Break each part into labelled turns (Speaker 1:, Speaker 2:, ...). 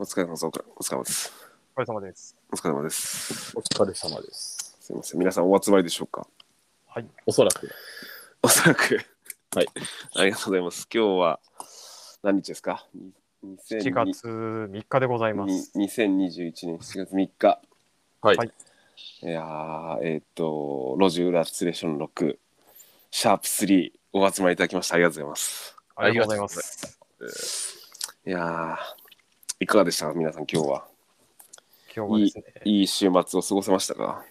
Speaker 1: 疲れ様です。お疲れ様です。
Speaker 2: お疲れ様です。
Speaker 1: お疲
Speaker 3: お
Speaker 1: れ様です。
Speaker 3: 疲れ様です。
Speaker 1: すいません。皆さんお集まりでしょうか
Speaker 2: はい。
Speaker 3: おそらく。
Speaker 1: おそらく。
Speaker 3: はい。
Speaker 1: ありがとうございます。今日は何日ですかに2000
Speaker 2: 7月3日でございます。
Speaker 1: に2021年7月3日。
Speaker 3: はい
Speaker 1: いやー、えっ、と、路地裏ツレーション6、シャープ3、お集まりいただきました。ありがとうございます。
Speaker 2: ありがとうございます。
Speaker 1: いやー、いかがでしたか皆さん今日は。
Speaker 2: 今日はですね、
Speaker 1: いい週末を過ごせましたか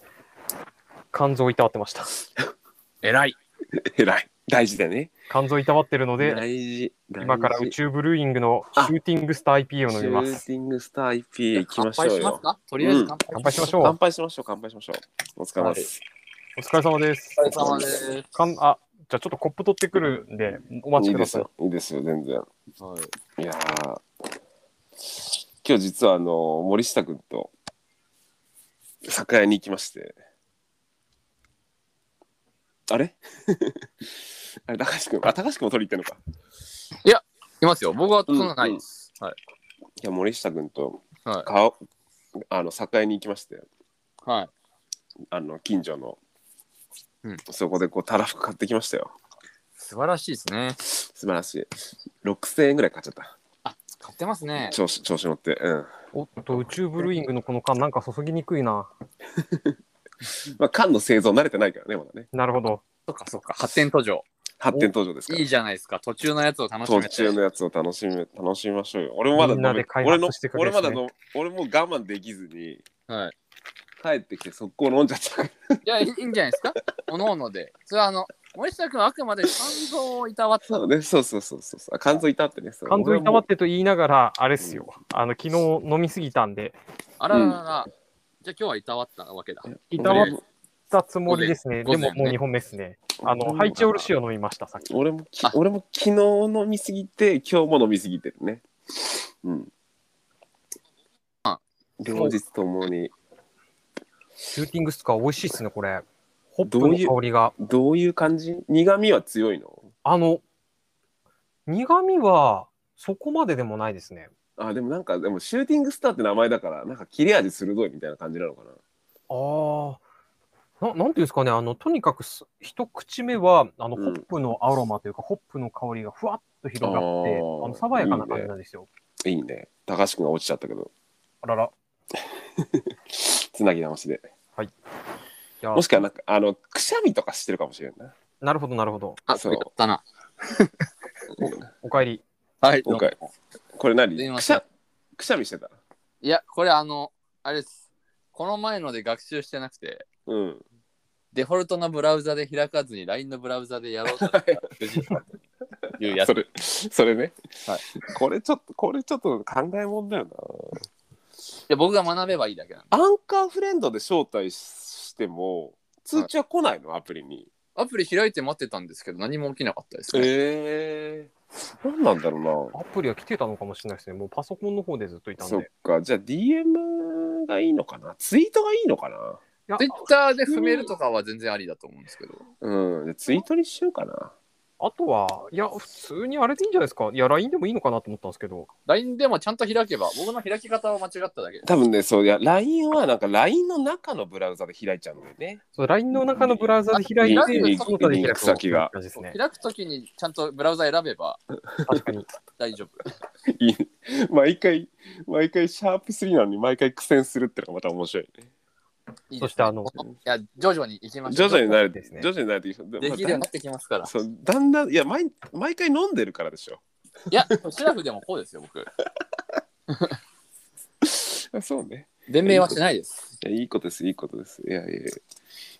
Speaker 2: 肝臓いたわってました。
Speaker 3: えらい。
Speaker 1: えらい。大事だよね。
Speaker 2: 肝臓いたわってるので、
Speaker 1: 大事。大事
Speaker 2: 今から宇宙ブルーイングのシューティングスター IPA を飲みま
Speaker 1: シュー
Speaker 2: す。
Speaker 1: ティングスター IPA 行きましょう
Speaker 4: 乾杯します
Speaker 1: よ。
Speaker 4: かとりあえず乾杯,、
Speaker 2: 乾杯しましょ
Speaker 1: 乾
Speaker 2: う。
Speaker 1: 杯しましょう、乾杯しましょう。お疲れ様です。
Speaker 2: お疲れ様です。
Speaker 4: お疲れ様です。
Speaker 2: かんあ、じゃあちょっとコップ取ってくるんで、お待
Speaker 1: い
Speaker 2: ち
Speaker 1: い
Speaker 2: く
Speaker 1: で
Speaker 2: だ
Speaker 1: す
Speaker 2: さい。
Speaker 1: よ、いいですよ、全然。
Speaker 3: はい。
Speaker 1: いやー今日実はあの、森下君と酒屋に行きまして。あれ あれ、高橋君。あ、高橋君も取り行ってんのか。
Speaker 4: いきますよ。僕はそんなないです。
Speaker 1: いや、森下君と
Speaker 4: はい
Speaker 1: 顔、あの、酒屋に行きまして。
Speaker 4: はい。
Speaker 1: あの、近所の。
Speaker 4: うん
Speaker 1: そこでこう、たらふく買ってきましたよ。
Speaker 4: 素晴らしいですね。
Speaker 1: 素晴らしい。6000円ぐらい買っちゃった。
Speaker 4: 買ってますね。
Speaker 1: 調子調子乗って。うん。
Speaker 2: おっと、宇宙ブルーイングのこの缶なんか注ぎにくいな。
Speaker 1: まあ、缶の製造慣れてないからね、まだね。
Speaker 2: なるほど。
Speaker 4: そっかそっか。発展途上。
Speaker 1: 発展途上ですから。
Speaker 4: いいじゃないですか。途中のやつを楽しめ
Speaker 1: 途
Speaker 4: て。
Speaker 1: 中のやつを楽しみ、楽しみましょうよ。俺もまだ
Speaker 2: みんな
Speaker 1: 飲
Speaker 2: で
Speaker 1: め、
Speaker 2: 開
Speaker 1: 俺
Speaker 2: 発
Speaker 1: の
Speaker 2: して、くれ
Speaker 1: 俺
Speaker 2: です
Speaker 1: ま
Speaker 2: ね
Speaker 1: だの、俺も我慢できずに、
Speaker 4: はい。
Speaker 1: 帰ってきて速攻飲んじゃったから。
Speaker 4: いや、いいいいんじゃないですか。 おのおので。それはあの、森下君はあくまで肝臓をいたわった。
Speaker 1: そうね、そうそうそうそう。あ肝臓痛ってね。そう
Speaker 2: 肝臓いたわっ
Speaker 1: 俺
Speaker 2: てと言いながら、あれっすよ。あの、昨日飲みすぎたんで、
Speaker 4: あらららら。じゃあ今日はいたわったわけだ。
Speaker 2: い
Speaker 1: も
Speaker 2: たわったつもりですね。
Speaker 4: 午
Speaker 2: で
Speaker 4: 前
Speaker 2: ももう2本目っすね。あの、ハイチオルシを飲みました、さっき。
Speaker 1: 俺もき
Speaker 4: あ
Speaker 1: 俺も昨日飲みすぎて今日も飲みすぎてるね。うん。
Speaker 4: あ
Speaker 1: 両日ともに
Speaker 2: シューティングスカー美味しいっすね、これ。ホップ
Speaker 1: どういう
Speaker 2: の香りが。
Speaker 1: どういう感じ苦味は強いの
Speaker 2: あの、苦味はそこまででもないですね。
Speaker 1: あでもなんかでもシューティングスターって名前だからなんか切れ味鋭いみたいな感じなのかな
Speaker 2: ああ、ななんていうんですかね、あの、とにかくす一口目は、あの、
Speaker 1: うん
Speaker 2: ホップのアロマというか、ホップの香りがふわっと広がって、
Speaker 1: あー
Speaker 2: あの爽やかない
Speaker 1: いね
Speaker 2: 感じなんですよ。
Speaker 1: いいね高橋君が落ちちゃったけど
Speaker 2: あらら。
Speaker 1: つなぎ直しで
Speaker 2: いや
Speaker 1: もしくはなんかあのくしゃみとかしてるかもしれんな
Speaker 2: なるほど、なるほど。
Speaker 4: あ、
Speaker 1: そ
Speaker 4: そううだったな。
Speaker 2: おかえり。
Speaker 4: はい。
Speaker 1: 今回これ何
Speaker 4: すいま
Speaker 1: くし
Speaker 4: せん
Speaker 1: ゃくしゃみしてた
Speaker 4: いや、これあの、あれです。この前ので学習してなくて、
Speaker 1: うん
Speaker 4: デフォルトのブラウザで開かずに LINE のブラウザでやろうとしたら無事いうやつ
Speaker 1: それそれね、
Speaker 4: はい
Speaker 1: これちょっとこれちょっと考えもんだよ
Speaker 4: で僕が学べばいいだけなんで
Speaker 1: なアンカーフレンドで招待ししても通知は来ないのアプリに
Speaker 4: アプリ開いて待ってたんですけど何も起きなかったですね、
Speaker 1: ええ何なんだろうな
Speaker 2: アプリは来てたのかもしれないですね。もうパソコンの方でずっといたん
Speaker 1: そっ
Speaker 2: で。
Speaker 1: か、じゃあ DM がいいのかなツイートがいいのかない
Speaker 2: や
Speaker 4: ツイッターで踏めるとかは全然ありだと思うんですけど。
Speaker 1: うん、じゃあツイートにしようかな。
Speaker 2: あとは、いや、普通にあれでいいんじゃないですか。いや、LINE でもいいのかなと思ったんですけど。
Speaker 4: LINE でもちゃんと開けば、僕の開き方を間違っただけです。
Speaker 1: 多分ね、そういや、LINE はなんか LINE の中のブラウザで開いちゃうんだよね。
Speaker 2: そう LINE の中のブラウザで開い
Speaker 4: あ
Speaker 2: て、
Speaker 4: リンク
Speaker 2: その他で
Speaker 1: リ
Speaker 2: 開
Speaker 1: ン
Speaker 2: く
Speaker 1: ク先が
Speaker 2: 感じですね。
Speaker 4: 開くときにちゃんとブラウザ選べば
Speaker 2: 確かに。
Speaker 4: 大丈夫。
Speaker 1: いい毎回、毎回シャープ3なのに毎回苦戦するってのがまた面白い。
Speaker 4: いい
Speaker 2: そ
Speaker 4: ですね
Speaker 2: してあの
Speaker 4: こいや、徐々に行きましょ
Speaker 1: 徐
Speaker 4: う。
Speaker 1: 々に慣れ
Speaker 2: で
Speaker 1: て
Speaker 2: すね、
Speaker 1: 徐々に慣れていく。で
Speaker 4: で
Speaker 1: も
Speaker 4: きるよ
Speaker 1: だ
Speaker 4: うに
Speaker 1: ん
Speaker 4: なってきますから。
Speaker 1: そうだんだん、いや毎、毎回飲んでるからでしょ。
Speaker 4: いや、シラフでもこうですよ、僕。
Speaker 1: あそうね。
Speaker 4: 弁明はしないです。
Speaker 1: いや、いいことです、いいことです。いやいやいや。い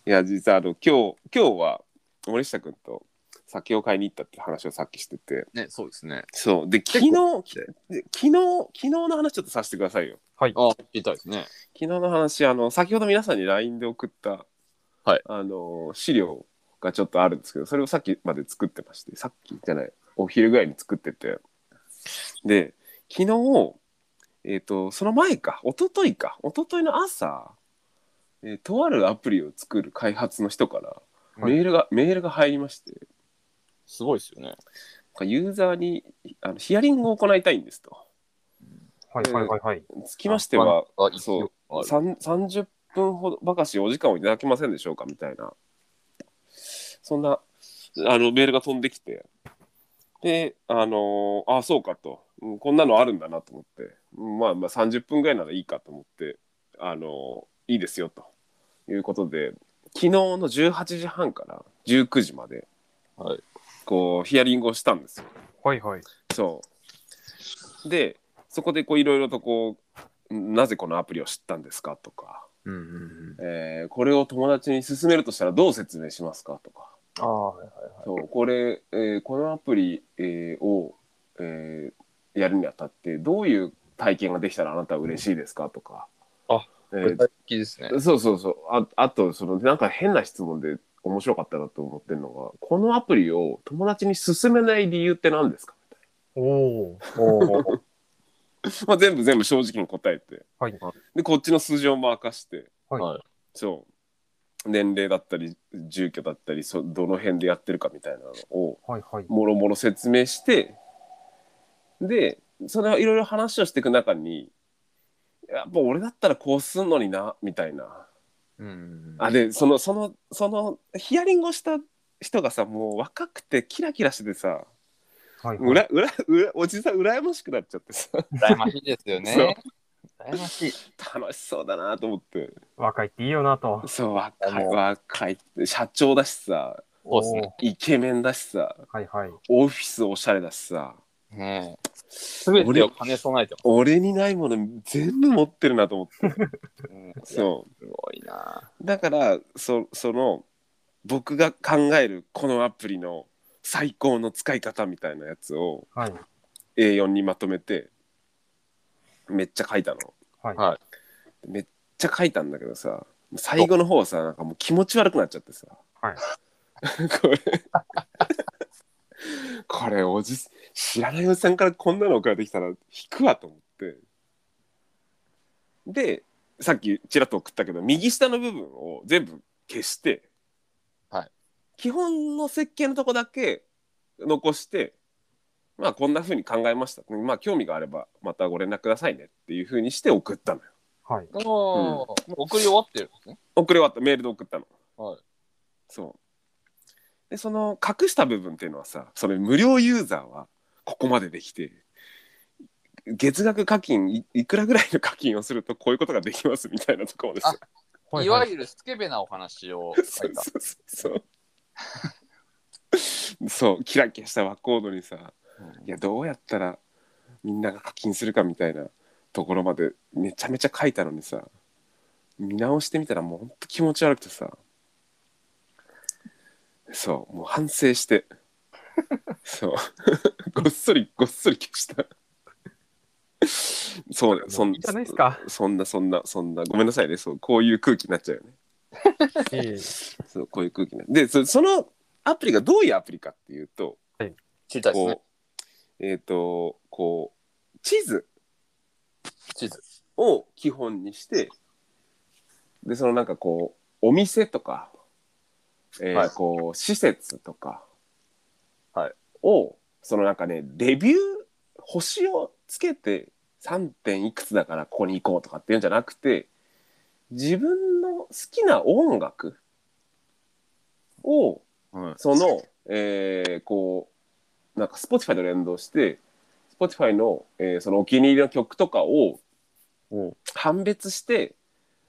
Speaker 1: や、実はあの、今日、今日は森下君と酒を買いに行ったって話をさっきしてて。
Speaker 4: ね、そうですね。
Speaker 1: そう。で、昨日、で昨日、昨日の話ちょっとさせてくださいよ。
Speaker 4: あ、聞きたいですね。
Speaker 1: 昨日の話、あの、先ほど皆さんに LINE で送った、
Speaker 4: はい
Speaker 1: あの、資料がちょっとあるんですけど、それをさっきまで作ってまして、さっきじゃない、お昼ぐらいに作ってて。で、昨日、えっ、と、その前か、一昨日か、一昨日の朝、えーとあるアプリを作る開発の人から、
Speaker 4: はい
Speaker 1: メールが、メールが入りまして、
Speaker 4: すごいですよね。
Speaker 1: ユーザーにあのヒアリングを行いたいんですと。
Speaker 2: はいはいはいはい。
Speaker 1: つきましては、
Speaker 4: あ、い
Speaker 1: そう
Speaker 4: うある
Speaker 1: さん30分ほどばかしお時間をいただけませんでしょうかみたいなそんなあのメールが飛んできてであのーあそうかと、うんこんなのあるんだなと思って、うんまあ、まあ30分ぐらいならいいかと思ってあのーいいですよということで昨日の18時半から19時まで、
Speaker 4: はい
Speaker 1: こうヒアリングをしたんですよ
Speaker 2: はいはい。
Speaker 1: そう。で、そこでこういろいろとこう、なぜこのアプリを知ったんですかとか、
Speaker 3: うんうんうん。
Speaker 1: えーこれを友達に勧めるとしたらどう説明しますかとか、
Speaker 3: ああ、はいはい。
Speaker 1: そうこれ、えーこのアプリ、えーを、えーやるにあたってどういう体験ができたらあなたは嬉しいですかとか、
Speaker 3: あ
Speaker 1: え
Speaker 4: これ
Speaker 1: ー
Speaker 4: 大好きですね。
Speaker 1: そうそうそうああとそのなんか変な質問で面白かったなと思ってるのがこのアプリを友達に勧めない理由って何ですか
Speaker 2: おお。
Speaker 3: おー
Speaker 1: まあ、全部全部正直に答えて、
Speaker 2: はい
Speaker 1: でこっちの数字をも明かして、
Speaker 2: はい
Speaker 4: はい
Speaker 1: そう年齢だったり住居だったりそどの辺でやってるかみたいなのを
Speaker 2: はいはい。
Speaker 1: もろもろ説明してでそれをいろいろ話をしていく中にやっぱ俺だったらこうすんのになみたいな
Speaker 3: うんうんうん。
Speaker 1: あでそのそのそのヒアリングをした人がさもう若くてキラキラしててさ
Speaker 2: はいは
Speaker 1: う
Speaker 2: い
Speaker 1: らうらうらおじさん羨ましくなっちゃってさ
Speaker 4: 羨ましいですよ
Speaker 1: そう
Speaker 4: ね。羨ましい。
Speaker 1: 楽しそうだなと思って。
Speaker 2: 若いっていいよなと。
Speaker 1: そう若い
Speaker 4: もう
Speaker 1: 若い社長だしさ
Speaker 4: そうっすね
Speaker 1: イケメンだしさ
Speaker 2: おーはいはい。
Speaker 1: オフィスおしゃれだしさ
Speaker 4: ねえ。すべてを兼ね備えてま
Speaker 1: 俺にないもの全部持ってるなと思って
Speaker 4: す。うん
Speaker 1: そ
Speaker 4: すごいな。
Speaker 1: うだからそその僕が考えるこのアプリの最高の使い方みたいなやつを
Speaker 2: はい。
Speaker 1: A4 にまとめてめっちゃ書いたの
Speaker 2: はい
Speaker 4: は
Speaker 1: めっちゃ書いたんだけどさ最後の方さなんかもう気持ち悪くなっちゃってさ、
Speaker 2: はい
Speaker 1: これ これおじ知らないおじさんからこんなの送られてきたら引くわと思ってでさっきちらっと送ったけど右下の部分を全部消して、
Speaker 4: はい
Speaker 1: 基本の設計のとこだけ残してまあこんな風に考えましたまあ興味があればまたご連絡くださいねっていう風にして送ったのよ
Speaker 2: はい。
Speaker 4: おお、もう送り終わってるんですね。
Speaker 1: 送り終わったメールで送ったの
Speaker 4: はい。
Speaker 1: そうでその隠した部分っていうのはさそれ無料ユーザーはここまでできて月額課金いいくらぐらいの課金をするとこういうことができますみたいなところですよ
Speaker 2: はいい
Speaker 4: わ
Speaker 2: はい。
Speaker 4: ゆるスケベなお話を
Speaker 1: そ
Speaker 4: 書
Speaker 1: う
Speaker 4: いた。
Speaker 1: そうそうそう そうキラキラしたワコードにさいやどうやったらみんなが課金するかみたいなところまでめちゃめちゃ書いたのにさ見直してみたらもうほんと気持ち悪くてさそうもう反省して そうごっそりごっそり消したそうだよそん
Speaker 2: いいじゃないですか。
Speaker 1: そんなそんなそんなごめんなさいねそうこういう空気になっちゃうよね
Speaker 2: いい
Speaker 1: そうこういう空気なんでそそのアプリがどういうアプリかっていうと
Speaker 4: 知りたいですね。
Speaker 1: こうえっ、とこう地図
Speaker 4: 地図。
Speaker 1: を基本にしてでそのなんかこうお店とか、えー
Speaker 4: はい
Speaker 1: こう施設とか
Speaker 4: はい
Speaker 1: をそのなんかねレビュー星をつけて3点いくつだからここに行こうとかっていうんじゃなくて自分の好きな音楽を
Speaker 3: うん
Speaker 1: その、えーこう、なんか Spotify と連動して、Spotify の、えーそのお気に入りの曲とかを
Speaker 3: うん
Speaker 1: 判別して、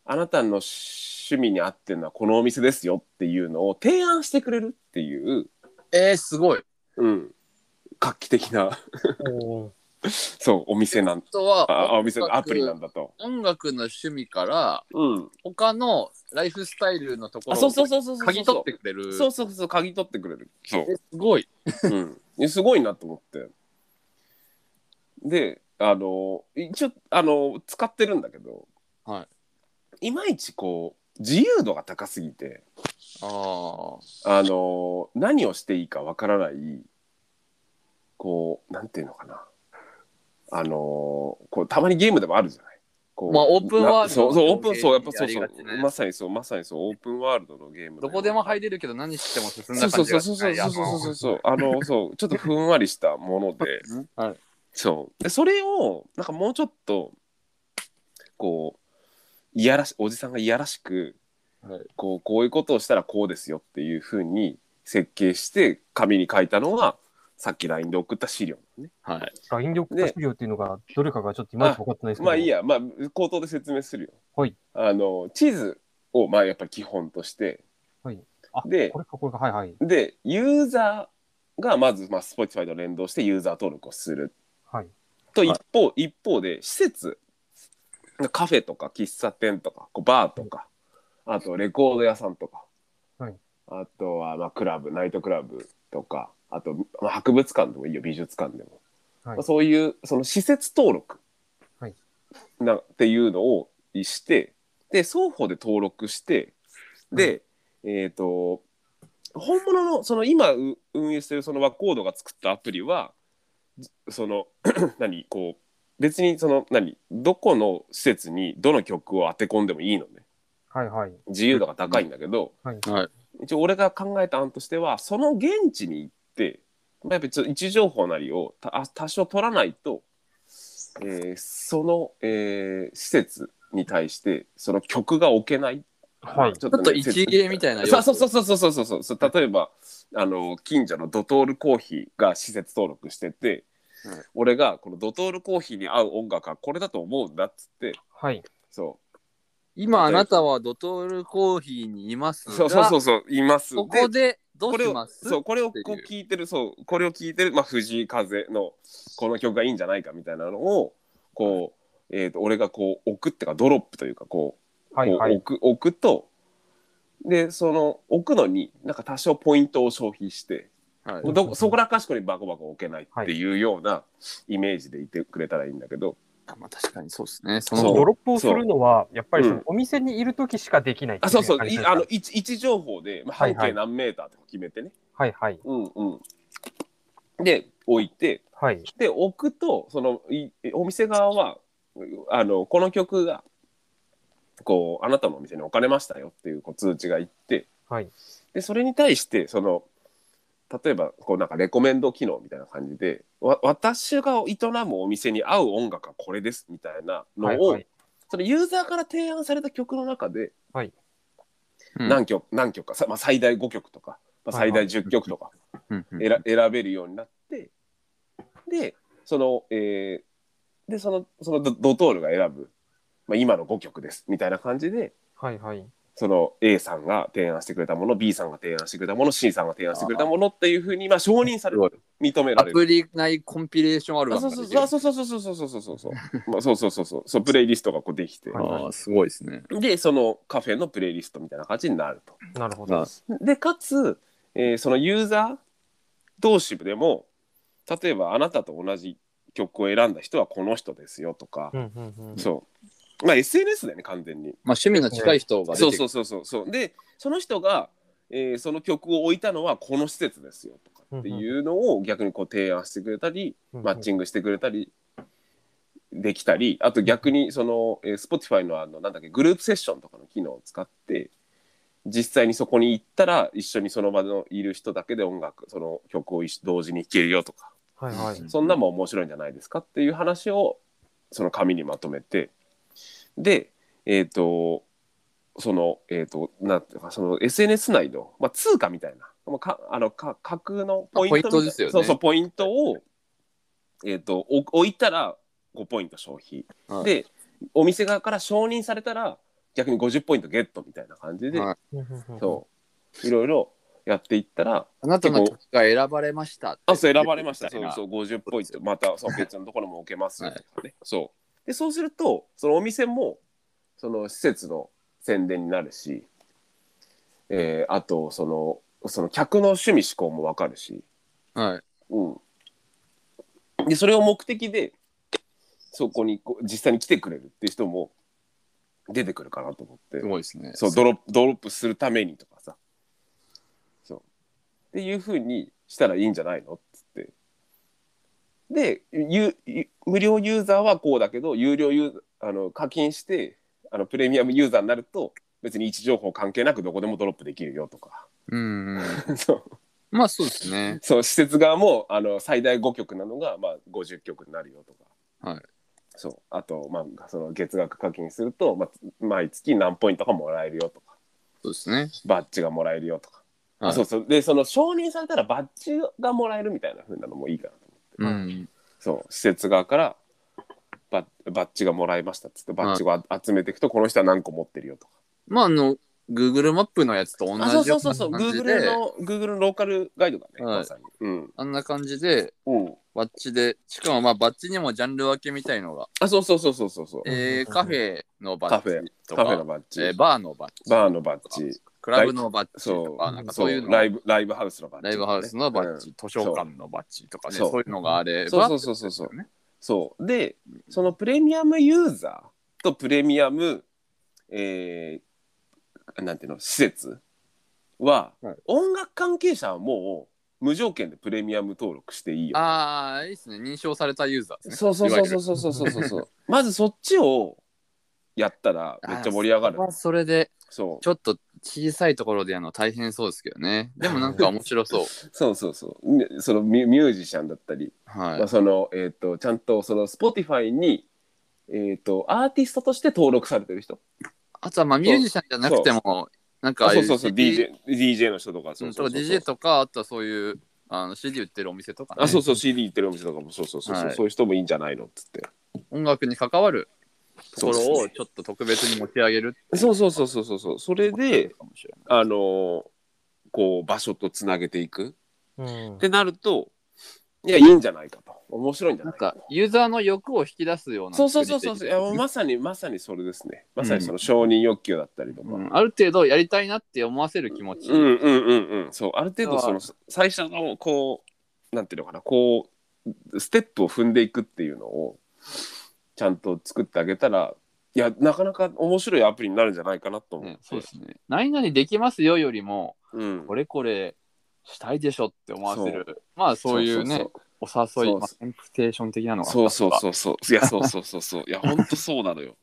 Speaker 1: あなたの趣味に合ってるのはこのお店ですよっていうのを提案してくれるっていう、
Speaker 4: えー、すごい。
Speaker 1: うん、画期的な、
Speaker 2: おー
Speaker 1: そう、お店なん、
Speaker 4: 人は
Speaker 1: あ、 あお店
Speaker 4: 音楽
Speaker 1: アプリなんだと。
Speaker 4: 音楽の趣味から
Speaker 1: うん。
Speaker 4: 他のライフスタイルのとこ
Speaker 1: あ、
Speaker 4: ろ
Speaker 1: そ
Speaker 4: を
Speaker 1: うそうそうそうそう。
Speaker 4: 嗅ぎ取ってくれる。
Speaker 1: そうそうそう、嗅ぎ取ってくれる。そう。
Speaker 4: えすごい。
Speaker 1: うん、すごいなと思ってであの一応あの使ってるんだけど、、
Speaker 4: はい
Speaker 1: まいちこう自由度が高すぎて
Speaker 4: ああ。
Speaker 1: あの何をしていいかわからないこうなんていうのかなあのこうたまにゲームでもあるじゃない。こう
Speaker 4: まあオープンワールドの
Speaker 1: なそうそうオープンそうやっぱそう
Speaker 4: ゲ
Speaker 1: そ
Speaker 4: ームや
Speaker 1: う
Speaker 4: りがちなやつ
Speaker 1: まさにそうまさにそうオープンワールドのゲームの
Speaker 4: どこでも入れるけど何しても進んだ
Speaker 1: そ
Speaker 4: 感
Speaker 1: う
Speaker 4: じが
Speaker 1: そうそうそう
Speaker 4: しな
Speaker 1: そ
Speaker 4: い
Speaker 1: うそうそうそうあのそうちょっとふんわりしたもので
Speaker 4: あのはい。
Speaker 1: そうでそれをなんかもうちょっとこういやらしおじさんがいやらしく
Speaker 3: はい
Speaker 1: こうこういうことをしたらこうですよっていうふうに設計して紙に書いたのがさっき LINE で送った資料ね。
Speaker 4: はい。
Speaker 2: LINE で送った資料っていうのが、どれかがちょっといまいち分かってないですけど。
Speaker 1: まあいいや、まあ、口頭で説明するよ。
Speaker 2: はい
Speaker 1: あの地図をまあやっぱ基本として、
Speaker 2: あ
Speaker 1: で
Speaker 2: これかこれか、はいはい。
Speaker 1: でユーザーがまず、まあ、Spotify と連動してユーザー登録をする
Speaker 2: はい。
Speaker 1: と
Speaker 4: はい
Speaker 1: 一方,、一方で施設カフェとか喫茶店とかこうバーとかあとレコード屋さんとか、
Speaker 2: はい
Speaker 1: あとはまあクラブナイトクラブとかあと、まあ、博物館でもいいよ美術館でも、
Speaker 2: はい
Speaker 1: まあそういうその施設登録
Speaker 2: はい
Speaker 1: なっていうのをしてで双方で登録してで、えっ、と本物のその今う運営してるそのワコードが作ったアプリはずその何こう別にその何どこの施設にどの曲を当て込んでもいいのね
Speaker 2: はいはい。
Speaker 1: 自由度が高いんだけど、
Speaker 2: はい
Speaker 4: はい
Speaker 1: 一応俺が考えた案としてはその現地に行って、まあ、やっぱりちょっと位置情報なりをたあ多少取らないと、えーその、えー施設に対してその曲が置けない
Speaker 2: はい。
Speaker 1: ちょっ
Speaker 4: ちょっと
Speaker 1: ね
Speaker 4: 一芸みたいな要
Speaker 1: そう
Speaker 4: 素。
Speaker 1: そうそうそうそうそうそうそう例えばあの近所のドトールコーヒーが施設登録してて、
Speaker 4: うん
Speaker 1: 俺がこのドトールコーヒーに合う音楽はこれだと思うんだっつって
Speaker 2: はい。
Speaker 1: そ
Speaker 4: 今あなたはドトールコーヒーにいます
Speaker 1: う
Speaker 4: が、
Speaker 1: そうそうそうそういます
Speaker 4: ここでど
Speaker 1: こ
Speaker 4: う
Speaker 1: れ
Speaker 4: し
Speaker 1: を
Speaker 4: ます
Speaker 1: そうこれをこ
Speaker 4: っていう
Speaker 1: う聞いてるそうこれを聞いてる、まあ、藤井風のこの曲がいいんじゃないかみたいなのをこう、えー、と俺がこう置くっていうかドロップというかこう,、
Speaker 2: はいはい。
Speaker 1: こう置く置くとでその置くのになんか多少ポイントを消費して。
Speaker 4: はい
Speaker 1: どこそこらかしこにバコバコ置けないっていうようなイメージでいてくれたらいいんだけど、
Speaker 4: あまあ確かにそうですね。そ
Speaker 1: そう
Speaker 2: ド
Speaker 4: の
Speaker 2: ロップをするのは、やっぱりその
Speaker 1: うん
Speaker 2: お店にいるときしかできないってい
Speaker 1: あそうそう
Speaker 2: 感じ
Speaker 1: い
Speaker 2: ですか
Speaker 1: あの位置位置情報で、まあ、
Speaker 2: はい
Speaker 1: 半
Speaker 2: はい
Speaker 1: 径何メーターとか決めてね、
Speaker 2: はいはい。
Speaker 1: うんうん、で置いて
Speaker 2: はい。
Speaker 1: で置くとそのいお店側はあのこの曲がこうあなたのお店に置かれましたよっていうこう通知がいって
Speaker 2: はい。
Speaker 1: でそれに対してその例えばこうなんかレコメンド機能みたいな感じでわ私が営むお店に合う音楽はこれですみたいなのを、
Speaker 2: はいはい。
Speaker 1: そのユーザーから提案された曲の中で
Speaker 4: うん
Speaker 1: 何曲,、何曲か、さまあ、最大5曲とか、まあ、
Speaker 2: はい
Speaker 1: 最大
Speaker 2: はい
Speaker 1: 10曲とか
Speaker 4: うんうん
Speaker 1: えら選べるようになってでその,、えーでそのそのドドトールが選ぶ、まあ、今の5曲ですみたいな感じで
Speaker 2: はいはい。
Speaker 1: その A さんが提案してくれたもの B さんが提案してくれたもの C さんが提案してくれたものっていうふうに、まあ、承認され
Speaker 4: すごい
Speaker 1: る認めら
Speaker 4: ア
Speaker 1: れる。
Speaker 4: プリ内コンピレーションアルバ
Speaker 1: あそ
Speaker 4: ム
Speaker 1: う
Speaker 4: が
Speaker 1: そ
Speaker 4: で
Speaker 1: う
Speaker 4: き
Speaker 1: そうそ
Speaker 4: る。
Speaker 1: うそうそうそうそうそうそうそうまあそうそうそうそうそうプレイリストがこうできて
Speaker 2: はい
Speaker 4: ああ、すごいですね。
Speaker 1: でそのカフェのプレイリストみたいな感じになると。
Speaker 2: なるほ
Speaker 4: ま
Speaker 2: ど
Speaker 4: あ。
Speaker 1: でかつ、えーそのユーザー同士でも例えばあなたと同じ曲を選んだ人はこの人ですよとか
Speaker 2: う、んうんうん。
Speaker 1: そうまあ SNS だよね完全に
Speaker 4: まあ趣味の近い人が出て
Speaker 1: そう
Speaker 4: くる。
Speaker 1: そうそうそうそうでその人が、えーその曲を置いたのはこの施設ですよとかっていうのを逆にこう提案してくれたり、
Speaker 2: うんうん
Speaker 1: マッチングしてくれたりできたりあと逆にその、えー、Spotify のあのなんだっけグループセッションとかの機能を使って実際にそこに行ったら一緒にその場のいる人だけで音楽その曲を一緒同時に聴けるよとか
Speaker 2: はいはい。
Speaker 1: そんなもん面白いんじゃないですかっていう話をその紙にまとめてでえっ、とそのえっ、となんていうかその SNS 内の、まあ、通貨みたいな、まあ、かあのか架空のポイントみたい
Speaker 4: ポイントですよね
Speaker 1: そうそうポイントを、えー、とお置いたら5ポイント消費、
Speaker 4: はい
Speaker 1: でお店側から承認されたら逆に50ポイントゲットみたいな感じで、
Speaker 4: はい
Speaker 1: そういろいろやっていったら
Speaker 4: あなたの曲が選ばれましたって。
Speaker 1: あ、そう、選ばれました。
Speaker 4: そ
Speaker 1: そうう
Speaker 4: そ。
Speaker 1: そうう、50ポイント、またそう別のところも置けますよ
Speaker 4: はい
Speaker 1: とかね。そう。で、そうすると、そのお店も、その施設の宣伝になるし、えーあと、その、その客の趣味嗜好もわかるし、
Speaker 4: はい。
Speaker 1: うん。で、それを目的で、そこにこう実際に来てくれるっていう人も出てくるかなと思って
Speaker 4: す。ごいですね。
Speaker 1: そうドロップドロップするためにとかさそうっていうふうにしたらいいんじゃないのっつってでゆゆ無料ユーザーはこうだけど有料ユーザーあの課金してあのプレミアムユーザーになると別に位置情報関係なくどこでもドロップできるよとか
Speaker 4: うんうん。
Speaker 1: そう
Speaker 4: まあそうですね。
Speaker 1: そう施設側もあの最大5曲なのが、まあ、50曲になるよとか、
Speaker 4: はい
Speaker 1: そうあと、まあ、その月額課金すると、まあ、毎月何ポイントかもらえるよとか
Speaker 4: そうですね。
Speaker 1: バッジがもらえるよとか、
Speaker 4: は
Speaker 1: あ
Speaker 4: い
Speaker 1: そうそうでその承認されたらバッジがもらえるみたいな風なのもいいかなと思って、
Speaker 4: うん。
Speaker 1: そう施設側からバッバッジがもらいましたっつってバッジをあ集めていくとこの人は何個持ってるよとか。
Speaker 4: まああの、Google マップのやつと同じ
Speaker 1: あ
Speaker 4: よ
Speaker 1: そう
Speaker 4: うな
Speaker 1: そうそうそう
Speaker 4: 感じ
Speaker 1: Google
Speaker 4: で、
Speaker 1: の Google のローカルガイドがね、
Speaker 4: はい
Speaker 1: まさにうん、
Speaker 4: あんな感じで、
Speaker 1: うん、
Speaker 4: バッチで、しかもまあバッチにもジャンル分けみたいのが、
Speaker 1: あそうそうそうそうそうそう
Speaker 4: えー、カフェのバ
Speaker 1: カ
Speaker 4: ッ
Speaker 1: フェ
Speaker 4: チと
Speaker 1: カフェの
Speaker 4: か、
Speaker 1: バッジ、
Speaker 4: えーバーのバッチ、
Speaker 1: バーのバッジ
Speaker 4: クラブのバッチ
Speaker 1: そ
Speaker 4: と
Speaker 1: う
Speaker 4: か、なんか
Speaker 1: そ
Speaker 4: そうういうの、
Speaker 1: ラ
Speaker 4: ラ
Speaker 1: イブライブハウスのバッジ、
Speaker 4: イブハウスのバッ
Speaker 1: う
Speaker 4: チ
Speaker 1: ん、
Speaker 4: 図書館のバッチとかね、
Speaker 1: そう
Speaker 4: そういうのがあれば、
Speaker 1: そうそうそうそうそうそうでそのプレミアムユーザーとプレミアムえー、なんていうの施設は、
Speaker 3: はい
Speaker 1: 音楽関係者はもう無条件でプレミアム登録していいよ
Speaker 4: ああ、いいですね。認証されたユーザーですね。
Speaker 1: そうそうそうそうそうそうそうそう まずそっちをやったらめっちゃ盛り上がる
Speaker 4: あーそれはそれで、
Speaker 1: そう
Speaker 4: ちょっと小さいところでやるの大変そうですけどね。でもなんか面白そう。
Speaker 1: そうそうそうねそのミュミュージシャンだったり、 ま
Speaker 4: は
Speaker 1: あ、そのえっ、とちゃんとその Spotify にえっ、とアーティストとして登録されてる人
Speaker 4: い。あとはまあミュージシャンじゃなくても、なんか
Speaker 1: あそうそうそう
Speaker 4: CD
Speaker 1: DJ, DJ の人とかそうそうそう
Speaker 4: とか DJ とか、あとはそういうあの CD 売ってるお店とか、ね、
Speaker 1: あそうそう CD 行ってるお店とかもそうそうそうそう、
Speaker 4: はい
Speaker 1: そういう人もいいんじゃないのっつって
Speaker 4: 音楽に関わるところ
Speaker 1: そう
Speaker 4: をちょっと特別に持ち上げるってい
Speaker 1: そうそうそうそうそうそうそれ
Speaker 4: う
Speaker 1: で
Speaker 4: かもしれない
Speaker 1: あのーこう場所とつなげていく
Speaker 2: うん
Speaker 1: ってなるといやいいんじゃないかと面白いんじゃ
Speaker 4: な
Speaker 1: ない
Speaker 4: ん
Speaker 1: か
Speaker 4: かユーザーの欲を引き出すような
Speaker 1: そうそうそうそうそういやもう
Speaker 4: う
Speaker 1: まさにまさにそれですねまさにその承認欲求だったりとか、
Speaker 4: ん、ある程度やりたいなって思わせる気持ち、
Speaker 1: うんうんうんうんそうある程度その
Speaker 4: だ
Speaker 1: 最初のこうなんていうのかなこうステップを踏んでいくっていうのをちゃんと作ってあげたらいやなかなか面白いアプリになるんじゃないかなと思う、
Speaker 4: ね、そうですね何々できますよよりも
Speaker 1: うん
Speaker 4: これこれしたいでしょって思わせるまあそういうねお誘
Speaker 1: そ
Speaker 4: いうまあインプテーション的なのが
Speaker 1: そうそうそうそうそういやそうそうそうそういやほんとそうなのよ、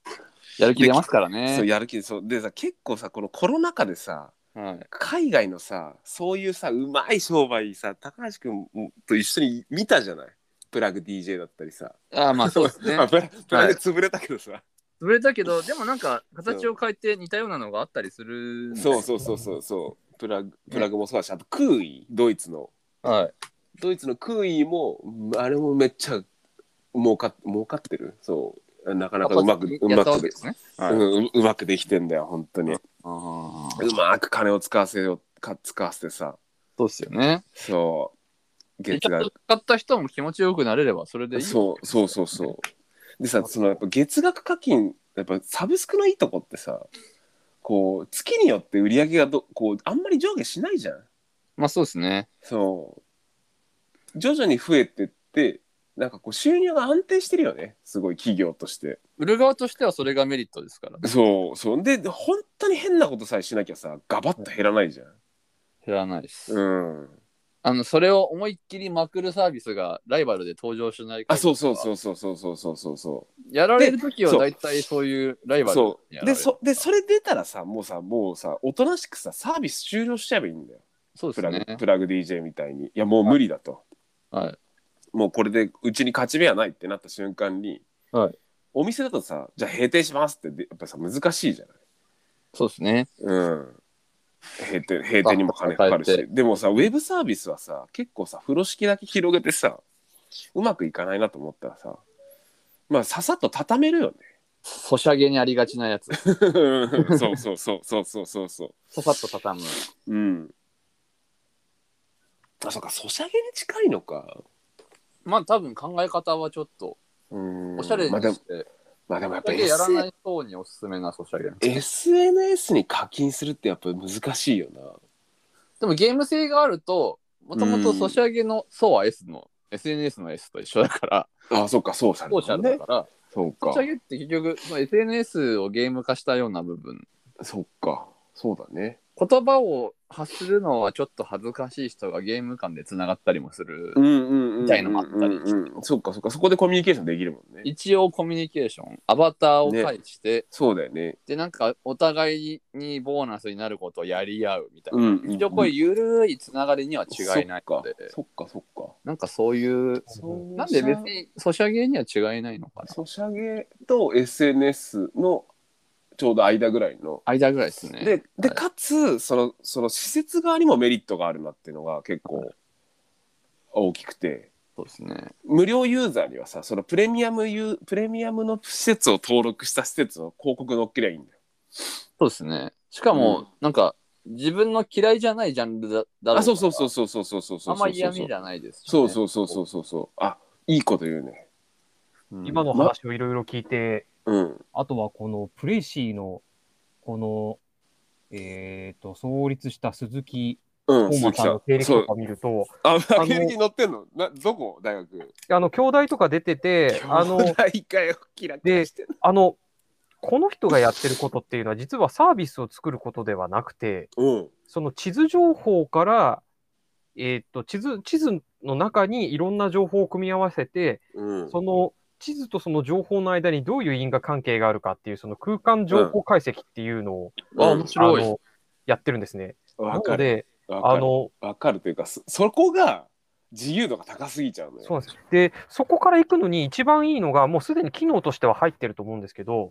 Speaker 4: やる気出ますから
Speaker 1: そう
Speaker 4: ね
Speaker 1: やる気そうでさ結構さこのコロナ禍でさ
Speaker 4: はい
Speaker 1: 海外のさそういうさうまい商売さ高橋君と一緒に見たじゃないプラグ DJ だったりさ、
Speaker 4: ああまあそ うですね
Speaker 1: あプラプラグ潰れたけどさ、
Speaker 4: 潰れた けどでもなんか形を変えて似たようなのがあったりするんです
Speaker 1: そうそうそうそうそうプラグプラグもそうだしあとクーイドイツの
Speaker 4: はい
Speaker 1: ドイツのクーイもうんあれもめっちゃ儲か儲かってるそうなかなかうまくう
Speaker 4: や
Speaker 1: ま
Speaker 4: ったわ
Speaker 1: く
Speaker 4: け
Speaker 1: で
Speaker 4: ですね
Speaker 1: うんううまくできてんだよ本当に
Speaker 4: ああ
Speaker 1: うまく金を使わせようか使わせてさ
Speaker 4: そうっすよね
Speaker 1: そう
Speaker 4: で
Speaker 1: 月
Speaker 4: ちゃん
Speaker 1: 額
Speaker 4: と使った人も気持ちよくなれればそれでいい
Speaker 1: そうそうそうそうでさそのやっぱ月額課金やっぱサブスクのいいとこってさこう月によって売り上げがどこうあんまり上下しないじゃん
Speaker 4: まあそうですね
Speaker 1: そう徐々に増えてってなんかこう収入が安定してるよねすごい企業として
Speaker 4: 売る側としてはそれがメリットですからね
Speaker 1: そうそうで本当に変なことさえしなきゃさガバッと減らないじゃん
Speaker 4: 減らないです
Speaker 1: うん
Speaker 4: あのそれを思いっきりまくるサービスがライバルで登場しない
Speaker 1: あそうそう
Speaker 4: う
Speaker 1: そうそうそうそうそうそうそ
Speaker 4: やられる時は
Speaker 1: そう
Speaker 4: 大体そういうライ
Speaker 1: う
Speaker 4: バルに
Speaker 1: そう
Speaker 4: やられる
Speaker 1: でそでそれ出たらさもうさもうさおとなしくさサービス終了しちゃえばいいんだよ
Speaker 4: そうで
Speaker 1: プ
Speaker 4: す
Speaker 1: ラグ、
Speaker 4: ね
Speaker 1: プラグ DJ みたいにいやもう無理だと、
Speaker 4: はい
Speaker 1: もうこれでうちに勝ち目はないってなった瞬間に、
Speaker 3: はい
Speaker 1: お店だとさじゃあ閉店しますってでやっぱさ難しいじゃん
Speaker 4: そうですね
Speaker 1: うん閉店閉店にも金かかる
Speaker 4: あ抱
Speaker 1: しでもさウェブサービスはさ結構さ風呂敷だけ広げてさうまくいかないなと思ったらさまあささっと畳める よね
Speaker 4: ソシャゲにありがちなやつ
Speaker 1: そうそうそうそうそうそうそ
Speaker 4: ささっと畳む
Speaker 1: ううんあそうかソシャゲに近いのか
Speaker 4: まあ多分考え方はちょっと
Speaker 1: うん
Speaker 4: おしゃれに
Speaker 1: まあでも
Speaker 4: し、て、
Speaker 1: まあ、でもやっぱ
Speaker 4: だけやら
Speaker 1: SN
Speaker 4: ない方におすすめなソシャゲ
Speaker 1: SNS に課金するってやっぱ難しいよな
Speaker 4: でもゲーム性があるともともとソシャゲの層は S の SNS の S と一緒だから
Speaker 1: あそうかそうさ
Speaker 4: ソーシャルだから
Speaker 1: そうか
Speaker 4: ソシャゲって結局その SNS をゲーム化したような部分
Speaker 1: そうかそうだね
Speaker 4: 言葉を発するのはちょっと恥ずかしい人がゲーム間でつながったりもする、
Speaker 1: うんうんうん。
Speaker 4: みたいのもあったり
Speaker 1: うんうん。そっかそっか。そこでコミュニケーションできるもんね。
Speaker 4: 一応コミュニケーションアバターを介して、
Speaker 1: そうだよね。
Speaker 4: でなんかお互いにボーナスになることをやり合うみたいな、
Speaker 1: うんうん
Speaker 4: 一応これゆるいつながりには違いない
Speaker 1: そっか
Speaker 4: ので
Speaker 1: そっかそっか。
Speaker 4: なんかそういう
Speaker 2: そう
Speaker 4: なんで別にソシャゲには違いないのかな
Speaker 1: ソシャゲと SNS のちょうど間ぐらいの。
Speaker 4: 間ぐらいですね
Speaker 1: でで
Speaker 4: はい
Speaker 1: かつそのその施設側にもメリットがあるなっていうのが結構大きくて
Speaker 4: そうですね
Speaker 1: 無料ユーザーにはさそのプレミアムユープレミアムの施設を登録した施設の広告載っけりゃいいんだよ。
Speaker 4: そうですねしかも、
Speaker 1: うん
Speaker 4: なんか自分の嫌いじゃないジャンルだだろうから
Speaker 1: あそうそうそうそうそうそうそうそうそう
Speaker 4: あんまり嫌味じゃないですしね、
Speaker 1: そうそうそうそうそうそうあいいこと言うね。
Speaker 4: うん、
Speaker 5: 今の話をいろいろ聞いて、
Speaker 1: うん。
Speaker 5: あとはこのプレイシーの、この、えっ、と、創立した鈴木
Speaker 1: うん。
Speaker 5: 本
Speaker 1: 鈴
Speaker 5: 間
Speaker 1: 木
Speaker 5: さん
Speaker 1: さ
Speaker 5: の
Speaker 1: ん
Speaker 5: 経歴
Speaker 1: そ
Speaker 5: と
Speaker 1: う
Speaker 5: か見ると、
Speaker 1: あ、
Speaker 5: の
Speaker 1: 経歴載ってんのなどこ大学
Speaker 2: あの、兄弟とか出てて、あの、
Speaker 1: 大会をキラキラしてんの
Speaker 2: あの、この人がやってることっていうのは、実はサービスを作ることではなくて、
Speaker 1: うん。
Speaker 2: その地図情報から、えーっと、地図、地図の中にいろんな情報を組み合わせて、
Speaker 1: うん。
Speaker 2: その地図とその情報の間にどういう因果関係があるかっていう、その空間情報解析っていうのを、
Speaker 4: あ面白
Speaker 2: あ
Speaker 4: い
Speaker 2: のやってるんですね。な
Speaker 1: わか
Speaker 2: の
Speaker 1: る。
Speaker 2: で、
Speaker 1: わか
Speaker 2: あ
Speaker 1: る
Speaker 2: の、
Speaker 1: わかるというかそそこが自由度が高すぎちゃうのよ。
Speaker 2: そうなんです。で、そこから行くのに一番いいのが、もうすでに機能としては入ってると思うんですけど、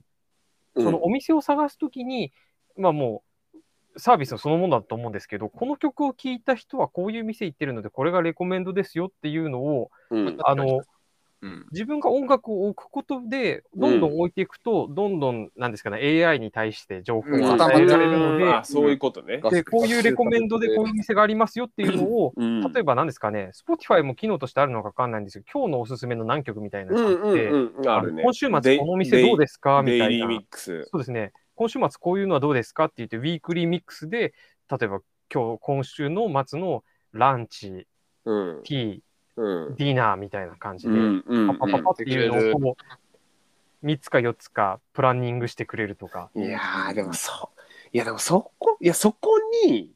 Speaker 1: うん
Speaker 2: そのお店を探すときに、まあもうサービスそのものだと思うんですけど、この曲を聴いた人はこういう店行ってるので、これがレコメンドですよっていうのを、
Speaker 1: うん
Speaker 2: あの
Speaker 4: うん
Speaker 2: 自分が音楽を置くことで、どんどん置いていくと、どんどん、なんですかね、AI に対して情報
Speaker 4: うん
Speaker 2: が与えられるので、
Speaker 1: あそういうことね。
Speaker 2: でこういうレコメンドでこういう店がありますよっていうのを、
Speaker 1: うん
Speaker 2: 例えば何ですかね、Spotify も機能としてあるのか分かんないんですけど、今日のおすすめの何曲みたいな
Speaker 1: う
Speaker 2: の
Speaker 1: んう
Speaker 2: があっ
Speaker 1: ん
Speaker 2: て、
Speaker 1: うんあるね。
Speaker 2: 今週末このお店どうですかみ
Speaker 1: デイ
Speaker 2: たい
Speaker 1: リー
Speaker 2: な
Speaker 1: ミッ。クス。
Speaker 2: そうですね。今週末こういうのはどうですかって言って、ウィークリーミックスで、例えば今日、今週の末のランチ、
Speaker 1: うん
Speaker 2: ティ
Speaker 1: う
Speaker 2: ー、
Speaker 1: ん
Speaker 2: ディナーみたいな感じ
Speaker 1: う
Speaker 2: で、
Speaker 1: んうん
Speaker 2: パパパパっていうのをこう、3つか4つかプランニングしてくれるとか。
Speaker 1: いやーでもそういやでもそこいやそこに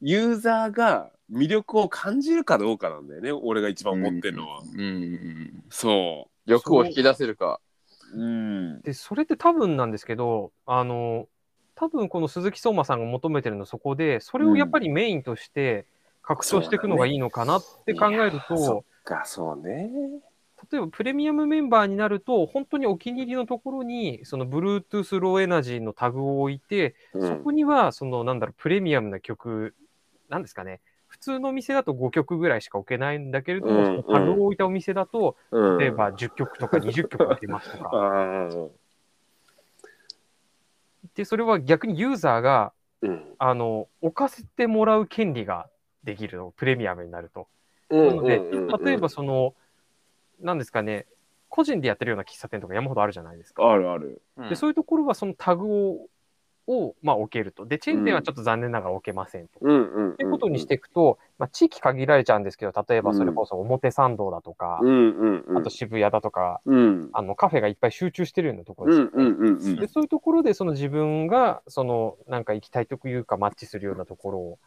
Speaker 1: ユーザーが魅力を感じるかどうかなんだよね俺が一番思ってるのは。
Speaker 4: うんうんうん、
Speaker 1: そ
Speaker 4: 欲を引き出せるか
Speaker 1: う。うん。
Speaker 2: で、それって多分なんですけど、あの、多分この鈴木相馬さんが求めてるのそこで、それをやっぱりメインとして拡張していくのがいいのかなって考えると、
Speaker 1: いやーそっかそうね。
Speaker 2: 例えばプレミアムメンバーになると、本当にお気に入りのところに、その Bluetooth ローエナジーのタグを置いて、
Speaker 1: う
Speaker 2: そ
Speaker 1: ん
Speaker 2: こには、その、なんだろう、プレミアムな曲、なんですかね、普通のお店だと5曲ぐらいしか置けないんだけれども、
Speaker 1: うん
Speaker 2: そのタグを置いたお店だと、
Speaker 1: うん
Speaker 2: 例えば10曲とか20曲が出ますと か。
Speaker 1: うん
Speaker 2: で、それは逆にユーザーが、
Speaker 1: うん
Speaker 2: あの、置かせてもらう権利ができるの、プレミアムになると。
Speaker 1: な
Speaker 2: なので、例えばその、なんですかね、個人でやってるような喫茶店とか山ほどあるじゃないですか。
Speaker 1: あるある。
Speaker 4: うん
Speaker 2: でそういうところはそのタグをを、まあ、置けると。で、チェーン店はちょっと残念ながら置けませんと。っ
Speaker 1: うんうん。って
Speaker 2: いうことにしていくと、まあ、地域限られちゃうんですけど、例えばそれこそ表参道だとか
Speaker 1: う、んうんうん。
Speaker 2: あと渋谷だとか、
Speaker 1: うん
Speaker 2: あのカフェがいっぱい集中してるようなところ
Speaker 1: う
Speaker 2: ですよ
Speaker 1: ん
Speaker 2: ね。
Speaker 1: うんうんうん
Speaker 2: でそういうところでその自分がそのなんか行きたいというかマッチするようなところを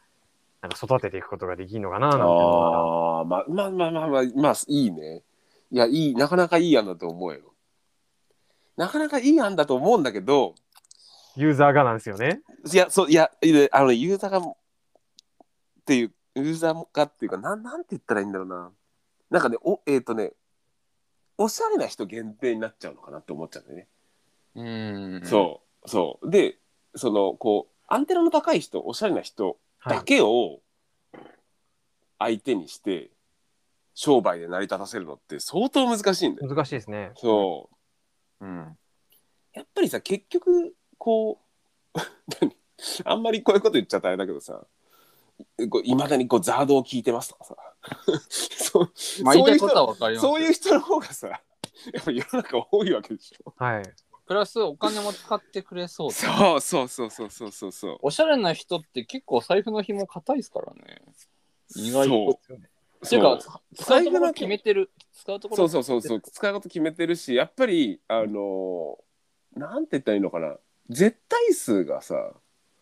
Speaker 2: なんか育てていくことができるのかななんて思
Speaker 1: あーまあまあまあまあまあまあいいね。いやいいなかなかいい案だと思うよ。なかなかいい案だと思うんだけど
Speaker 2: うなユーザーがなんですよね。
Speaker 1: いやそういやいやあのユーザーがっていうユーザーがっていうかなんなんて言ったらいいんだろうな。なんかねおえっ、とねおしゃれな人限定になっちゃうのかなって思っちゃうんだよね。
Speaker 4: うん
Speaker 1: そうそうでそのこうアンテナの高い人おしゃれな人
Speaker 2: はい
Speaker 1: だ。けを相手にして商売で成り立たせるのって相当難しいんだよ。
Speaker 2: 難しいですね。
Speaker 1: そう
Speaker 4: うん
Speaker 1: やっぱりさ結局こう 何あんまりこういうこと言っちゃったあれだけどさいまだにこうザードを聞いてますとかさ そう
Speaker 4: まあ
Speaker 1: そ
Speaker 4: 言
Speaker 1: いう
Speaker 4: いうたい
Speaker 1: 人
Speaker 4: ことはわかります
Speaker 1: そういう人の方がさやっぱ世の中多いわけでしょ。
Speaker 2: はい。
Speaker 4: プラスお金も使ってくれそうだ
Speaker 1: そうそうそうそうそうそうそう
Speaker 4: おしゃれな人って結構財布の紐硬いですからね意外
Speaker 1: そう
Speaker 4: とていうか使うところ
Speaker 1: の
Speaker 4: 決めてる使うとこ
Speaker 1: そ
Speaker 4: ろ
Speaker 1: うそうそうそう使うこと決めてるしやっぱりあのーなんて言ったらいいのかな絶対数がさ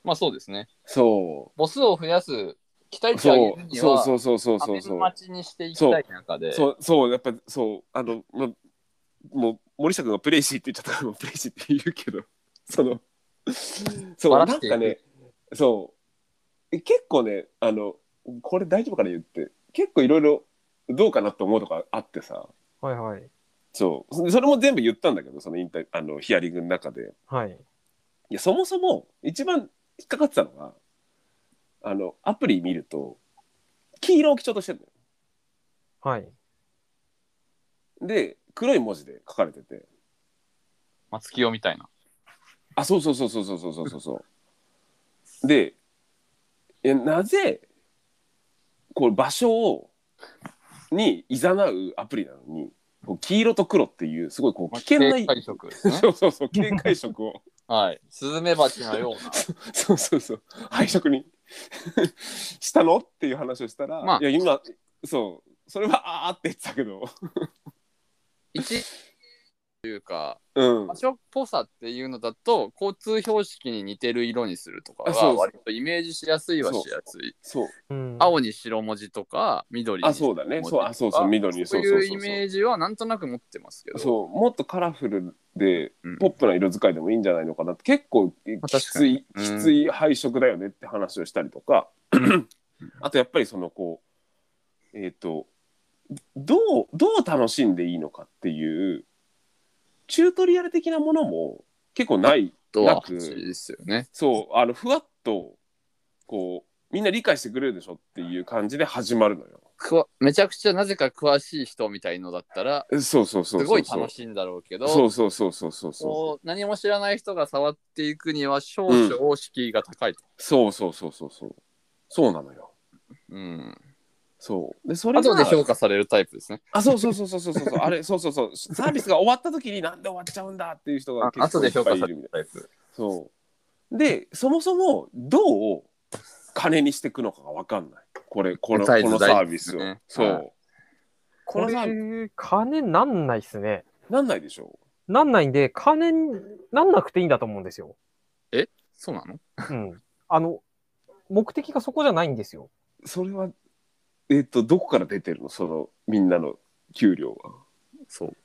Speaker 4: まあそうですね。
Speaker 1: そ
Speaker 4: 母数を増やす、期
Speaker 1: う
Speaker 4: 待値
Speaker 1: そ
Speaker 4: を上げる
Speaker 1: う
Speaker 4: に
Speaker 1: そう
Speaker 4: は、
Speaker 1: そうそうそう
Speaker 4: ア
Speaker 1: そ
Speaker 4: メ
Speaker 1: うそ
Speaker 4: の
Speaker 1: う
Speaker 4: 街にしていきたい中で、
Speaker 1: そうそうやっぱそうあの、ま、もう森下君がプレイシーって言っちゃったからもうプレイシーって言うけど そのそう
Speaker 4: バ
Speaker 1: な
Speaker 4: ラ
Speaker 1: ん
Speaker 4: していく
Speaker 1: かねそうえ結構ねあのこれ大丈夫かな言って結構いろいろどうかなと思うとかあってさ
Speaker 2: はいはい。
Speaker 1: そうそそれも全部言ったんだけどそのインタあのヒアリングの中で
Speaker 2: はい。
Speaker 1: いやそもそも一番引っかかってたのがあのアプリ見ると黄色を基調としてるのよ
Speaker 2: はい。
Speaker 1: で黒い文字で書かれてて
Speaker 4: 松清みたいな。
Speaker 1: あそうそうそうそうそうそうそうそうそうでえなぜこう場所をに誘うアプリなのにこう黄色と黒っていうすごいこう危険な
Speaker 4: 警戒色で すね
Speaker 1: そうそうそう警戒色を
Speaker 4: はい。スズメバチのよう
Speaker 1: そうそうそう配色に したのっていう話をしたら、
Speaker 4: まあ
Speaker 1: いや今そうそれはあーって言ってたけど
Speaker 4: な、一というか、
Speaker 1: うん
Speaker 4: 場所っぽさっていうのだと、交通標識に似てる色にするとか
Speaker 1: あそう
Speaker 4: は、
Speaker 1: そう
Speaker 4: 割とイメージしやすいはしやすい。
Speaker 1: そう
Speaker 2: うん。
Speaker 4: 青に白文字とか、緑に
Speaker 1: あそうだね
Speaker 4: 白文字と
Speaker 1: そう
Speaker 4: か
Speaker 1: あそうそう緑に
Speaker 4: そう
Speaker 1: そう
Speaker 4: いう
Speaker 1: そ
Speaker 4: イ
Speaker 1: うそう
Speaker 4: メージはなんとなく持ってますけど。
Speaker 1: そうもっとカラフルで
Speaker 4: うん
Speaker 1: ポップな色使いでもいいんじゃないのかなって結構
Speaker 4: あ
Speaker 1: き
Speaker 4: 確か
Speaker 1: つい、
Speaker 4: うん
Speaker 1: きつい配色だよねって話をしたりとかあとやっぱりそのこうえっ、とどうどう楽しんでいいのかっていうチュートリアル的なものも結構ない
Speaker 4: とは
Speaker 1: なく
Speaker 4: 欲しいですよね。
Speaker 1: そうあのふわっとこうみんな理解してくれるでしょっていう感じで始まるのよ。
Speaker 4: くわめちゃくちゃなぜか詳しい人みたいのだったら、
Speaker 1: そうそうそうそうそう
Speaker 4: すごい楽しいんだろうけど、
Speaker 1: そうそうそうそうそうそう
Speaker 4: こう何も知らない人が触っていくには少々敷居が高いと。
Speaker 1: そうそうそうそうそうそうなのよ。
Speaker 4: うん。
Speaker 1: そう。で、それが
Speaker 4: 後で評価されるタイプですね。
Speaker 1: あ、そうそうそうそうそうそうそう、あれ、そうそうそう、サービスが終わった時になんで終わっちゃうんだっていう人が
Speaker 4: あ
Speaker 1: 結構
Speaker 4: 後で評価
Speaker 1: いっぱ
Speaker 4: さ
Speaker 1: い
Speaker 4: れ
Speaker 1: いるみた
Speaker 4: る
Speaker 1: い
Speaker 4: タイプ。
Speaker 1: な。そう。で、そもそもどう金にしていくのかがわかんない。これ、この、
Speaker 4: 具体
Speaker 1: こ
Speaker 4: 図
Speaker 1: のサービスを。
Speaker 4: 大事です
Speaker 1: そ
Speaker 4: ね
Speaker 1: う。こ
Speaker 2: こ
Speaker 1: のサービ
Speaker 2: れ、金なんないっすね。
Speaker 1: ス、なんないでしょ
Speaker 2: なんないんで、金になんなくていいんだと思うんですよ。
Speaker 4: そうなの
Speaker 2: うん。あの、目的がそこじゃないんですよ。
Speaker 1: う。それは、えっ、と、どこから出てるのその、みんなの給料は。
Speaker 4: そう。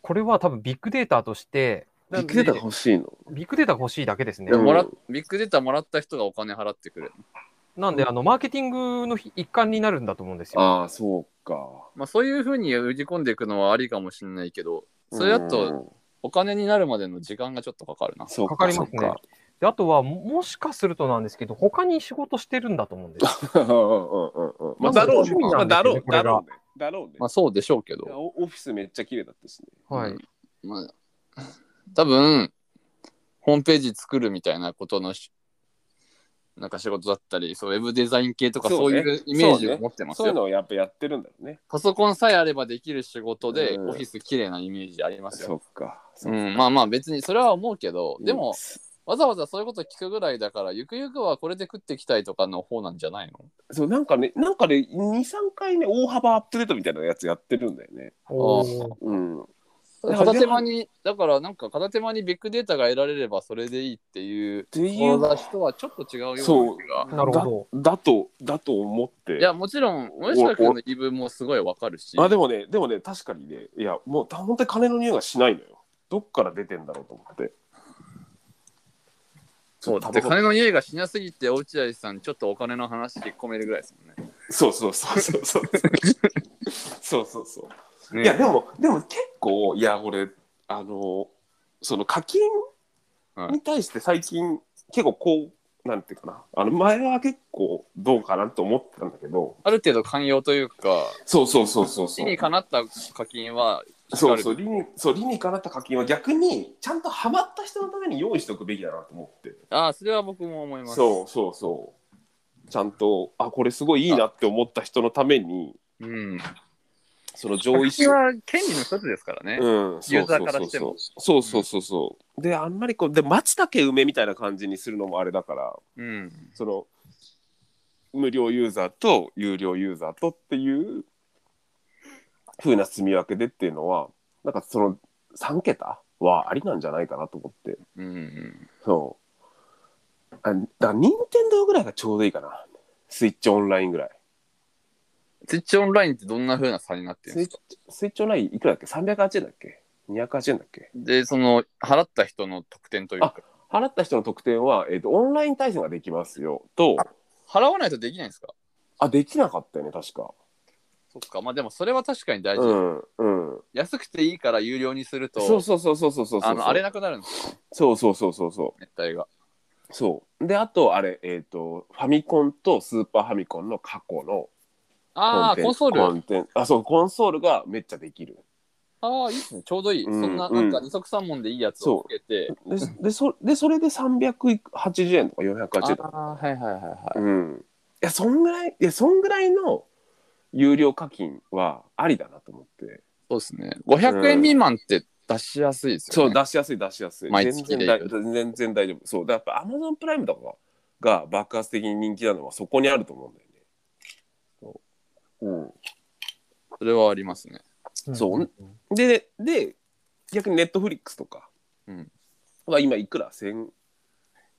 Speaker 2: これは多分ビッグデータとして、
Speaker 1: ビッグデータが欲しいの。
Speaker 2: ビッグデータが欲しいだけですね
Speaker 4: で。ももら
Speaker 1: うん
Speaker 4: ビッグデータもらった人がお金払ってくれる。
Speaker 2: なんで、あの、マーケティングの一環になるんだと思うんですよ。
Speaker 1: ああ、そうか。
Speaker 4: まあそういうふうに売り込んでいくのはありかもしれないけど、それだ
Speaker 1: う
Speaker 4: と
Speaker 1: ん、
Speaker 4: お金になるまでの時間がちょっとかかるな。
Speaker 1: そうか
Speaker 2: かかりますね
Speaker 1: そうか
Speaker 2: であとは、ももしかするとなんですけど、他に仕事してるんだと思うんです
Speaker 1: う
Speaker 2: よ。
Speaker 1: んうんうんうんまあ、
Speaker 2: まあ
Speaker 1: だろう
Speaker 2: 趣
Speaker 1: ね。
Speaker 2: 味
Speaker 1: ま
Speaker 2: な
Speaker 1: あ
Speaker 2: んです
Speaker 1: だ
Speaker 2: よ
Speaker 1: ろ
Speaker 2: ね
Speaker 1: う、
Speaker 2: こ
Speaker 1: だ
Speaker 2: れが
Speaker 1: ろうね。だろうね
Speaker 4: まあ。そうでしょうけど。
Speaker 1: おオフィスめっちゃ綺麗だったしね。
Speaker 2: は
Speaker 4: う
Speaker 2: い
Speaker 4: ん。まあ、多分ホームページ作るみたいなことのしなんか仕事だったりそうウェブデザイン系とか
Speaker 1: そ
Speaker 4: そうう
Speaker 1: ね
Speaker 4: いうイメージ
Speaker 1: そう
Speaker 4: を
Speaker 1: ね
Speaker 4: 持ってます
Speaker 1: そういう
Speaker 4: よ、
Speaker 1: のをやっぱやってるんだろうね。
Speaker 4: パソコンさえあればできる仕事で、
Speaker 1: うん
Speaker 4: オフィス綺麗なイメージあります
Speaker 1: そ
Speaker 4: よ、
Speaker 1: っか。そうっか
Speaker 4: ん、まあまあ別にそれは思うけどでも、
Speaker 1: う
Speaker 4: わざわざそういうこと聞くぐらいだからゆくゆくはこれで食ってきたいとかの方なんじゃないの
Speaker 1: んそう、なんかね、なんかね、2、3回ね、大幅アップデートみたいなやつやってるんだよね。
Speaker 2: お
Speaker 4: ー
Speaker 2: ー
Speaker 1: うん。だから
Speaker 4: 片手間にだからなんか片手間にビッグデータが得られればそれでいいってい
Speaker 1: っ
Speaker 4: う
Speaker 1: ていう、
Speaker 4: 志とはちょっと違うような
Speaker 1: そう
Speaker 4: 気が
Speaker 2: なるほ
Speaker 1: だだと、だと思って。
Speaker 4: いや、もちろん、森下君の言い分もすごいわかるし、
Speaker 1: あでもね、でもね、確かにね、いや、もうた本当に金の匂いがしないのよ。どっから出てんだろうと思って。
Speaker 4: そうだって金の匂いがしなすぎて、落合さん、ちょっとお金の話引っ込めるぐらいですもんね。
Speaker 1: そうそうそうそう そう。そうそうそう。
Speaker 4: ね
Speaker 1: いやでもでも結構いや俺あのその課金
Speaker 4: はい
Speaker 1: に対して最近結構こうなんていうかなあの前は結構どうかなと思ってたんだけど
Speaker 4: ある程度寛容というか、
Speaker 1: そうそうそうそうそ
Speaker 4: 地
Speaker 1: う
Speaker 4: にかなった課金は、
Speaker 1: そうそう理にそう理にかなった課金は逆にちゃんとハマった人のために用意しておくべきだなと思って
Speaker 4: ああ、それは僕も思います。
Speaker 1: そうそうそうちゃんとあこれすごいいいなって思った人のために
Speaker 4: う。うん。
Speaker 1: その上
Speaker 4: 課
Speaker 1: 位
Speaker 4: 金は権利の一つですからね。
Speaker 1: うん、
Speaker 4: ユーザーからしても
Speaker 1: そうそうそうそう。で、あんまりこう、で、町だけ梅みたいな感じにするのもあれだから、
Speaker 4: うん。
Speaker 1: その、無料ユーザーと有料ユーザーとっていう風な積み分けでっていうのは、なんかその3桁はありなんじゃないかなと思って、
Speaker 4: うん。
Speaker 1: そあだから任天堂ぐらいがちょうどいいかなスイッチオンラインぐらい
Speaker 4: スイッチオンラインってどんな風な差になってる
Speaker 1: ス
Speaker 4: んで
Speaker 1: イッ
Speaker 4: す
Speaker 1: チ
Speaker 4: か
Speaker 1: スイッチオンラインいくらだっけ308円だっけ208円だっけ
Speaker 4: で、その、払った人の特典というか、
Speaker 1: 払った人の特典は、えー、とオンライン対戦ができますよと
Speaker 4: 払わないとできないんですか
Speaker 1: あできなかったよね確か
Speaker 4: そっか、まあでもそれは確かに大事。
Speaker 1: うんうん
Speaker 4: 安くていいから有料にすると、
Speaker 1: そうそうそうそうそうそうそう
Speaker 4: あのあれなくなるんですよ、
Speaker 1: そうそうそうそうそう
Speaker 4: 熱帯が。
Speaker 1: そうであとあれえっ、とファミコンとスーパーファミコンの過去の
Speaker 4: ああ、
Speaker 1: テ
Speaker 4: コンソー
Speaker 1: コ
Speaker 4: ル。
Speaker 1: ンテンあそうコンソールがめっちゃできる
Speaker 4: ああ、いいっすね。ちょうどいい。
Speaker 1: うん
Speaker 4: そんな、なんか二足三門でいいやつをつけて。
Speaker 1: ででそでそれで380円とか480円とか
Speaker 4: ああー、はいはいはいはい。
Speaker 1: うんいやそんぐらいいやそんぐらいの有料課金はありだなと思って
Speaker 4: そうですね。500円未満って出しやすいです
Speaker 1: そ
Speaker 4: よ
Speaker 1: う
Speaker 4: ね。
Speaker 1: 出しやすい出しやすい
Speaker 4: 毎
Speaker 1: 全
Speaker 4: 月
Speaker 1: 然
Speaker 4: で
Speaker 1: 大全然大丈夫そうだからやっぱアマゾンプライムとかが爆発的に人気なのはそこにあると思うんだよねうん
Speaker 4: それはありますね。
Speaker 1: そうでで逆にネットフリックスとか
Speaker 4: うん
Speaker 1: は今いくら千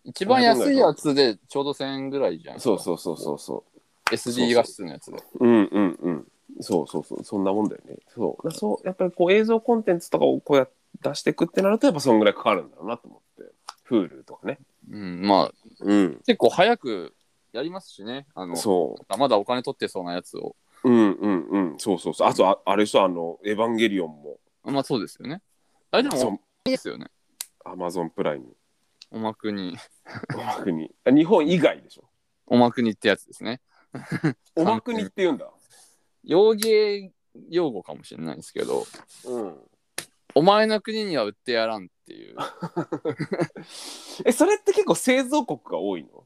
Speaker 4: 一番安いやつでちょうど1000円ぐらいじゃん。
Speaker 1: そうそうそうそうそう
Speaker 4: う。SD 画質のやつで。
Speaker 1: うんうんうん。そうそうそう、そんなもんだよね。そう。だそうやっぱりこう映像コンテンツとかをこうや出していくってなると、やっぱそんぐらいかかるんだろうなと思って。Hulu とかね。
Speaker 4: うん、まあ
Speaker 1: うん。
Speaker 4: 結構早くやりますしね。あの、
Speaker 1: そ
Speaker 4: まだお金取ってそうなやつを。
Speaker 1: う。うんうんうん。そうそうそう。あと、ああれでしょ、あの、エヴァンゲリオンも。
Speaker 4: まあそうですよね。あれで
Speaker 1: そ
Speaker 4: も
Speaker 1: う、
Speaker 4: いいですよね。
Speaker 1: アマゾンプライム。
Speaker 4: おまくに。
Speaker 1: おまくに。あ日本以外でしょ。
Speaker 4: おまくにってやつですね。
Speaker 1: おまくにって言うんだ。
Speaker 4: 洋芸用語かもしれないですけど、
Speaker 1: うん。
Speaker 4: お前の国には売ってやらんっ ていう。
Speaker 1: え、それって結構製造国が多いの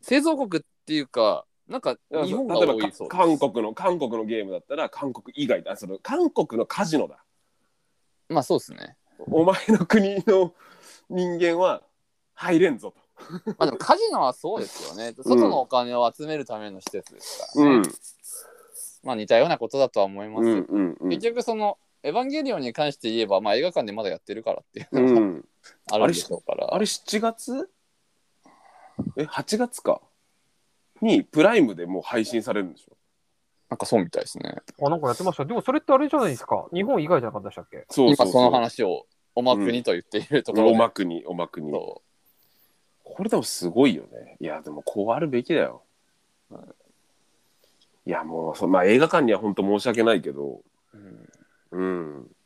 Speaker 4: 製造国っていうか、なんか日本が
Speaker 1: 例えば
Speaker 4: 多い
Speaker 1: か
Speaker 4: そうです。
Speaker 1: 韓国の、韓国のゲームだったら、韓国以外だ。その、韓国のカジノだ。
Speaker 4: まあそうですね。
Speaker 1: お前の国の人間は入れんぞ
Speaker 4: まあでもカジノはそうですよね。外のお金を集めるための施設ですか
Speaker 1: と。
Speaker 4: らね。まあ似たようなことだとは思います。
Speaker 1: うんう
Speaker 4: 結局その、エヴァンゲリオンに関して言えば、まあ映画館でまだやってるからっていう
Speaker 1: う
Speaker 4: のが
Speaker 1: ん、
Speaker 4: あるんでしょうから。
Speaker 1: あれ7月え8月かにプライムでもう配信されるんでしょ
Speaker 4: なんかそうみたいですね。
Speaker 2: あ、なんかやってました。でもそれってあれじゃないですか。日本以外じゃなかったでしたっけ
Speaker 1: そう
Speaker 4: 今
Speaker 1: そう
Speaker 4: その
Speaker 1: そう
Speaker 4: 話をおまくにと言っているところで
Speaker 1: おまくにおまくに
Speaker 4: そ
Speaker 1: これでもすごいよねいやでもこうあるべきだよ、、
Speaker 4: はい
Speaker 1: やもうそ、まあ、映画館には本当申し訳ないけど
Speaker 4: う
Speaker 1: うん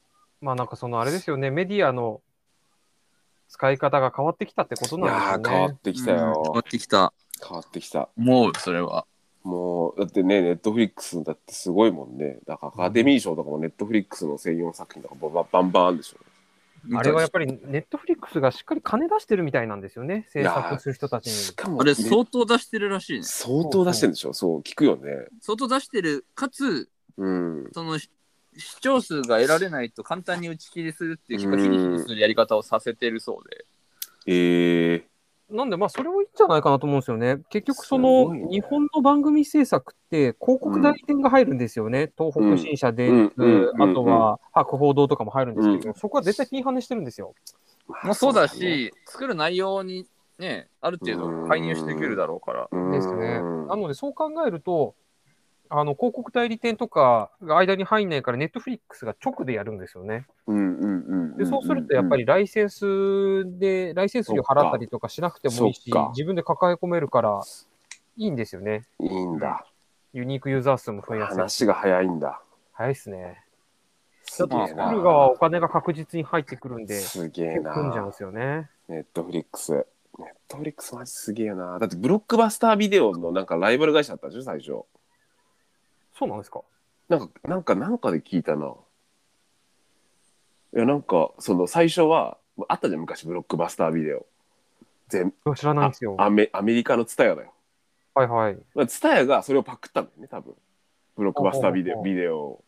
Speaker 2: まあなんかそのあれですよね、メディアの使い方が変わってきたってこと
Speaker 1: い
Speaker 2: な
Speaker 1: やー
Speaker 2: んです
Speaker 1: 変
Speaker 2: よ
Speaker 1: わ
Speaker 2: ね
Speaker 1: っ。てきたよ、
Speaker 4: うんってきた。
Speaker 1: 変わってきた
Speaker 4: もうそれは。
Speaker 1: もうだってねネットフリックスだってすごいもんねだからアカデミー賞とかもネットフリックスの専用作品とかバババンバンあるでしょ
Speaker 2: あれはやっぱりネットフリックスがしっかり金出してるみたいなんですよね、制作する人たちに。
Speaker 1: しかも
Speaker 4: あれ
Speaker 1: ね
Speaker 4: 相当出してるらしいね。
Speaker 1: 相当出してるんでしょそう聞くよね
Speaker 4: 相当出してる、かつ、
Speaker 1: うん
Speaker 4: そのし視聴数が得られないと簡単に打ち切りするっていう、ヒ
Speaker 1: う
Speaker 4: カ
Speaker 1: ん
Speaker 4: ヒリするやり方をさせてるそうで。
Speaker 1: ええ
Speaker 2: なんで、まあ、それもいいんじゃないかなと思うんですよね。結局、そ
Speaker 1: す
Speaker 2: の、
Speaker 1: ごいね
Speaker 2: 日本の番組制作って、広告代理店が入るんですよね。東北新社で、
Speaker 1: うんうんうん
Speaker 2: あとは、博報堂とかも入るんですけど、そこは絶対金跳ねしてるんですよ。
Speaker 1: ま
Speaker 4: まあそうだし、作る内容にね、ある程度介入してくるだろうから。
Speaker 1: うん
Speaker 2: ですね。なので、そう考えると、あの、広告代理店とかが間に入んないから、ネットフリックスが直でやるんですよね。
Speaker 1: うんうんうん
Speaker 2: で、そうすると、やっぱりライセンスで、ライセンス料払ったりとかしなくてもいいし
Speaker 1: そっか、
Speaker 2: 自分で抱え込めるから、いいんですよね。
Speaker 1: いいんだ
Speaker 2: ユニークユーザー数も増えやすいし。
Speaker 1: 話が早いんだ
Speaker 2: 早いっすね。
Speaker 1: すげえ
Speaker 4: まあ
Speaker 2: 作る
Speaker 1: な
Speaker 2: 側はお金が確実に入ってくるんで、結
Speaker 1: すげえ
Speaker 2: 構組んじゃう
Speaker 1: な
Speaker 2: んですよね。
Speaker 1: ネットフリックスネットフリックスマジすげえなだってブロックバスタービデオのなんかライバル会社だったでしょ最初
Speaker 2: そうなんですか。
Speaker 1: なんか、なんか、なんかで聞いたな。いや、なんか、その、最初は、あったじゃん、昔、ブロックバスタービデオ。全
Speaker 2: 知らないんですよ。
Speaker 1: アメアメリカのツタヤだよ。
Speaker 2: はいはい。
Speaker 1: まあ、ツタヤがそれをパクったんだよね、多分。ブロックバスタービデ
Speaker 2: ほ
Speaker 1: オ
Speaker 2: うほうほう
Speaker 1: ビデオを。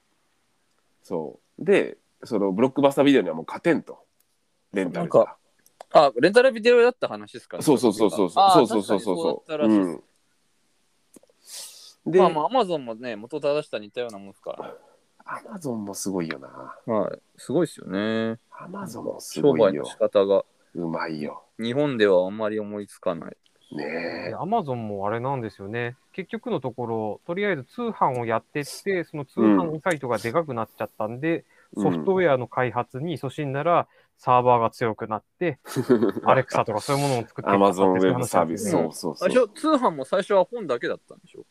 Speaker 1: そう。で、その、ブロックバスタービデオにはもう勝てんと。レンタル
Speaker 4: なん
Speaker 1: が。
Speaker 4: あ、レンタルビデオだった話ですか
Speaker 1: そうそうそうそう
Speaker 4: あ
Speaker 1: そう。
Speaker 4: ー
Speaker 1: そうそうそうそう
Speaker 4: 確かにそうだ
Speaker 1: そ
Speaker 4: っ
Speaker 1: う。
Speaker 4: たらしいです
Speaker 1: ん。で、
Speaker 4: まあまあ、アマゾンもね、元正した似たようなもんですか
Speaker 1: アマゾンもすごいよな。
Speaker 4: ら。はい。すごいですよね。
Speaker 1: アマゾンもすご
Speaker 4: 商売
Speaker 1: い
Speaker 4: の
Speaker 1: よ
Speaker 4: 仕。方が、
Speaker 1: うまいよ。
Speaker 4: 日本ではあんまり思いつかない。
Speaker 1: ねえ
Speaker 2: アマゾンもあれなんですよね。結局のところ、とりあえず通販をやってって、その通販サイトがでかくなっちゃったんで、ソフトウェアの開発に勤しんだら、サーバーが強くな って、アレクサとかそういうものを作ってい
Speaker 1: アマゾンウェブサービ
Speaker 2: う
Speaker 1: ス、
Speaker 2: ん
Speaker 1: そうそうそ
Speaker 4: 最
Speaker 1: う。
Speaker 4: 初、通販も最初は本だけだったんでしょ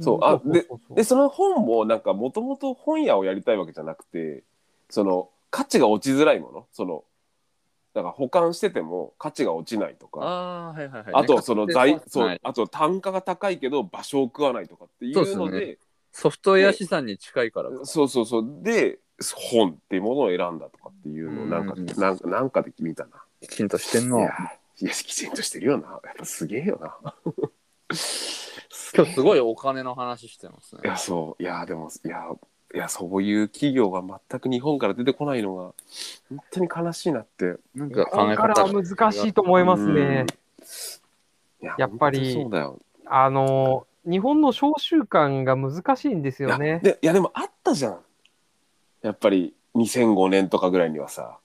Speaker 1: そうあ
Speaker 2: そうそうそう
Speaker 1: で、その本も、なんか、もともと本屋をやりたいわけじゃなくて、その、価値が落ちづらいもの、その、だから保管してても価値が落ちないとか、
Speaker 4: ああ、はいはいはい。
Speaker 1: あと、その財、そう、
Speaker 4: はい
Speaker 1: あと単価が高いけど場所を食わないとかってい
Speaker 4: そうっす
Speaker 1: う
Speaker 4: よ
Speaker 1: の
Speaker 4: ね
Speaker 1: で、
Speaker 4: ソフトウェア資産に近いからか。
Speaker 1: そうそうそう、で、本っていうものを選んだとかっていうのをなんか、
Speaker 4: うんうん
Speaker 1: なんかなんかで見たな。
Speaker 4: きちんとしてん
Speaker 1: い
Speaker 4: の
Speaker 1: や。ー、いや、きちんとしてるよな。やっぱすげえよな。
Speaker 4: 今日すごいお金の話してます
Speaker 1: い
Speaker 4: ね。
Speaker 1: や、そう、いや、でも、いや、いや、そういう企業が全く日本から出てこないのが、本当に悲しいなって。
Speaker 4: なんか
Speaker 2: こ
Speaker 4: 考え
Speaker 2: れから
Speaker 4: 方
Speaker 2: は難しいと思いますね。
Speaker 1: うん。いや
Speaker 2: やっぱり
Speaker 1: 本当にそうだよ。
Speaker 2: あの、日本の召集感が難しいんですよ
Speaker 1: いや
Speaker 2: ね。
Speaker 1: でいやでもあったじゃんやっぱり2005年とかぐらいにはさ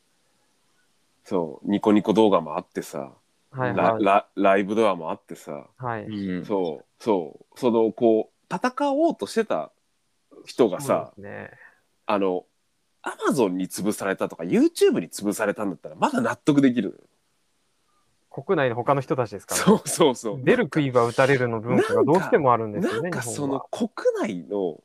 Speaker 1: そうニコニコ動画もあってさ、
Speaker 2: はい
Speaker 1: ラ
Speaker 2: はい。
Speaker 1: ラライブドアもあってさ、
Speaker 2: はい。
Speaker 4: うん
Speaker 1: そうそうそのこう戦おうとしてた人がさ、
Speaker 2: そうですね、
Speaker 1: あのアマゾンに潰されたとか YouTube に潰されたんだったらまだ納得できるのよ
Speaker 2: 国内の他の人たちですからね、
Speaker 1: そうそうそう
Speaker 2: 出る杭は打たれるの文化がどうしてもあるんですよ
Speaker 1: な
Speaker 2: ね、
Speaker 1: ん
Speaker 2: 日
Speaker 1: かそ
Speaker 2: 本
Speaker 1: の
Speaker 2: は。
Speaker 1: 国内の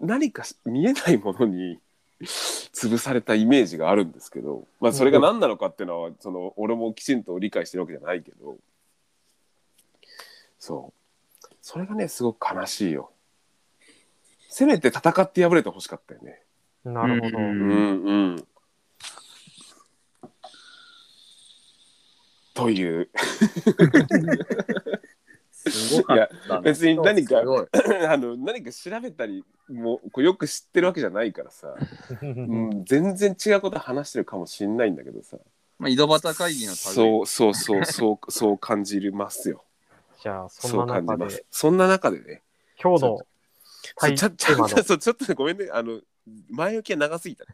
Speaker 1: 何かし見えないものに潰されたイメージがあるんですけど、まあ、それが何なのかっていうのはその俺もきちんと理解してるわけじゃないけどそうそれがねすごく悲しいよせめて戦って敗れてほしかったよね
Speaker 2: なるほど。
Speaker 4: うん
Speaker 1: うんうんという
Speaker 4: すごかったね。
Speaker 1: 別に何か
Speaker 4: すごい。
Speaker 1: あの何か調べたりもこうよく知ってるわけじゃないからさ、うん、全然違うこと話してるかもしんないんだけどさ
Speaker 4: まあ、井戸端会議の
Speaker 1: そうそうそうそうそう感じますよ
Speaker 2: じゃあ、そ
Speaker 1: そ
Speaker 2: ん
Speaker 1: う
Speaker 2: な
Speaker 1: 感じ
Speaker 2: 中
Speaker 1: ま、
Speaker 2: です
Speaker 1: そんな中でね
Speaker 2: 今日
Speaker 1: そ
Speaker 2: の
Speaker 1: う
Speaker 2: はい
Speaker 1: そうち
Speaker 2: テ
Speaker 1: ょ
Speaker 2: ーマの
Speaker 1: ちょ そうちょっとねごめんねあの前置きが長すぎたね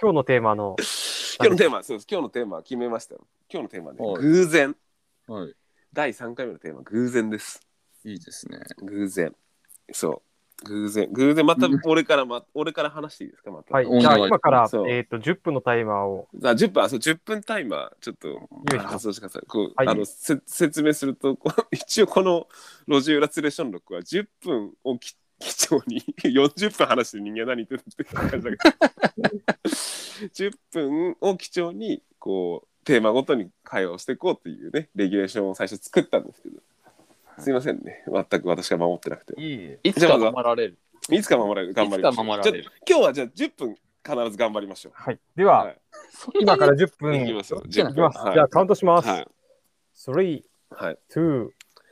Speaker 2: 今日のテーマの、
Speaker 1: 今日のテーマそうです今日のテーマ決めましたよ今日のテーマね
Speaker 4: はい
Speaker 1: 偶然
Speaker 4: う。は
Speaker 1: 第3回目のテーマ偶然です
Speaker 4: い。いいですね。
Speaker 1: 偶然そう偶然偶然また
Speaker 4: うん
Speaker 1: 俺からま俺から話していいですかまた
Speaker 2: はい、
Speaker 4: お願い
Speaker 2: じゃあ今から、
Speaker 1: そう
Speaker 2: えっと10分のタイマーを、
Speaker 1: あ10分あそう10分タイマーちょっと
Speaker 2: します
Speaker 1: 発送してくださいこう、
Speaker 2: はい
Speaker 1: あのせ説明するとこう 一応この「路地裏ツレーション録」は10分をき基調に 40分話して人間は何言ってるって感じだけど 10分を基調にこうテーマごとに会話をしていこうっていうねレギュレーションを最初作ったんですけどすいませんね全く私が守ってなくて
Speaker 4: いい。いつか頑張られる。
Speaker 1: いつか守られる頑張りましょう
Speaker 4: いつか守られる
Speaker 1: ちょっと今日はじゃあ10分必ず頑張りましょう
Speaker 2: はい、では、
Speaker 1: はい
Speaker 2: 今から10分
Speaker 1: いき
Speaker 2: い
Speaker 1: ますよ
Speaker 4: いきます
Speaker 2: きます。
Speaker 1: はい
Speaker 2: じゃあカウントします。
Speaker 1: はい
Speaker 2: 3、
Speaker 1: はい
Speaker 2: 2、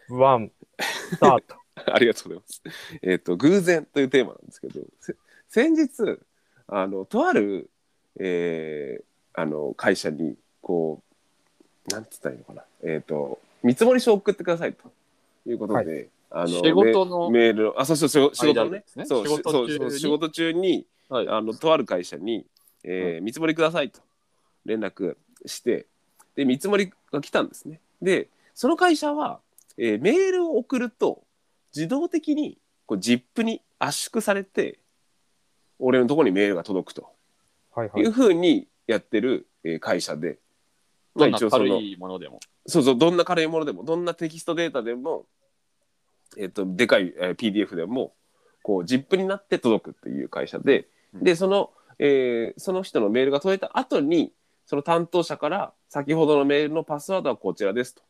Speaker 2: 1、スタート。
Speaker 1: ありがとうございます。えっ、と、偶然というテーマなんですけど、せ先日、あの、とある、えーあの、会社に、こう、なんつったらいいのかな、えっ、と、見積書を送ってくださいということで、あの
Speaker 4: 仕事の
Speaker 1: メメールを、あ、そうそう、そう仕事の
Speaker 4: 間
Speaker 1: ね
Speaker 4: で、すね
Speaker 1: そう、
Speaker 4: 仕
Speaker 1: そう
Speaker 4: 事
Speaker 1: そう
Speaker 4: 中に
Speaker 1: 仕事中に、
Speaker 4: はい。
Speaker 1: あの、とある会社に、えー見積もりくださいと連絡して、で、見積もりが来たんですね。で、その会社は、えーメールを送ると、自動的に、こう、ZIP に圧縮されて、俺のところにメールが届くと
Speaker 2: はいはいい。
Speaker 1: うふうにやってる、えー会社で、ま
Speaker 4: ど
Speaker 1: あ
Speaker 4: んな
Speaker 1: 一応そ
Speaker 4: 軽
Speaker 1: の、
Speaker 4: いものでも。
Speaker 1: そうそう、どんな軽いものでも、どんなテキストデータでも、えっ、と、でかい、えー PDF でも、こう、ZIP になって届くっていう会社で、
Speaker 4: うん
Speaker 1: で、その、えーその人のメールが届いた後に、その担当者から、先ほどのメールのパスワードはこちらですと。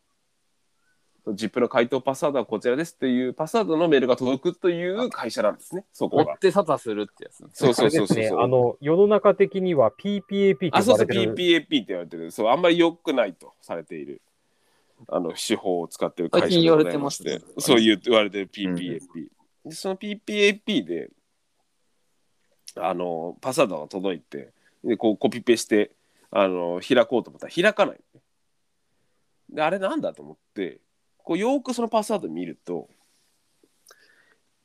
Speaker 1: その ZIP の回答パスワードはこちらですっていうパスワードのメールが届くという会社なんですね、そ
Speaker 4: 追
Speaker 1: こが
Speaker 4: っ。て沙汰するってやつね。
Speaker 1: そうそうそう
Speaker 2: で
Speaker 1: そ
Speaker 2: す
Speaker 1: う
Speaker 2: ね。
Speaker 1: そう。
Speaker 2: あの、世の中的には PPAP
Speaker 1: あ、
Speaker 2: と呼
Speaker 1: そうそ
Speaker 2: ばれ
Speaker 1: う、
Speaker 2: て
Speaker 1: PPAP
Speaker 2: る。
Speaker 1: って言われてる。そう、あんまり良くないとされている、あの、手法を使ってる会社
Speaker 4: 最近
Speaker 1: で
Speaker 4: 言
Speaker 1: ご
Speaker 4: わ
Speaker 1: ざ
Speaker 4: れ
Speaker 1: い
Speaker 4: てます
Speaker 1: し
Speaker 4: ね
Speaker 1: てそう言う言われてる PPAP。でその PPAP で、あの、パスワードが届いて、で、こう、コピペして、あの、開こうと思ったら開かない。で、あれなんだと思って、こう、よーくそのパスワード見ると、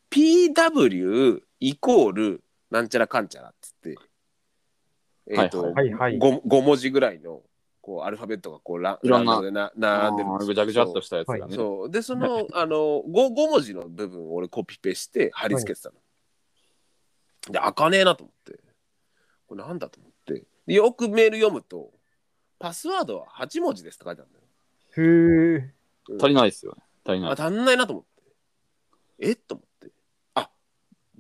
Speaker 1: PW イコールなんちゃらかんちゃらっつって、えっ、と、
Speaker 4: はいは
Speaker 2: はい
Speaker 4: い
Speaker 2: はい。
Speaker 1: 5, 文字ぐらいのこうアルファベットがこうラ
Speaker 4: いろんな
Speaker 1: ランダムでな並んでるんですよ
Speaker 4: ぐちゃぐちゃっとしたやつが
Speaker 1: そう
Speaker 4: ね。
Speaker 1: そうでそのあの 5, 5文字の部分を俺コピペして貼り付けてたの、で開かねえなと思ってこれなんだと思ってでよくメール読むとパスワードは8文字ですって書いてあるんだよ
Speaker 2: へえ。
Speaker 4: 足りないですよね。足りない
Speaker 1: あ。足んないなと思ってえっと思ってあ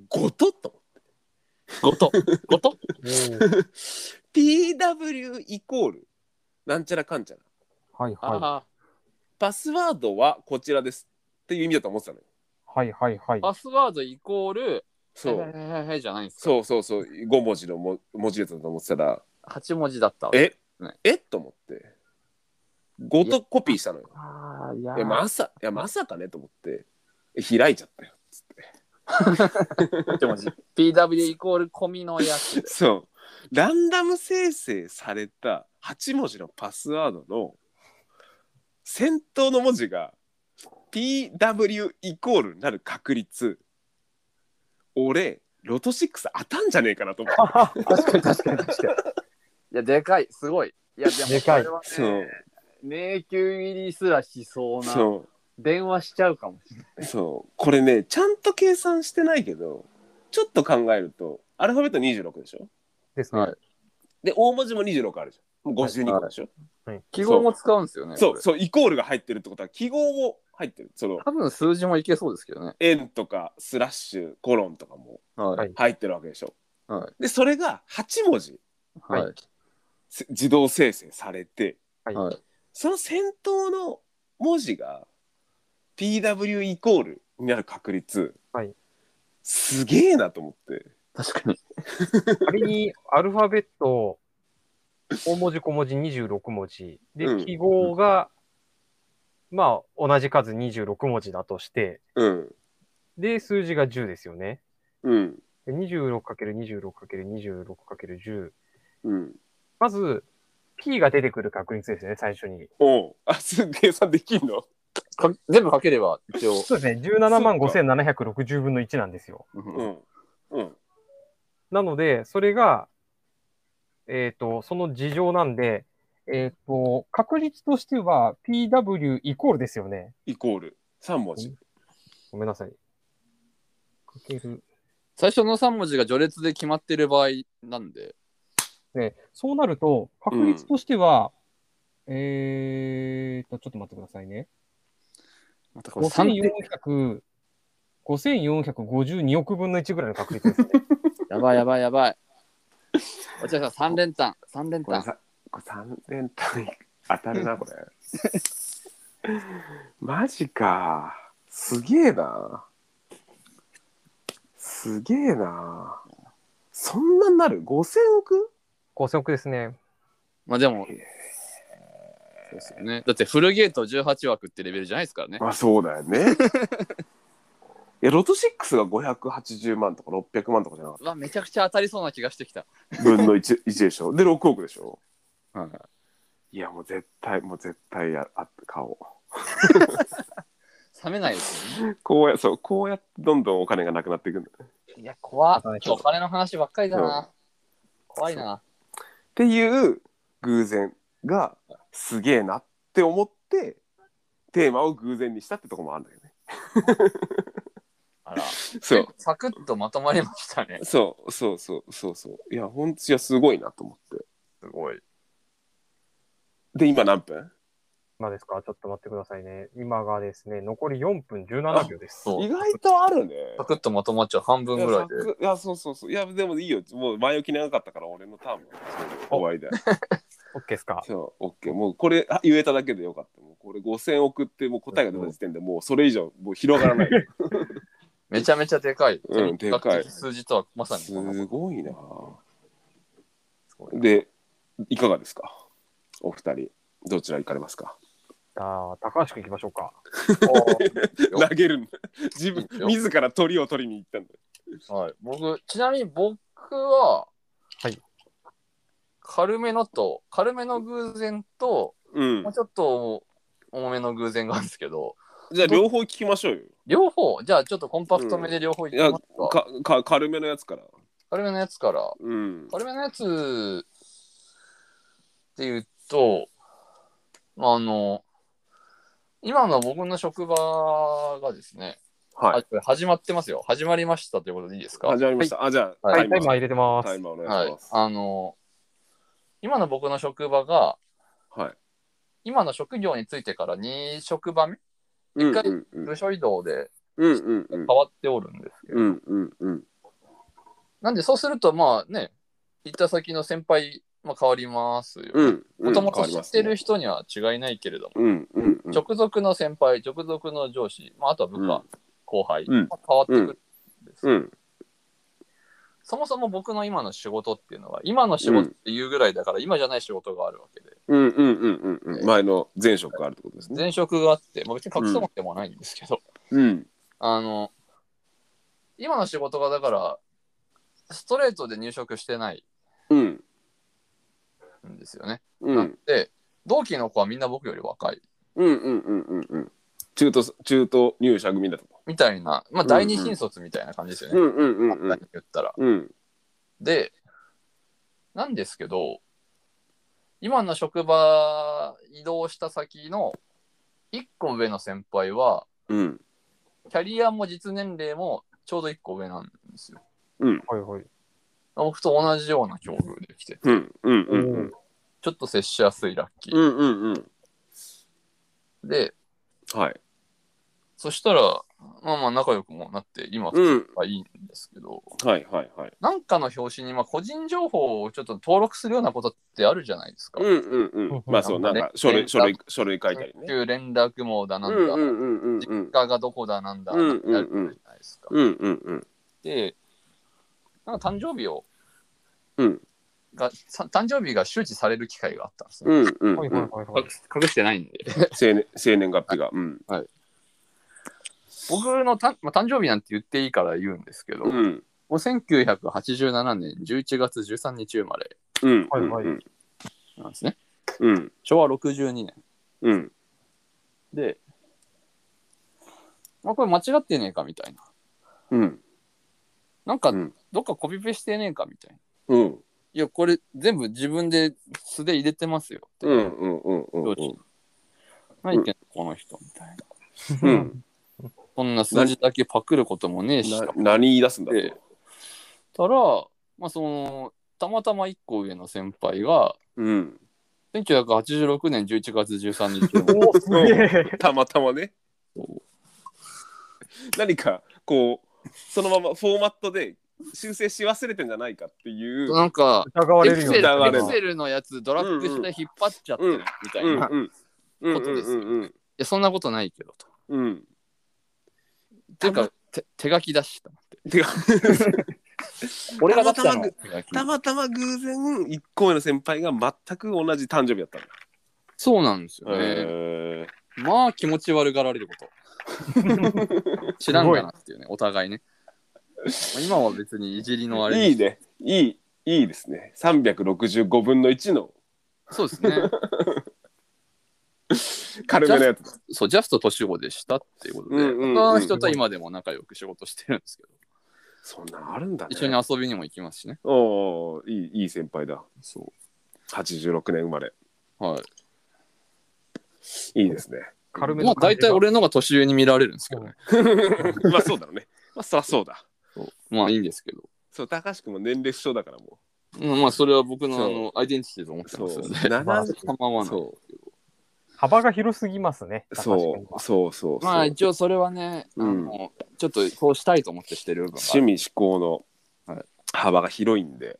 Speaker 1: ごとと思って
Speaker 4: ごと。ごと
Speaker 1: PW イコールなんちゃらかんちゃら
Speaker 5: はいは
Speaker 4: あ
Speaker 1: パスワードはこちらですっていう意味だと思ってたのよ
Speaker 5: い。はいはいはい
Speaker 4: あ。。パスワードイコール、
Speaker 1: そう、
Speaker 4: はいはいはいはいじゃないんですか。
Speaker 1: そうそうそう5文字のも文字列だと思ってたら
Speaker 4: 8文字だったわ。
Speaker 1: え、
Speaker 4: ね
Speaker 1: えと思ってごとコピーしたのよ
Speaker 4: ああ、いや
Speaker 1: いやまさいやまさかねと思ってえ開いちゃったよつって
Speaker 4: 8文字。PW イコール込みのや つ。
Speaker 1: そうランダム生成された8文字のパスワードの先頭の文字が PW イコールになる確率俺ロト6当たんじゃねえかなと思って
Speaker 3: 確かに確かに確か
Speaker 4: いや、でかい。すごい。いや、でも、
Speaker 2: でかい
Speaker 4: これはね
Speaker 1: そう
Speaker 4: 迷宮入りすらしそうな。
Speaker 1: そう
Speaker 4: 電話しちゃうかもしれない。
Speaker 1: そうこれねちゃんと計算してないけどちょっと考えるとアルファベット26でしょ
Speaker 5: ですね。
Speaker 4: はい
Speaker 1: で大文字も26あるじゃんもう52個でしょ、
Speaker 4: 記号も使うんですよね。
Speaker 1: そ
Speaker 4: こ
Speaker 1: う
Speaker 4: れ
Speaker 1: そうイコールが入ってるってことは記号も入ってるその
Speaker 4: 多分数字もいけそうですけどね。
Speaker 1: 円とかスラッシュコロンとかも
Speaker 4: はい。
Speaker 1: 入ってるわけでしょ
Speaker 4: は
Speaker 1: でそれが8文字
Speaker 4: い。はい。
Speaker 1: せ自動生成されて
Speaker 4: はい。
Speaker 1: その先頭の文字が PW イコールになる確率、
Speaker 2: はい
Speaker 1: すげえなと思って
Speaker 4: 確かに。
Speaker 2: 仮にアルファベット、大文字小文字26文字。
Speaker 1: う
Speaker 2: で、
Speaker 1: ん
Speaker 2: 記号が、まあ、同じ数26文字だとして、
Speaker 1: うん
Speaker 2: で、数字が10ですよね。
Speaker 1: うん
Speaker 2: で 26×26×26×10。
Speaker 1: うん
Speaker 2: まず、P が出てくる確率ですね、最初に。
Speaker 1: おうあす計算できんの、
Speaker 4: か全部かければ一応。
Speaker 2: そうですね、17万5760分の1なんですよ。
Speaker 1: うんうん
Speaker 2: なので、それが、えっ、と、その事情なんで、えっ、と、確率としては PW イコールですよね。
Speaker 1: イコール3文字
Speaker 2: ごめんなさい。かける。
Speaker 4: 最初の3文字が序列で決まってる場合なんで。
Speaker 5: で、そうなると、確率としては、えーっと、ちょっと待ってくださいね。
Speaker 4: またこれ3
Speaker 5: 5400、5452億分の1ぐらいの確率ですね。
Speaker 4: やばいやばいやばい。お茶さん3連単。3連単。
Speaker 1: さこれ3連単当たるなこれ マジかすげえなすげえなそんなになる5000億
Speaker 2: 5000億ですね。
Speaker 4: まあでも。そうですよね。だってフルゲート18枠ってレベルじゃないですからね。
Speaker 1: あそうだよね いやロト6が580万とか600万とかじゃなか
Speaker 4: うわ、めちゃくちゃ当たりそうな気がしてきた。
Speaker 1: った分の 1, 1でしょで6億でしょ
Speaker 4: はい
Speaker 1: やもう絶対もう絶対やあ買おう
Speaker 4: 冷めないですよね。
Speaker 1: こうやそうこうやってどんどんお金がなくなっていくんだ
Speaker 4: いや、怖っ
Speaker 5: 当たり。そう
Speaker 4: 今日お金の話ばっかりだな。怖いな。
Speaker 1: っていう偶然がすげえなって思ってテーマを偶然にしたってとこもあるんだよね。
Speaker 4: あら。
Speaker 1: そ
Speaker 4: サクッとまとまりました ね。
Speaker 1: そうそうそうそうそういやほんといやすごいなと思って
Speaker 4: すごい。
Speaker 1: で今何分
Speaker 2: 今ですかちょっと待ってくださいね。今がですね、残り4分17秒です。
Speaker 4: そう
Speaker 1: 意外とあるね
Speaker 4: サクッとまとまっちゃう半分ぐらいで
Speaker 1: いや。さくいやそうそうそういやでもいいよもう前置き長かったから俺のターンも終わりだよ
Speaker 2: OK ですか
Speaker 1: そうオッケーもうこれあ言えただけでよかったもうこれ5,000億ってもう答えが出た時点でもうそれ以上もう広がらない
Speaker 4: めちゃめちゃでかい。
Speaker 1: うんでかい
Speaker 4: 数字とはまさ に
Speaker 1: す
Speaker 4: こんなもん
Speaker 1: ごいなで、いかがですかお二人、どちら行かれますか
Speaker 2: あー高橋君行きましょうか。
Speaker 1: 投げるんだ。自分
Speaker 4: いいよ、
Speaker 1: 自ら鳥を取りに行ったんだ。
Speaker 4: はい。僕、ちなみに僕は、
Speaker 2: はい。
Speaker 4: 軽めのと、軽めの偶然と、
Speaker 1: うん
Speaker 4: もう。ちょっと重めの偶然があるんですけど、
Speaker 1: じゃあ、両方聞きましょうよ。
Speaker 4: 両方、じゃあちょっとコンパクトめで両方い
Speaker 1: い
Speaker 4: き
Speaker 1: や
Speaker 4: ますか。、
Speaker 1: かか軽めのやつから。
Speaker 4: 軽めのやつから。
Speaker 1: うん。
Speaker 4: 軽めのやつって言うと、あの、今の僕の職場がですね、
Speaker 1: はい。
Speaker 4: あこれ始まってますよ。始まりましたということでいいですか
Speaker 1: 始まりました。あ、じゃあ、
Speaker 4: は
Speaker 2: はいい、タイマー入れてます。
Speaker 1: タイマーお願
Speaker 4: はい
Speaker 1: し
Speaker 4: い
Speaker 1: ま。す。
Speaker 4: あの、今の僕の職場が、
Speaker 1: はい。
Speaker 4: 今の職業についてから2職場目、
Speaker 1: うん
Speaker 4: 回
Speaker 1: うんうん
Speaker 4: 部署移動で
Speaker 1: うんうんうん
Speaker 4: 変わっておるんですけど、
Speaker 1: うんうんうん
Speaker 4: なんでそうすると、まあね、行った先の先輩、まあ、変わりますよね。
Speaker 1: うんうん
Speaker 4: もと
Speaker 1: 変
Speaker 4: もと
Speaker 1: わり
Speaker 4: 知
Speaker 1: ま
Speaker 4: っ
Speaker 1: すね
Speaker 4: てる人には違いないけれども、
Speaker 1: うんうんうん
Speaker 4: 直属の先輩、直属の上司、まあ、あとは部下、
Speaker 1: うん
Speaker 4: 後輩、
Speaker 1: うん
Speaker 4: まあ変わってくるんです、
Speaker 1: うん
Speaker 4: そもそも僕の今の仕事っていうのは、今の仕事っていうぐらいだから、今じゃない仕事があるわけで、
Speaker 1: うんうんうんうんうん前の前職があるってことですね。
Speaker 4: 前職があって、まあ、別に隠すわけでもないんですけど、
Speaker 1: うん
Speaker 4: あの、今の仕事がだから、ストレートで入職してない
Speaker 1: うん
Speaker 4: んですよね。
Speaker 1: うん
Speaker 4: なんで、同期の子はみんな僕より若い
Speaker 1: うんうんうんうんうん中途中途入社組だと。
Speaker 4: みたいな、まあ、第二新卒みたいな感じですよ
Speaker 1: う
Speaker 4: ね。
Speaker 1: んうんうんう
Speaker 4: 簡単
Speaker 1: ん
Speaker 4: に言ったら。
Speaker 1: うん
Speaker 4: で、なんですけど、今の職場移動した先の1個上の先輩は、
Speaker 1: うん
Speaker 4: キャリアも実年齢もちょうど1個上なんですよ。
Speaker 2: はいはい。
Speaker 4: 僕と同じような境遇で来て、
Speaker 1: うんうんうんうん
Speaker 4: ちょっと接しやすいラッキ
Speaker 1: う
Speaker 4: ー。
Speaker 1: んうんうん
Speaker 4: で、
Speaker 1: はい
Speaker 4: そしたら、まあまあ仲良くもなって、今
Speaker 1: うん
Speaker 4: はいいんですけど、
Speaker 1: はいはいはい
Speaker 4: なんかの表紙に、まあ、個人情報をちょっと登録するようなことってあるじゃないですか。
Speaker 1: うんうんうんまあそうなんか書類書類書類書いたりね。
Speaker 4: 旧連絡網だな
Speaker 1: うんん
Speaker 4: だ、
Speaker 1: うんうんうんうん
Speaker 4: 実家がどこだなんだ、
Speaker 1: うん
Speaker 4: なんてあるじゃないですか。
Speaker 1: うんうんうん
Speaker 4: で、なんか誕生日を、
Speaker 1: うん
Speaker 4: がさ誕生日が周知される機会があったんです
Speaker 1: う
Speaker 4: ね。
Speaker 1: んうん
Speaker 2: はい
Speaker 1: う
Speaker 2: はい
Speaker 1: ん
Speaker 2: はい、はい
Speaker 4: 隠。す隠してないんで。
Speaker 1: 生年生年月日がうん
Speaker 4: 僕のた、まあ、誕生日なんて言っていいから言うんですけど、
Speaker 1: う
Speaker 4: も
Speaker 1: ん
Speaker 4: う1987年11月13日生まれ
Speaker 1: うん
Speaker 2: はいはい
Speaker 1: うん
Speaker 4: なんですね。
Speaker 1: うん
Speaker 4: 昭和62年。
Speaker 1: うん
Speaker 4: で、まあ、これ間違ってねえかみたいな。
Speaker 1: うん
Speaker 4: なんか
Speaker 1: うん、
Speaker 4: どっかコピペしてねえかみたいな。
Speaker 1: うん
Speaker 4: いや、これ全部自分で素で入れてますよって。
Speaker 1: うんうんうんうんうん
Speaker 4: 何言ってんの、この人みたいな。
Speaker 1: うん
Speaker 4: そんな数字だけパクることもねえし、
Speaker 1: な
Speaker 4: と思っ
Speaker 1: 何言い出すんだ
Speaker 4: て
Speaker 1: と。
Speaker 4: たら、まあ、その、たまたま1個上の先輩が、
Speaker 1: うん
Speaker 4: 1986年11月13日。
Speaker 2: おすげえ。
Speaker 1: たまたまね何かこうそのままフォーマットで修正し忘れてんじゃないかっていう
Speaker 4: なんか、
Speaker 2: 疑わ
Speaker 4: エ
Speaker 2: れ
Speaker 4: ク
Speaker 2: るよ
Speaker 4: セル
Speaker 1: 疑われる
Speaker 4: エクセルのやつドラッグして引っ張っちゃってるみたいな。
Speaker 1: うん
Speaker 4: い
Speaker 1: うん
Speaker 4: ことですよね
Speaker 1: うん
Speaker 4: や、そんなことないけどと。
Speaker 1: うんうん
Speaker 4: ていうか、て手書き出したって。
Speaker 1: てか
Speaker 4: 俺が出した
Speaker 1: たま
Speaker 4: の。
Speaker 1: たまたま偶然一個目の先輩が全く同じ誕生日だったんだ
Speaker 4: そうなんですよね。
Speaker 1: へ
Speaker 4: まあ気持ち悪がられ ること。知らんかなっていうね、お互いね。まあ今は別にいじりのあれ
Speaker 1: ーいいねいいいいですね365分の1の
Speaker 4: そうですね。
Speaker 1: 軽めのやつだ
Speaker 4: そう、ジャスト年子でしたっていうことで、
Speaker 1: うんうんうん
Speaker 4: 他の人と今でも仲良く仕事してるんですけど、
Speaker 1: そんなんあるんだね
Speaker 4: 一緒に遊びにも行きますしね。
Speaker 1: おおいいいい先輩だ
Speaker 4: そ
Speaker 1: 86年生まれ
Speaker 4: う。はい。
Speaker 1: いいですね
Speaker 2: 軽め
Speaker 4: まあ
Speaker 2: の感
Speaker 4: 大
Speaker 2: じが
Speaker 4: 体俺のが年上に見られるんですけどね。
Speaker 1: まあそうだろうねまあそりゃそうだ
Speaker 4: そうまあいいんですけど。
Speaker 1: そう高橋君も年齢不詳だからも
Speaker 4: うんまあそれは僕のあ
Speaker 1: そ
Speaker 4: のアイデンティティと思っ
Speaker 1: う
Speaker 4: て
Speaker 1: そ
Speaker 4: ま
Speaker 1: う
Speaker 4: すので。
Speaker 2: まあ
Speaker 1: 70
Speaker 4: 構わない。
Speaker 1: そ
Speaker 2: 幅が広すぎますね。
Speaker 1: うそうそうそうそう、
Speaker 4: まあ一応それはね、あ
Speaker 1: うん
Speaker 4: のちょっとそうしたいと思ってしてる部分があ
Speaker 1: 趣
Speaker 4: る。
Speaker 1: 味思考
Speaker 4: はい
Speaker 1: の幅が広いんで、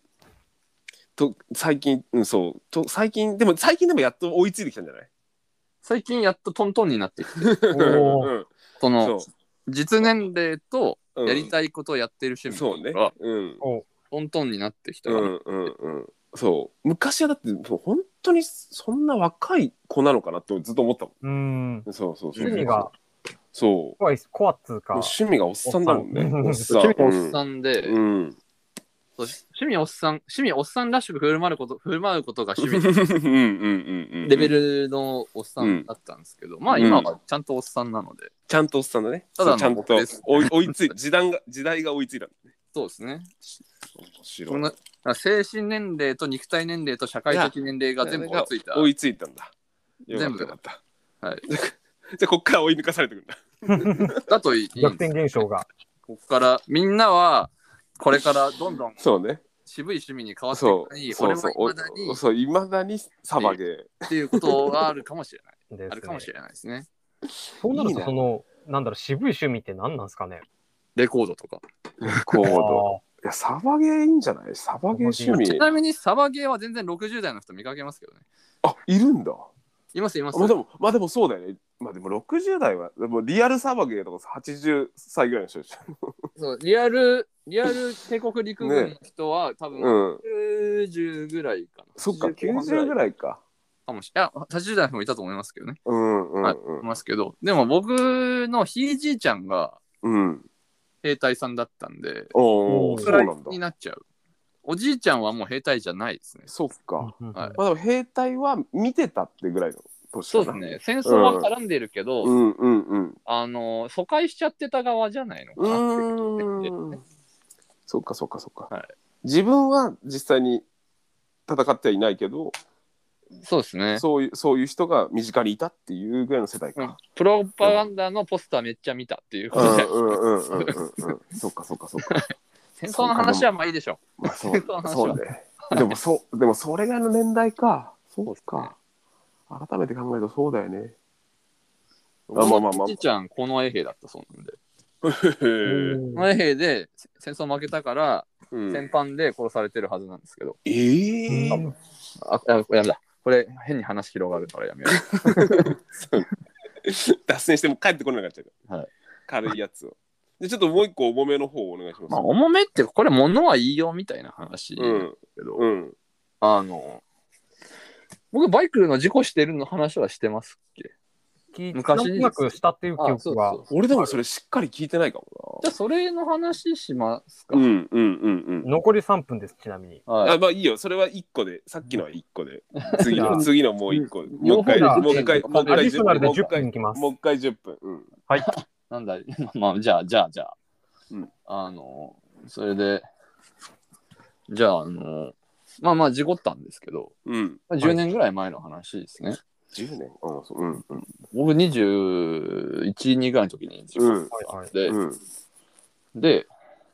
Speaker 1: と最近、うん、そうと最近でも最近でもやっと追いついてきたんじゃない
Speaker 4: 最近やっとトントンになってき て、
Speaker 2: 確かにおー
Speaker 1: うん、
Speaker 4: その、
Speaker 1: そ
Speaker 4: 実年齢と
Speaker 1: う、うん
Speaker 4: やりたいことをやってる趣味
Speaker 1: そうね
Speaker 4: が
Speaker 1: うん
Speaker 4: トントンになってきた
Speaker 1: う
Speaker 4: ら、
Speaker 1: んうんうんそう昔はだってそう本当にそんな若い子なのかなってずっと思ったも
Speaker 5: うーん。
Speaker 1: んそうそうそう
Speaker 2: 趣味
Speaker 5: が
Speaker 1: そう
Speaker 5: 怖いです。怖っつうか。
Speaker 1: 趣味がおっさんだもんね
Speaker 5: おっ
Speaker 1: さ
Speaker 4: 趣味おっさんで、
Speaker 1: うん、うん
Speaker 4: そう趣味おっさん趣味おっさんらしく振る舞うこと振る舞うことが趣
Speaker 1: うんう
Speaker 4: 味
Speaker 1: んうんうん
Speaker 4: レベルのおっさんだったんですけど、まあ今はちゃんとおっさんなので、
Speaker 1: ちゃんとおっさんだね
Speaker 4: た
Speaker 1: そ
Speaker 4: だの
Speaker 1: うちゃん
Speaker 4: 僕
Speaker 1: と
Speaker 4: です
Speaker 1: 追い追いつい時代が時代が追いついた
Speaker 4: そうですね
Speaker 1: 面
Speaker 4: そ
Speaker 1: 白
Speaker 4: ん
Speaker 1: い
Speaker 4: な精神年齢と肉体年齢と社会的年齢が全部追いついた
Speaker 1: 追いついたんだよかったよかった。
Speaker 4: はい。
Speaker 1: じゃあ、こっから追い抜かされてくるんだ。
Speaker 4: だといい
Speaker 5: 逆転現象が。
Speaker 4: こっから、みんなは、これからどんどん
Speaker 1: そうね。
Speaker 4: 渋い趣味に変わってい
Speaker 1: そ
Speaker 4: くのに
Speaker 1: う。、そうそ
Speaker 4: 俺
Speaker 1: う。
Speaker 4: もいまだに
Speaker 1: おそう、いまだにサバゲー。
Speaker 4: っていうことがあるかもしれない。
Speaker 5: ですね
Speaker 4: あるかもしれないで すね。
Speaker 5: そうなる
Speaker 1: いい
Speaker 5: と、
Speaker 1: ね
Speaker 5: その、なんだろう、渋い趣味って何なんですかね。
Speaker 4: レコードとか。
Speaker 1: コード。
Speaker 5: あ
Speaker 1: いや、サバゲーいいんじゃないサバゲー趣
Speaker 4: ち
Speaker 1: 味。
Speaker 4: なみにサバゲーは全然60代の人見かけますけどね。
Speaker 1: あ、いるんだ。
Speaker 4: いますいます
Speaker 1: まあ。でも、まあでもそうだよね。まあでも60代は、でもリアルサバゲーとか80歳ぐらいの人でしょ。
Speaker 4: そうリアル、リアル帝国陸軍の人は、多分
Speaker 1: うん。
Speaker 4: 90ぐらいかな。
Speaker 1: そっか、
Speaker 4: 90
Speaker 1: 90ぐらいか。
Speaker 4: かもしれない。いや、80代の人もいたと思いますけどね。
Speaker 1: うんうん
Speaker 4: いますけど、でも僕のひいじいちゃんが
Speaker 1: うん。うん。
Speaker 4: 兵隊さんだったんで、
Speaker 1: お
Speaker 5: お
Speaker 1: お、
Speaker 5: ー
Speaker 1: そ
Speaker 4: そう
Speaker 1: な
Speaker 4: れ
Speaker 1: んだ
Speaker 4: に。なっちゃう。おじいちゃんはもう兵隊じゃないですね。
Speaker 1: そっか。
Speaker 5: ー
Speaker 4: は
Speaker 1: ま
Speaker 4: い
Speaker 1: あでも兵隊は見てたってぐらいの年か
Speaker 4: そ
Speaker 1: な
Speaker 4: うです。ね。戦争は絡んでるけど、
Speaker 1: うんうんうん。
Speaker 4: あの、疎開しちゃってた側じゃないのか
Speaker 1: う
Speaker 4: なって
Speaker 1: ーん。そっかそっかそっか。
Speaker 4: はい
Speaker 1: 自分は実際に戦ってはいないけど、
Speaker 4: そうですね。
Speaker 1: そういうそういう人が身近にいたっていうぐらいの世代
Speaker 4: うん
Speaker 1: か。
Speaker 4: プロパガンダのポスターめっちゃ見たっていう
Speaker 1: う
Speaker 4: こ
Speaker 1: ん
Speaker 4: と
Speaker 1: う
Speaker 4: で、
Speaker 1: んうんうんうんうん。そっかそっかそっか。
Speaker 4: 戦争の話はまあいいでしょ
Speaker 1: まあ そう
Speaker 4: そう話は
Speaker 1: そうね。でもそうでもそれぐらいの年代か。そうか。改めて考えるとそうだよね。
Speaker 4: う。
Speaker 1: まあまあまあまあ
Speaker 4: おじいちゃん、この衛兵だったそうなんで。
Speaker 5: うん
Speaker 4: この衛兵で戦争負けたから、
Speaker 1: うん
Speaker 4: 戦犯で殺されてるはずなんですけど。
Speaker 1: ええ
Speaker 5: うん
Speaker 4: あ、ややめだ。これ、変に話広がるからやめよう。
Speaker 1: 脱線しても帰ってこなくなっちゃうから、
Speaker 4: はい
Speaker 1: 軽いやつをでちょっともう一個重めの方をお願いします、
Speaker 4: まあ、重めって、これ、物は言いようみたいな話
Speaker 1: う
Speaker 4: だ
Speaker 1: ん
Speaker 4: けど、
Speaker 1: うん
Speaker 4: あの、僕、バイクの事故してるの話はしてますっけ
Speaker 5: 聞い
Speaker 4: 昔
Speaker 5: なんとなくしたっていう記
Speaker 4: あ、そ
Speaker 5: 憶
Speaker 4: う
Speaker 5: が。
Speaker 4: そう。
Speaker 1: 俺でもそれしっかり聞いてないかも
Speaker 4: じゃあ、それの話しますか。
Speaker 1: なうんうんうんうん
Speaker 5: 残り3分です、ちなみに。
Speaker 4: はい
Speaker 1: あまあいいよそれは一個でさっきのは一個で次
Speaker 5: う
Speaker 1: の
Speaker 5: ん
Speaker 1: 次のもう一個もう一回
Speaker 5: 両方
Speaker 1: もう一回
Speaker 4: だ
Speaker 1: もう一
Speaker 5: アデ
Speaker 1: 回
Speaker 5: ィショナルで
Speaker 1: もう一
Speaker 5: 10
Speaker 1: 回
Speaker 5: 分いきます
Speaker 1: も。う一回10分うん
Speaker 4: なんだ、 まあ、じゃあ、じゃあ、じゃあ。
Speaker 1: うん
Speaker 4: あの、それで、じゃあ、あの、まあまあ、事故ったんですけど、
Speaker 1: うん
Speaker 4: まあ10年ぐらい前の話ですね。
Speaker 1: 10年うんそううんうん
Speaker 4: 僕、21、2ぐらいの時に事故
Speaker 1: うん
Speaker 5: はいはい
Speaker 4: で、
Speaker 1: うん
Speaker 4: で、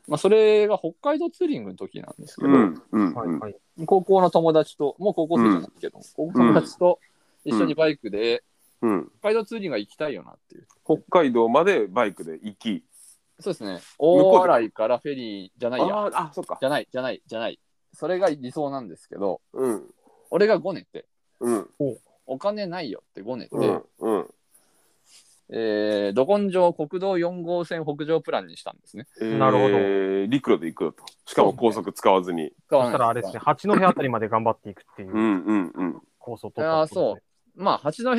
Speaker 4: まあ、それが北海道ツーリングの時なんですけど、
Speaker 1: うんうん
Speaker 5: はいはい。
Speaker 4: 高校の友達と、もう高校生じゃないけど、高校の友達と一緒にバイク
Speaker 1: う
Speaker 4: で、
Speaker 1: ん
Speaker 4: 北海道ツーリングは行きたいよなっていう。
Speaker 1: 北海道までバイクで行き
Speaker 4: そうですね。
Speaker 1: こうで
Speaker 4: 大洗からフェリーじゃないや。
Speaker 1: あーあそっか
Speaker 4: じゃない、じゃない、じゃない。それが理想なんですけど、
Speaker 1: うん
Speaker 4: 俺がごねて、
Speaker 1: うん
Speaker 4: お金ないよってごねて、
Speaker 1: うんうん
Speaker 4: えー、ど根性国道4号線北上プランにしたんですね。
Speaker 5: なるほど
Speaker 1: えー陸路で行くよとしかも高速使わずに
Speaker 4: そ
Speaker 5: そしたらあれですね、八戸あたりまで頑張っていくっていううん
Speaker 1: うんうん
Speaker 5: 構想を取ったってことですね、
Speaker 4: まあ、八戸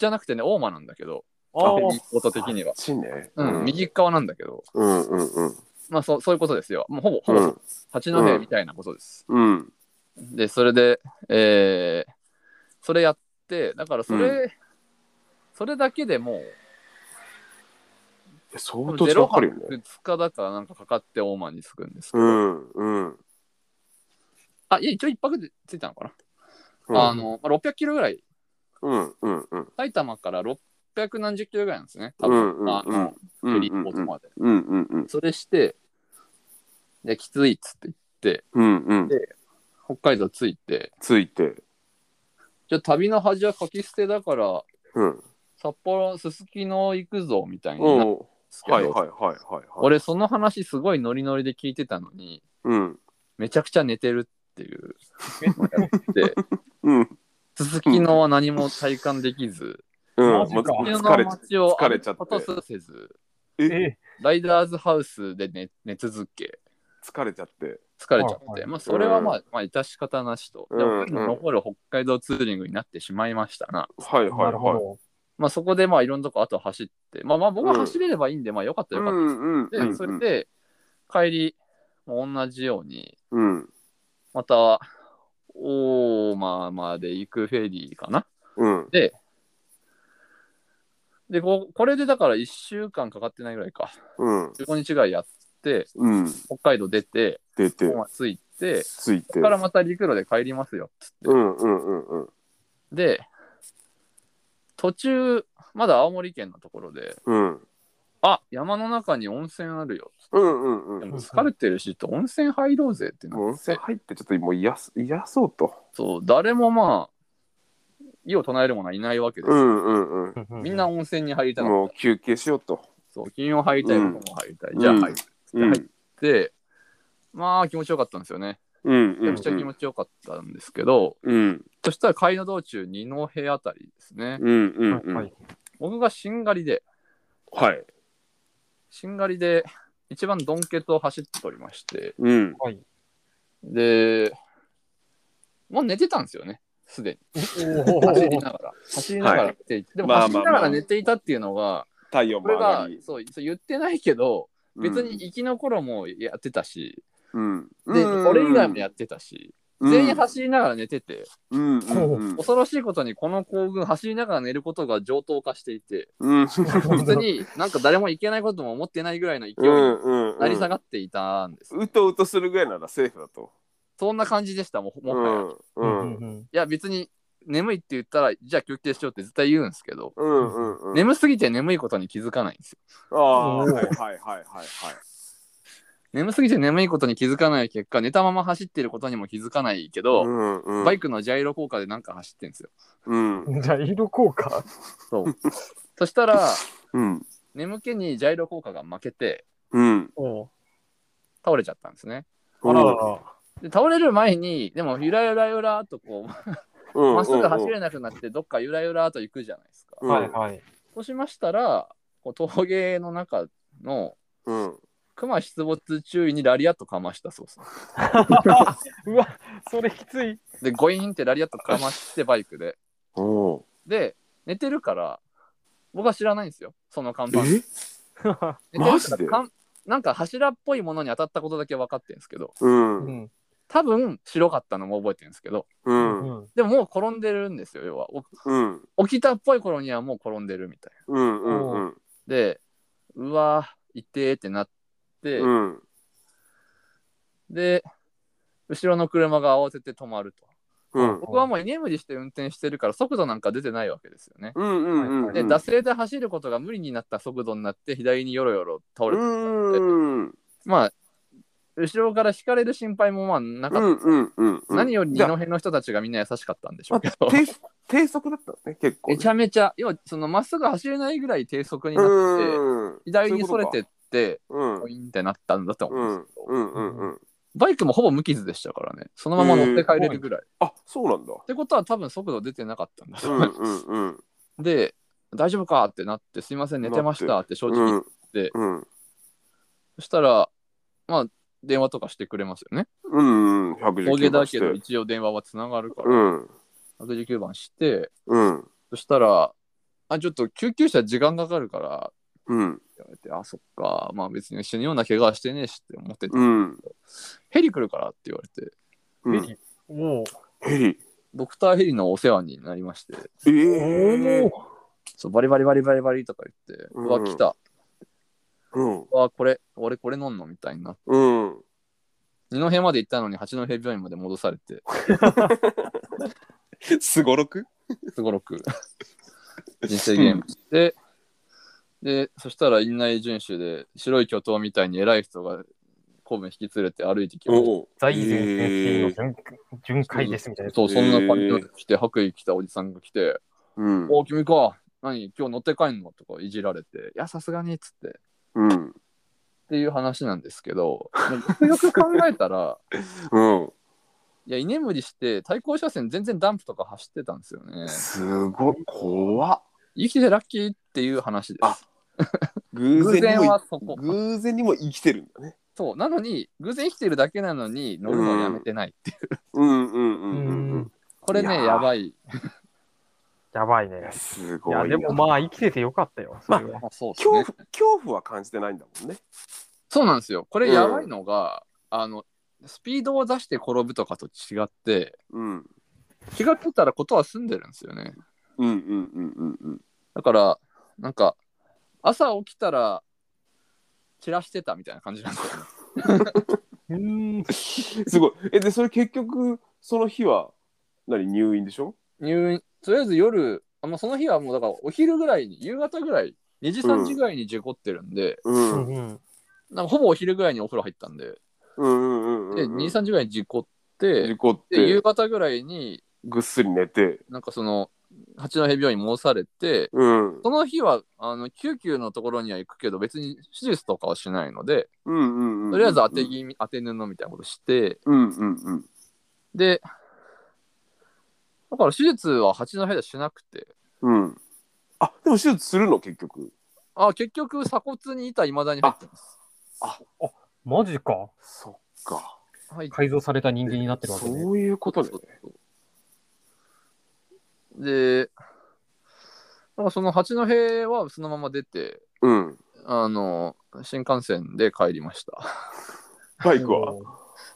Speaker 4: じゃなくてね、大間なんだけど、
Speaker 5: あ
Speaker 1: ー
Speaker 4: 音的には。
Speaker 1: ちね
Speaker 4: うん、右側なんだけど、
Speaker 1: うんうんうん
Speaker 4: まあそう、そういうことですよ。もうほぼ、ほ
Speaker 1: う
Speaker 4: ぼ、
Speaker 1: ん
Speaker 4: 八戸みたいなことです。
Speaker 1: うん
Speaker 4: で、それで、えー、それやって、だからそれ、
Speaker 1: う
Speaker 4: それだけでも
Speaker 1: 相
Speaker 4: う、
Speaker 1: 当時
Speaker 4: ゼロ
Speaker 1: 間かかるよ
Speaker 4: 泊
Speaker 1: ね
Speaker 4: 2日だからなんかかかって大間に着くんですけ
Speaker 1: う
Speaker 4: ど、
Speaker 1: んうん
Speaker 4: あ、いや、一応一泊で着いたのかな。
Speaker 1: うん
Speaker 4: あの、まあ、600キロぐらい、
Speaker 1: うんうんうん
Speaker 4: 埼玉から600何十キロぐらいなんですね。多
Speaker 1: う
Speaker 4: 分、
Speaker 1: んうん
Speaker 4: あ
Speaker 1: うん
Speaker 4: の、
Speaker 1: うん
Speaker 4: フリーポートまで。
Speaker 1: うんうんうん
Speaker 4: それして、で、きついっつって、
Speaker 1: うんうん
Speaker 4: で北海道着いて、
Speaker 1: ついて
Speaker 4: じゃあ旅の恥は書き捨てだから、
Speaker 1: うん
Speaker 4: 札幌、すすきの行くぞみたいに
Speaker 1: う
Speaker 4: なるん
Speaker 1: ん
Speaker 4: で
Speaker 1: は
Speaker 4: すけ
Speaker 1: い
Speaker 4: ど、
Speaker 1: はいはいはいはい
Speaker 4: 俺その話すごいノリノリで聞いてたのに、
Speaker 1: うん
Speaker 4: めちゃくちゃ寝てるって いうのをやって、
Speaker 1: うん
Speaker 4: すすきのは何も体感できず、
Speaker 1: うん
Speaker 5: マジか
Speaker 1: もう
Speaker 4: すすきの
Speaker 1: 疲れ
Speaker 4: の
Speaker 1: ちゃっ
Speaker 4: 街を
Speaker 1: 疲れちゃって
Speaker 4: 歩くことすらせず、
Speaker 1: え
Speaker 4: ライダーズハウスで寝寝続け、
Speaker 1: 疲れちゃって
Speaker 4: 疲れちゃって、
Speaker 5: はいはい
Speaker 4: まあそれはまあ、まあ致し方なしと、でも
Speaker 1: うん
Speaker 4: 僕の残る北海道ツーリングになってしまいましたな。
Speaker 1: はい
Speaker 5: え
Speaker 1: は
Speaker 5: ないるほ
Speaker 1: はい
Speaker 5: ど。
Speaker 4: まあそこでまあいろんなとこ後走って、まあまあ僕は走れればいいんで、まあよかった
Speaker 1: う
Speaker 4: よ
Speaker 1: ん
Speaker 4: かっ
Speaker 1: うん
Speaker 4: た。
Speaker 1: う
Speaker 4: で、
Speaker 1: ん
Speaker 4: それで帰り、もう同じように、
Speaker 1: うん
Speaker 4: また、大間まで行くフェリーかな。
Speaker 1: うん
Speaker 4: で、ここれでだから1週間かかってないぐらいか。
Speaker 1: うん
Speaker 4: 15日ぐらいやって、
Speaker 1: うん
Speaker 4: 北海道出て、
Speaker 1: 出て
Speaker 4: 大間着いて、
Speaker 1: つい
Speaker 4: そ
Speaker 1: て
Speaker 4: こからまた陸路で帰りますよ。
Speaker 1: うんうんうんうん
Speaker 4: で、途中、まだ青森県のところで、
Speaker 1: うん。
Speaker 4: あ山の中に温泉あるよ。
Speaker 1: うんうんう
Speaker 4: で
Speaker 1: ん。
Speaker 4: も疲れてるし、温泉入ろうぜってな
Speaker 1: もう温
Speaker 4: って
Speaker 1: 泉、入ってちょっともう癒す癒そうと。
Speaker 4: そう誰もまあ、意を唱える者はいないわけです
Speaker 1: う
Speaker 4: よ。
Speaker 1: んうんうん。
Speaker 4: みんな温泉に入りたか
Speaker 1: も
Speaker 4: っ
Speaker 1: う休憩しようと。
Speaker 4: た。そう、金を入りたい、
Speaker 1: う
Speaker 4: 僕
Speaker 1: ん
Speaker 4: も入りたい。じゃあ入って、
Speaker 1: うん
Speaker 4: 入って、まあ気持ちよかったんですよね。
Speaker 1: うん
Speaker 4: めち
Speaker 1: う
Speaker 4: ゃ
Speaker 1: ん
Speaker 4: くちゃ気持ちよかったんですけど、
Speaker 1: うん
Speaker 4: そしたら帰りの道中、二戸あたりですね。
Speaker 1: うんう
Speaker 2: うんん
Speaker 1: う
Speaker 2: は
Speaker 1: ん。
Speaker 2: い。
Speaker 4: 僕がしんがりで、
Speaker 1: はい。
Speaker 4: しんがりで一番ドンケツを走っておりまして、
Speaker 1: うん。
Speaker 2: はい。
Speaker 4: で、もう寝てたんですよね、すで
Speaker 2: お
Speaker 4: に。走り
Speaker 2: ー
Speaker 4: ながら。走りながら寝ていて、でも走りながら寝ていたっていうのが、
Speaker 1: 太陽
Speaker 4: こ
Speaker 1: も
Speaker 4: れ
Speaker 1: 上が
Speaker 4: が
Speaker 1: り。
Speaker 4: そうそう言ってないけど、別に
Speaker 1: うん
Speaker 4: 生きの頃もやってたし、
Speaker 1: うん。
Speaker 4: で、
Speaker 1: うん
Speaker 4: 俺以外もやってたし、全員走りながら寝てて、
Speaker 1: うんうんうん
Speaker 4: 恐ろしいことにこの行軍走りながら寝ることが上等化していて、
Speaker 1: うん
Speaker 4: 本当になんか誰もいけないことも思ってないぐらいの勢い
Speaker 1: うんうんうん
Speaker 4: に
Speaker 1: うん
Speaker 4: なり下がっていたんです。
Speaker 1: うとうとするぐらいならセーフだと。
Speaker 4: そんな感じでした、もう
Speaker 1: う
Speaker 4: もはや。い
Speaker 1: んう
Speaker 5: うん
Speaker 1: ん
Speaker 5: うん
Speaker 4: や、別に眠いって言ったら、じゃあ休憩しようって絶対言うんですけど、
Speaker 1: うんうんうん。
Speaker 4: 眠すぎて眠いことに気づかないんですよ。
Speaker 1: ああはいはいはいはいはい。
Speaker 4: 眠すぎて眠いことに気づかない結果、寝たまま走ってることにも気づかないけど、
Speaker 1: うんうん
Speaker 4: バイクのジャイロ効果でなんか走ってんですよ。
Speaker 1: うん
Speaker 5: うん。じゃあ、色効果。
Speaker 4: そしたら、
Speaker 1: うん
Speaker 4: 眠気にジャイロ効果が負けて、
Speaker 1: うん。
Speaker 2: おー
Speaker 4: 倒れちゃったんですね。
Speaker 2: あららら。
Speaker 4: で倒れる前に、でもゆらゆらゆらーっとこう、
Speaker 1: うん
Speaker 4: まっすぐ走れなくなって、どっかゆらゆらーと行くじゃないですか。
Speaker 1: うん
Speaker 2: はいはい。
Speaker 4: そうしましたら、こう峠の中の
Speaker 1: うん。
Speaker 4: 熊出没注意にラリアットかましたそうそう
Speaker 2: わ、それきつい。
Speaker 4: う。で、ゴインってラリアットかましてバイクで。
Speaker 1: おう
Speaker 4: で、寝てるから、僕は知らないんですよ、その看板。
Speaker 1: え
Speaker 4: 寝てるから
Speaker 1: マジで
Speaker 4: かんなんか柱っぽいものに当たったことだけ分かってるんですけど、
Speaker 1: うん
Speaker 5: う
Speaker 1: うん
Speaker 5: ん。
Speaker 4: 多分白かったのも覚えてるんですけど、
Speaker 1: う
Speaker 5: うんん。
Speaker 4: でももう転んでるんですよ、要は。
Speaker 1: うん
Speaker 4: お起きたっぽい頃にはもう転んでるみたい
Speaker 1: うんうん
Speaker 4: な。で、うわー、痛えってなって、
Speaker 1: うん
Speaker 4: で、後ろの車が慌てて止まると。
Speaker 1: うん
Speaker 4: 僕はもう居眠りして運転してるから速度なんか出てないわけですよね。
Speaker 1: うんうんうん
Speaker 4: で、惰性で走ることが無理になった速度になって左によろよろ倒れて、
Speaker 1: うん
Speaker 4: まあ後ろから引かれる心配もまあなか
Speaker 1: う
Speaker 4: った、
Speaker 1: んうんうんうん
Speaker 4: 何より二
Speaker 1: じゃ
Speaker 4: 戸
Speaker 1: あ
Speaker 4: の人たちがみんな優しかったんでしょうけど
Speaker 1: 低低速だったのね結構
Speaker 4: めちゃめちゃ要はそのまっすぐ走れないぐらい低速になって
Speaker 1: うん
Speaker 4: 左にそれてって
Speaker 1: うん
Speaker 4: ポインってなったんだと思うんですけど、
Speaker 1: うんうんうん
Speaker 4: バイクもほぼ無傷でしたからねそのまま乗って帰れるぐらい、っ
Speaker 1: あそうなんだ
Speaker 4: てことは多分速度出てなかったんだと
Speaker 1: う
Speaker 4: 思
Speaker 1: ん
Speaker 4: います
Speaker 1: うんうん
Speaker 4: で大丈夫かってなってすいません寝てましたって正直
Speaker 1: う
Speaker 4: 言っ
Speaker 1: んうん
Speaker 4: そしたら、まあ、電話とかしてくれますよね。
Speaker 1: うんうん119
Speaker 4: 大げだけど、
Speaker 1: 番して
Speaker 4: 一応電話はつながるか
Speaker 1: う
Speaker 4: ら、
Speaker 1: ん
Speaker 4: 119番して、
Speaker 1: うん
Speaker 4: そしたら、あ、ちょっと救急車時間かかるから、
Speaker 1: うん
Speaker 4: って言われて、あ、そっか、まあ別に死ぬような怪我はしてねえしって思ってて、
Speaker 1: うん
Speaker 4: ヘリ来るからって言われて、
Speaker 1: うん
Speaker 2: おー
Speaker 1: ヘリ
Speaker 4: ドクターヘリのお世話になりまして、
Speaker 1: ええ
Speaker 4: そうバリバリバリバリバリとか言って、
Speaker 1: う
Speaker 4: うんわ、来た、
Speaker 1: うん
Speaker 4: うわ、これ、俺これ飲んのみたいになって、
Speaker 1: うん
Speaker 4: 二戸まで行ったのに八戸病院まで戻されて、
Speaker 1: すごろく
Speaker 4: すご ろく人生ゲームして、で、そしたら院内遵守で白い巨頭みたいに偉い人が神戸引き連れて歩いてきまし
Speaker 1: お
Speaker 2: 財前先生の巡巡回ですみたい
Speaker 4: た。
Speaker 2: な。
Speaker 4: そう、そんな感じ
Speaker 1: へ
Speaker 4: の
Speaker 1: ー
Speaker 4: 来て、白衣着たおじさんが来て、
Speaker 1: うん
Speaker 4: おお、君か、何、今日乗って帰んのとかいじられて、いや、さすがにっつって、っ
Speaker 1: うん
Speaker 4: ていう話なんですけど、でもよくよく考えたら、
Speaker 1: うん
Speaker 4: いや、居眠りして、対向車線全然ダンプとか走ってたんですよね。
Speaker 1: すごい怖っ
Speaker 4: 生きてラッキーっていう話で
Speaker 1: あ
Speaker 4: す。
Speaker 1: 偶
Speaker 4: 偶
Speaker 1: 然
Speaker 4: 然
Speaker 1: にも
Speaker 4: はそこ。
Speaker 1: 偶然にも生きてるんだね
Speaker 4: そう、なのに、偶然生きてるだけなのに、乗るのをやめてないっていう。
Speaker 1: うんうんうんうんうん
Speaker 4: これね、
Speaker 1: いや
Speaker 4: や
Speaker 1: ー
Speaker 4: ばい。
Speaker 2: やばいね。
Speaker 1: す
Speaker 2: い
Speaker 1: ごい
Speaker 2: や、
Speaker 1: な
Speaker 2: でもまあ、生きててよかったよ。それは
Speaker 4: あそうです
Speaker 1: 恐
Speaker 4: ね。
Speaker 1: 怖恐怖は感じてないんだもんね
Speaker 4: そうなんですよ。これやばいのが、あの、スピードを出して転ぶとかと違って、
Speaker 1: うん
Speaker 4: 気がついたらことは済んでるんですよね。
Speaker 1: うんうんうんうんうん
Speaker 4: だから、なんか、朝起きたら、散らしてたみたいな感じなんですよね。
Speaker 2: うーん。
Speaker 1: すごいえでそれ結局その日は何入院でしょ
Speaker 4: 入院、とりあえず夜、あもうその日はもうだからお昼ぐらいに、夕方ぐらい、2時3時ぐらいに事故ってるんで、
Speaker 1: う
Speaker 2: う
Speaker 1: ん
Speaker 2: んうん
Speaker 4: なんかほぼお昼ぐらいにお風呂入ったんで、
Speaker 1: うんうんうん
Speaker 4: で、2、3時ぐらいに事故って
Speaker 1: 事、故っ
Speaker 4: で、夕
Speaker 1: て
Speaker 4: 方ぐらいに、
Speaker 1: ぐっすり寝て
Speaker 4: なんかその、八戸病院に戻されて、
Speaker 1: うん
Speaker 4: その日は、あの、救急のところには行くけど、別に手術とかはしないので、
Speaker 1: うんうんうん
Speaker 4: とりあえず当て気味、当て布みたいなことして、
Speaker 1: うんうんうん
Speaker 4: で、だから手術は八戸ではしなくて、
Speaker 1: うんあでも手術するの結局
Speaker 4: あ、結局鎖骨に板未だに入ってます。
Speaker 5: マジか。
Speaker 1: そっか
Speaker 4: はい。
Speaker 5: 改造された人間になってるわけね。
Speaker 1: そういうことね
Speaker 4: で、なんかその八戸はそのまま出て、
Speaker 1: うん
Speaker 4: あの、新幹線で帰りました。
Speaker 1: バイクは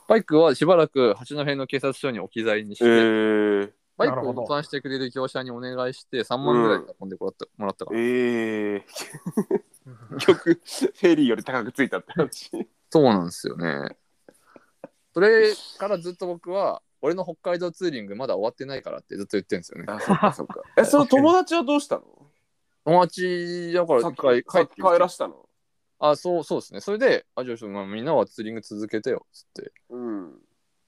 Speaker 4: バイクはしばらく八戸の警察署に置き去りにし
Speaker 1: え
Speaker 4: て、
Speaker 1: ー、
Speaker 4: バイク
Speaker 2: な
Speaker 4: を
Speaker 2: るほど
Speaker 4: 保管してくれる業者にお願いして、3万ぐらい運んでもらった,、もらったから。
Speaker 1: ええー、結局フェリーより高くついたって話
Speaker 4: そうなんですよね。それからずっと僕は、俺の北海道ツーリングまだ終わってないからってずっと言ってるんですよね。
Speaker 1: あそっかそっかえその友達はどうしたの
Speaker 4: 友達だから
Speaker 1: さっ
Speaker 4: 一
Speaker 1: き
Speaker 4: 回帰
Speaker 1: 帰
Speaker 4: っ
Speaker 1: ってて
Speaker 4: きて
Speaker 1: 帰らしたの
Speaker 4: あ、そう、そうですね。それで、あ、じゃあちょっとまあみんなはツーリング続けてよ、つって。
Speaker 1: うん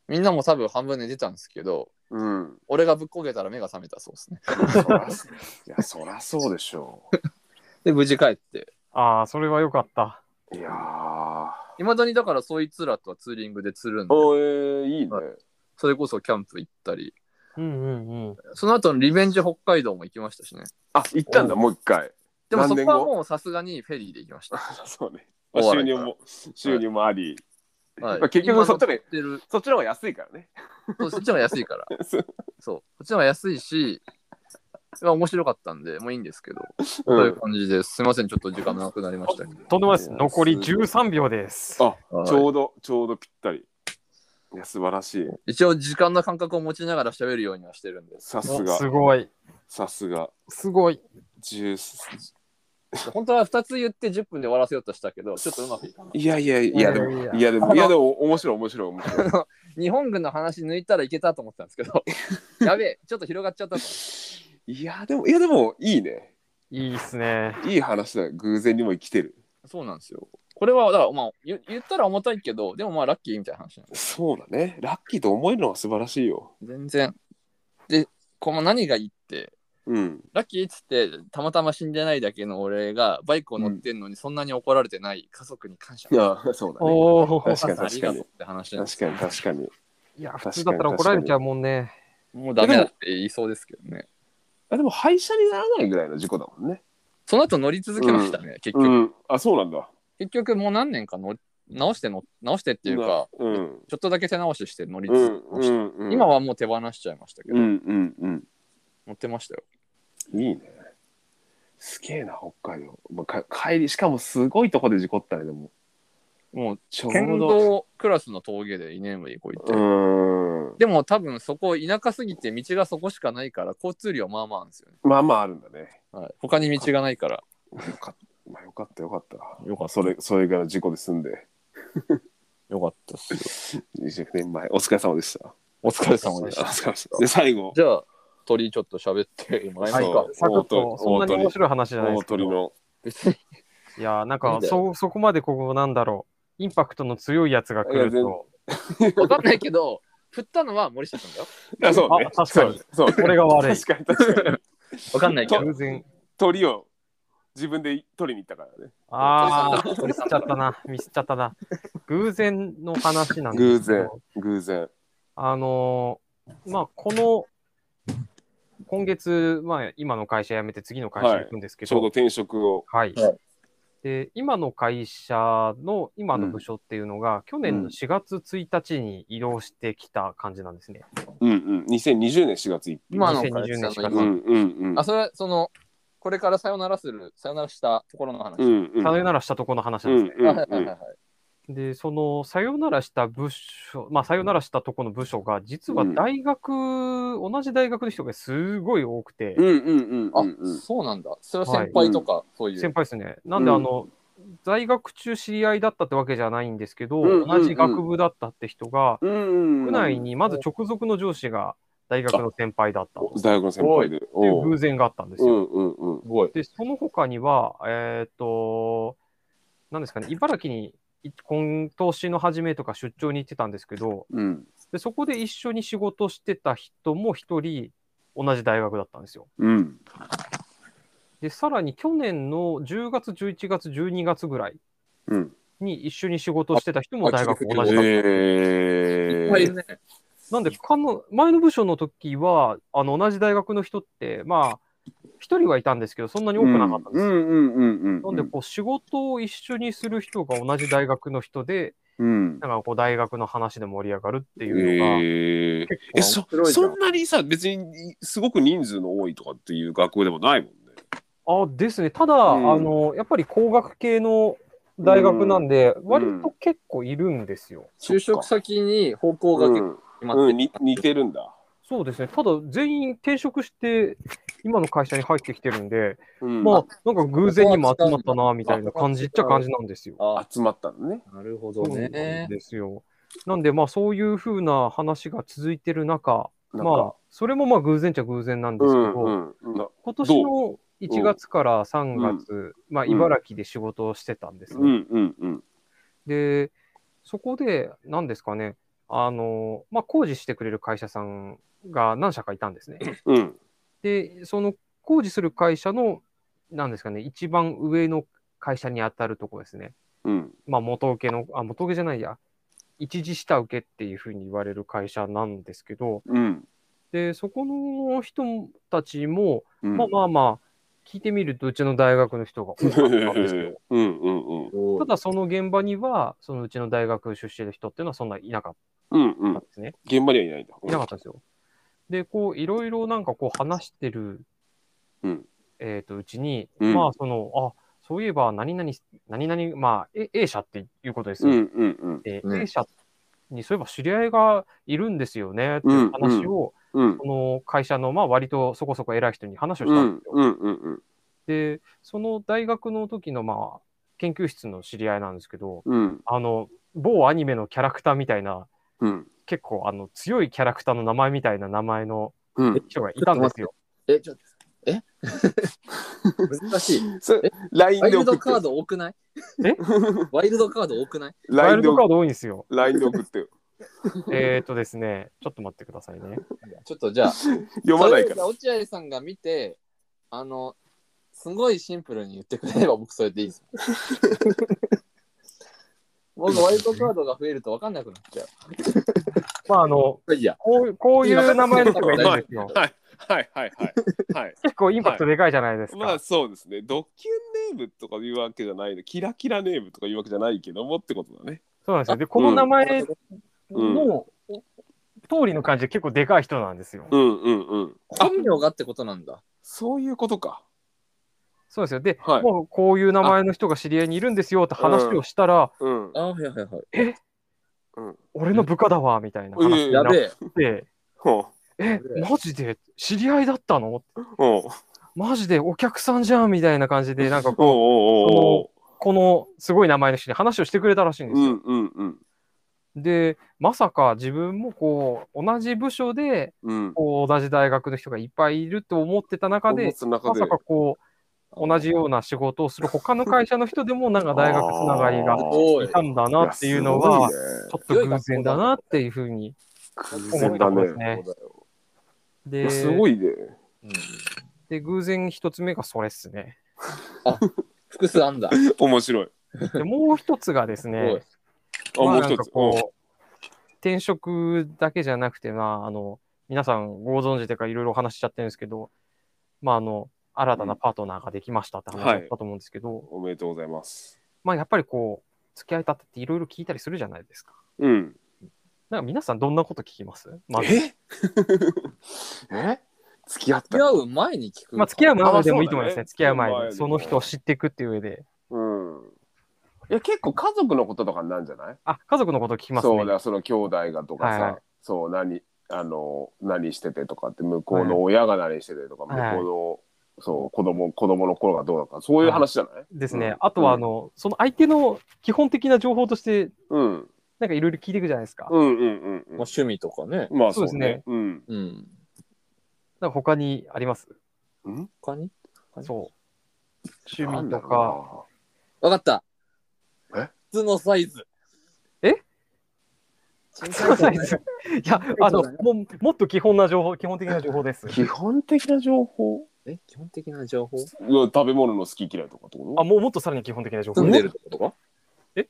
Speaker 4: みんなも多分半分寝てたんですけど、
Speaker 1: うん
Speaker 4: 俺がぶっこけたら目が覚めたそうですね。
Speaker 1: そらいやそらそうでしょ
Speaker 4: で、無事帰って。
Speaker 2: ああ、それはよかった。
Speaker 1: ういやー
Speaker 4: いまだにだからそいつらとはツーリングで釣るんで、
Speaker 1: おえー、いいね、
Speaker 4: はそれこそキャンプ行ったり、
Speaker 2: うんうんうん。
Speaker 4: その後のリベンジ北海道も行きましたしね。
Speaker 1: あ行ったんだもう一回
Speaker 4: で
Speaker 1: 何
Speaker 4: もそこ
Speaker 1: 年
Speaker 4: は
Speaker 1: 後
Speaker 4: もうさすがにフェリーで行きました。
Speaker 1: そうね、まあ、
Speaker 4: 大
Speaker 1: 収
Speaker 4: 洗
Speaker 1: 入
Speaker 4: から
Speaker 1: も収入もあり、
Speaker 4: はい
Speaker 1: まあ結局そっちの
Speaker 4: 今乗ってる
Speaker 1: そっちの方が安いからね
Speaker 4: そうそっちの方が安いから。
Speaker 1: そう
Speaker 4: そう。こっちの方が安いし、まあ面白かったんで、もういいんですけど、
Speaker 1: う
Speaker 4: とい
Speaker 1: ん
Speaker 4: う感じです。すいません、ちょっと時間長くなりましたけど。
Speaker 2: とんでもないです。残り13秒です。
Speaker 1: あ
Speaker 4: はい
Speaker 1: ちょうどちょうどぴったりいや素晴らしい
Speaker 4: 一応時間の感覚を持ちながら喋るようにはしてるんです。
Speaker 1: さす
Speaker 2: お
Speaker 1: が
Speaker 2: すごい。
Speaker 1: さすが
Speaker 2: すごい。
Speaker 1: 10
Speaker 4: 本当は2つ言って10分で終わらせようとしたけど、ちょっとうまくいかない。
Speaker 1: いやいやいやでも
Speaker 2: いやいや
Speaker 1: いやで
Speaker 4: あの
Speaker 1: もいやでも面白い面白い面白い
Speaker 4: 日本軍の話抜いたらいけたと思ってたんで すけど、やべえ、ちょっと広がっちゃったと思
Speaker 1: いやでもいやでもいいね
Speaker 2: いいですね。
Speaker 1: いい話だよ偶然にも生きてる
Speaker 4: う。そうなんですよ。これは、だから、まあ、言言ったら重たいけど、でもまあ、ラッキーみたいな話なんです。
Speaker 1: そうだねラッキーと思えるのは素晴らしいよ
Speaker 4: 全然。で、この何がいいって、
Speaker 1: うん
Speaker 4: ラッキーっつって、たまたま死んでないだけの俺が、バイクを乗ってんのにそんなに怒られてない家族に感謝。
Speaker 1: あそうだね
Speaker 2: おお。
Speaker 1: 確かに
Speaker 4: あり
Speaker 1: 確か
Speaker 4: がと
Speaker 1: に
Speaker 4: うって話なんです
Speaker 1: 確かに確かに
Speaker 2: いや、普通だったら怒られちゃうもんね。
Speaker 4: もうダメだって言いそうですけどね。
Speaker 1: あでも廃車にならないぐらいの事故だもんね
Speaker 4: その後乗り続けましたね、結局。
Speaker 1: うんあそうなんだ
Speaker 4: 結局もう何年か乗り直しての直してっていうか、
Speaker 1: うん
Speaker 4: ちょっとだけ手直しして乗り
Speaker 1: う
Speaker 4: 続
Speaker 1: ん
Speaker 4: けま
Speaker 1: う
Speaker 4: した、
Speaker 1: んうん
Speaker 4: 今はもう手放しちゃいましたけど、
Speaker 1: うんうんうん
Speaker 4: 乗ってましたよ
Speaker 1: いいね。すげえな、北海道。まあ、か帰り、しかもすごいとこで事故ったね、でも。
Speaker 4: もう
Speaker 1: ちょ
Speaker 4: 剣
Speaker 1: うど。
Speaker 4: 道クラスの峠で居眠りこう行って、
Speaker 1: うーん。
Speaker 4: でも多分そこ田舎すぎて道がそこしかないから交通量まあまあなんですよね、
Speaker 1: まあまああるんだね。
Speaker 4: はい、他に道がないから
Speaker 1: よかった。まあ、よかった、よかった。
Speaker 4: よか
Speaker 1: それ、それからい事故で済んで、
Speaker 4: よかったっすよ
Speaker 1: 20年前、お疲れ様でした。
Speaker 4: お疲れ様でし
Speaker 1: お
Speaker 4: た
Speaker 1: 疲れ様でした。で、最後、
Speaker 4: じゃあ鳥ちょっと喋ってもらえますか、
Speaker 1: はい
Speaker 2: サクッと、そんなに面白い話じゃないで
Speaker 1: 大
Speaker 2: すけど
Speaker 1: 鳥の。
Speaker 4: 別に
Speaker 2: いやー、なん
Speaker 4: いい
Speaker 2: か
Speaker 4: んだ、よ
Speaker 2: そ、そこまでここ、なんだろう。インパクトの強いやつが来る
Speaker 1: いや
Speaker 2: と、
Speaker 4: わかんないけど振ったのは森下さんだよ
Speaker 1: あ、そうね。
Speaker 2: あ確かに
Speaker 1: そう。そう
Speaker 2: 俺が悪い
Speaker 1: 確かに、確かに。
Speaker 4: わかんないけど
Speaker 2: 偶然。
Speaker 1: 鳥を自分で取りに行ったからね。
Speaker 2: ああ、ミスっちゃったな。ミスっちゃったな。偶然の話なんで
Speaker 1: 偶
Speaker 2: すけど。
Speaker 1: 然、偶然。
Speaker 2: あのーまあ、この、今月、まあ、今の会社辞めて次の会社行くんですけ
Speaker 1: ちょう
Speaker 2: ど、
Speaker 1: ど
Speaker 2: はい。
Speaker 1: 転職を。
Speaker 4: はい
Speaker 2: で、今の会社の、今の部署っていうのが、去年の4月1日に移動してきた感じなんですね。
Speaker 1: うんうん。2020年4月1日。
Speaker 4: 今の
Speaker 2: 2020年しか
Speaker 1: うんうんうん。
Speaker 4: あ、それはその、これからさよならする、さよならしたところの話。
Speaker 1: うんうん。
Speaker 2: さよならしたとこの話
Speaker 1: う
Speaker 2: なん
Speaker 1: ん
Speaker 2: ですね。
Speaker 1: うん
Speaker 4: はいは
Speaker 1: う
Speaker 4: い
Speaker 1: ん
Speaker 4: はい。
Speaker 2: で、その、さよならした部署、まあ、さよならしたとこの部署が、実は大学、同じ大学の人がすごい多くて、
Speaker 1: うんうんうん
Speaker 4: あ、
Speaker 1: うんうん。
Speaker 4: そうなんだ。それは先輩とか、そういう。
Speaker 2: 先輩ですね。なんで、
Speaker 1: うん
Speaker 2: あの、在学中知り合いだったってわけじゃないんですけど、
Speaker 1: うんうんうん
Speaker 2: 同じ学部だったって人が、
Speaker 1: うんうんうん
Speaker 2: 区内にまず直属の上司が大学の先輩だったと
Speaker 1: お大学の先輩で。
Speaker 2: いう
Speaker 1: おう
Speaker 2: 偶然があったんです
Speaker 1: う
Speaker 2: よ。
Speaker 1: んうんうん。
Speaker 3: すごい。
Speaker 2: で、その他には、えっ、と、なんですかね、茨城にい今年の初めとか出張に行ってたんですけど、
Speaker 1: うん。
Speaker 2: でそこで一緒に仕事してた人も一人同じ大学だったんですよ。
Speaker 1: うん。
Speaker 2: で、さらに去年の10月、11月、12月ぐらい
Speaker 1: うん。
Speaker 2: に一緒に仕事してた人も大学同じだったんですよ
Speaker 1: え
Speaker 4: はい
Speaker 1: ー。
Speaker 4: ね。
Speaker 2: なんで、かの前の部署の時は、あの同じ大学の人って、まあ、一人はいたんですけど、そんなに多くなかったんです。
Speaker 1: うんうんうんうんう
Speaker 2: なん
Speaker 1: ん。
Speaker 2: で、こう、仕事を一緒にする人が同じ大学の人で、
Speaker 1: うん。
Speaker 2: なんかこう、大学の話で盛り上がるって
Speaker 1: え
Speaker 2: いうのが、
Speaker 1: ーえ、そ
Speaker 3: 面白い、な
Speaker 1: そんなにさ、別にすごく人数の多いとかっていう学校でもないもんね。
Speaker 2: あですね、ただ、
Speaker 1: うん
Speaker 2: あの、やっぱり工学系の大学なんで、
Speaker 1: ん
Speaker 2: 割と結構いるんですよ。
Speaker 4: 就職先に方向が
Speaker 1: う
Speaker 4: 結構
Speaker 1: ん
Speaker 4: 決まっ
Speaker 1: う
Speaker 4: て
Speaker 1: ん、に似てるんだ。
Speaker 2: そうですね、ただ、全員転職して、今の会社に入ってきてるんで、
Speaker 1: うん
Speaker 2: まあ、なんか偶然にも集まったな、みたいな感じっちゃ感じなんですよ。
Speaker 4: あ
Speaker 1: 集まったのね。
Speaker 4: なるほど
Speaker 2: そうなん
Speaker 4: ね。
Speaker 2: ですよ。なんで、まあ、そういうふうな話が続いてる中、
Speaker 1: なん
Speaker 2: まあ
Speaker 1: か、、
Speaker 2: それもまあ偶然っちゃ偶然なんで
Speaker 1: う
Speaker 2: すけど、
Speaker 1: んうんうんな
Speaker 2: 今年の1月から3月、まあ、
Speaker 1: うん
Speaker 2: 茨城で仕事をしてたんですね。
Speaker 1: うんうんうん。
Speaker 2: で、そこで、何ですかね、あの、まあ、工事してくれる会社さんが何社かいたんですね。
Speaker 1: うん
Speaker 2: で、その工事する会社の、何ですかね、一番上の会社に当たるとこですね。
Speaker 1: うん
Speaker 2: まあ、元請けの、あ、元請けじゃないや、一時下請けっていうふうに言われる会社なんですけど、
Speaker 1: うん
Speaker 2: で、そこの人たちも、
Speaker 1: うん。
Speaker 2: まあまあまあ、聞いてみると、うちの大学の人が多かったんで す よ。
Speaker 1: うんうんうん。
Speaker 2: た
Speaker 4: ただ
Speaker 2: だ、その現場には、そのうちの大学出身の人っていうのはそんないなかっ
Speaker 1: うんう
Speaker 2: たん
Speaker 1: ん。
Speaker 2: ですね。
Speaker 1: 現場にはいないんだ。
Speaker 2: いなかったんですよ。で、こう、いろいろなんかこう話してる、
Speaker 1: うん
Speaker 2: えっ、と、うちに、
Speaker 1: うん
Speaker 2: まあ、その、あ、そういえば、何々、何々、まあ、A, A 社っていうことです
Speaker 1: う
Speaker 2: よね
Speaker 1: んうん
Speaker 2: で、
Speaker 4: うん
Speaker 2: A 社にそういえば知り合いがいるんですよねっていう話を、
Speaker 1: うん。うん
Speaker 2: この会社の、まあ、割とそこそこ偉い人に話をし
Speaker 1: う
Speaker 2: た
Speaker 1: ん
Speaker 2: んですよ。
Speaker 1: うんうんうん
Speaker 2: で、その大学の時の、まあ、研究室の知り合いなんですけど、
Speaker 1: うん
Speaker 2: あの、某アニメのキャラクターみたいな、
Speaker 1: うん
Speaker 2: 結構あの強いキャラクターの名前みたいな名前の
Speaker 1: うん。
Speaker 2: 人がいたんですよ。
Speaker 4: え、ちょっと、え 難しい。
Speaker 1: それ LINE
Speaker 4: ワイ
Speaker 1: で
Speaker 4: ル
Speaker 1: 送
Speaker 4: ド
Speaker 1: っ
Speaker 4: カー
Speaker 1: て。
Speaker 4: ド多くない
Speaker 2: え
Speaker 4: ワイルドカード多くない
Speaker 2: ワイ
Speaker 1: LINE
Speaker 2: ル
Speaker 1: で
Speaker 2: ド
Speaker 1: 送
Speaker 2: カ
Speaker 1: っ
Speaker 2: ード多いんですよ。
Speaker 1: て。LINE で送ってよ。
Speaker 2: えっとですね、ちょっと待ってくださいね。
Speaker 4: ちょっとじゃあ、
Speaker 1: 読まないか
Speaker 4: それ
Speaker 1: ら
Speaker 4: を。じゃあ落合さんが見て、あの、すごいシンプルに言ってくれれば僕それでいい です。僕、ワイルドカードが増えると分かんなくなっちゃ
Speaker 2: まあ、あの、
Speaker 4: う。いや、
Speaker 2: こうこういう名前の人がいるんですよ。
Speaker 1: はいはいはいはい。はい。
Speaker 2: 結構インパクトでかいじゃないですか。
Speaker 1: まあそうですね。ドキュンネームとかいうわけじゃないの。キラキラネームとかいうわけじゃないけどもってことだね。
Speaker 2: そうなんですよ。で、この名前の、
Speaker 1: うん
Speaker 2: 通りの感じで結構でかい人なんですよ。
Speaker 1: うんうんうん。
Speaker 4: 本名がってことなんだ。
Speaker 1: そういうことか。
Speaker 2: そうですよ。で、
Speaker 1: はい
Speaker 2: もうこういう名前の人が知り合いにいるんですよって話をしたら、
Speaker 1: うん。
Speaker 4: あ、はいはいはい。
Speaker 1: うん。
Speaker 2: 俺の部下だわ、みたいな話にな
Speaker 4: や
Speaker 2: っ
Speaker 4: べえ。
Speaker 2: て、
Speaker 1: ほ
Speaker 2: え、マジで知り合いだったの
Speaker 1: う。ほう。
Speaker 2: マジでお客さんじゃんみたいな感じで、なんかこ
Speaker 1: おうおうおう
Speaker 2: このすごい名前の人に話をしてくれたらしいん
Speaker 1: おう。
Speaker 2: です
Speaker 1: うん
Speaker 2: よ。
Speaker 1: うんうん。
Speaker 2: で、まさか自分もこう、同じ部署で、
Speaker 1: うん。
Speaker 2: こう、同じ大学の人がいっぱいいると思ってた中で、
Speaker 1: その中
Speaker 2: ま
Speaker 1: で
Speaker 2: さかこう、同じような仕事をする他の会社の人でも、なんか大学つながりが
Speaker 1: あ
Speaker 4: お
Speaker 2: い
Speaker 4: い。
Speaker 2: たんだなっていうのは、ちょっと偶然だなっていうふうに
Speaker 1: 偶
Speaker 2: 思
Speaker 1: 然
Speaker 2: うと
Speaker 1: だ
Speaker 2: ころ
Speaker 1: ね
Speaker 2: です。ね。
Speaker 1: い
Speaker 2: で
Speaker 1: やすごいね。
Speaker 4: うん
Speaker 2: で、偶然一つ目がそれっすね。
Speaker 4: 複数あんだ。
Speaker 1: 面白い。
Speaker 2: で、もう一つがです
Speaker 4: おい
Speaker 2: ね、
Speaker 1: あ、
Speaker 2: ま
Speaker 1: も
Speaker 2: あ
Speaker 1: う
Speaker 2: なん
Speaker 1: 一
Speaker 2: か
Speaker 1: つ。 おう
Speaker 2: こう、転職だけじゃなくて、まあ、あの、皆さんご存知というかいろいろお話ししちゃってるんですけど、まあ、あの、新たなパートナーができましたって話だったと思うんですけど、
Speaker 1: おめでとうございます。
Speaker 2: まあ、やっぱりこう、付き合いたってっていろいろ聞いたりするじゃないですか。
Speaker 1: うん。
Speaker 2: なんか皆さんどんなこと聞きますまず
Speaker 1: え え付き合っ
Speaker 4: 付
Speaker 1: た
Speaker 4: き。合う前に聞く。
Speaker 2: まあ、付き合う前でもいいと思いますね。
Speaker 1: あそうだね
Speaker 2: 付き合う前に。
Speaker 1: 付き合
Speaker 2: そ
Speaker 1: 前
Speaker 2: う
Speaker 1: に
Speaker 2: の人を知っていくっていう上で。
Speaker 1: うん。いや、結構家族のこととかになんじゃない
Speaker 2: あ、家族のこと聞きますね。
Speaker 1: そうだその兄弟がとかさ、
Speaker 2: はいはい
Speaker 1: そう何あの何しててとかって向こうの親が何しててとか、
Speaker 2: はい
Speaker 1: 向こうの、そう子供子供の頃がどうだったかそういう話じゃない、
Speaker 2: ですね。
Speaker 1: うん
Speaker 2: あとは、あの、その相手の基本的な情報として、
Speaker 1: うん、
Speaker 2: なんかいろいろ聞いていくじゃないですか。
Speaker 1: うんうんうん
Speaker 4: まあ趣味とかね。
Speaker 1: うんまあ
Speaker 2: そ
Speaker 1: そうう
Speaker 2: ですね
Speaker 1: ねうん
Speaker 4: うん。
Speaker 2: なんか他にあります
Speaker 1: ん
Speaker 4: 他にはい
Speaker 2: そう。趣
Speaker 1: なん
Speaker 2: 味
Speaker 1: だ
Speaker 2: と
Speaker 1: ろ
Speaker 2: か。
Speaker 4: わかった。
Speaker 1: え
Speaker 4: 靴のサイズ。
Speaker 2: え
Speaker 4: 靴
Speaker 2: 靴のサイズ。いや、あの、もうもっと基本な情報、基本的な情報です
Speaker 1: うな。基本的な情報
Speaker 4: え、基本的な情報
Speaker 1: いや食べ物の好き嫌いとかってこと
Speaker 2: あ、もうもっとさらに基本的な情報。
Speaker 4: 住んでるってことか
Speaker 2: え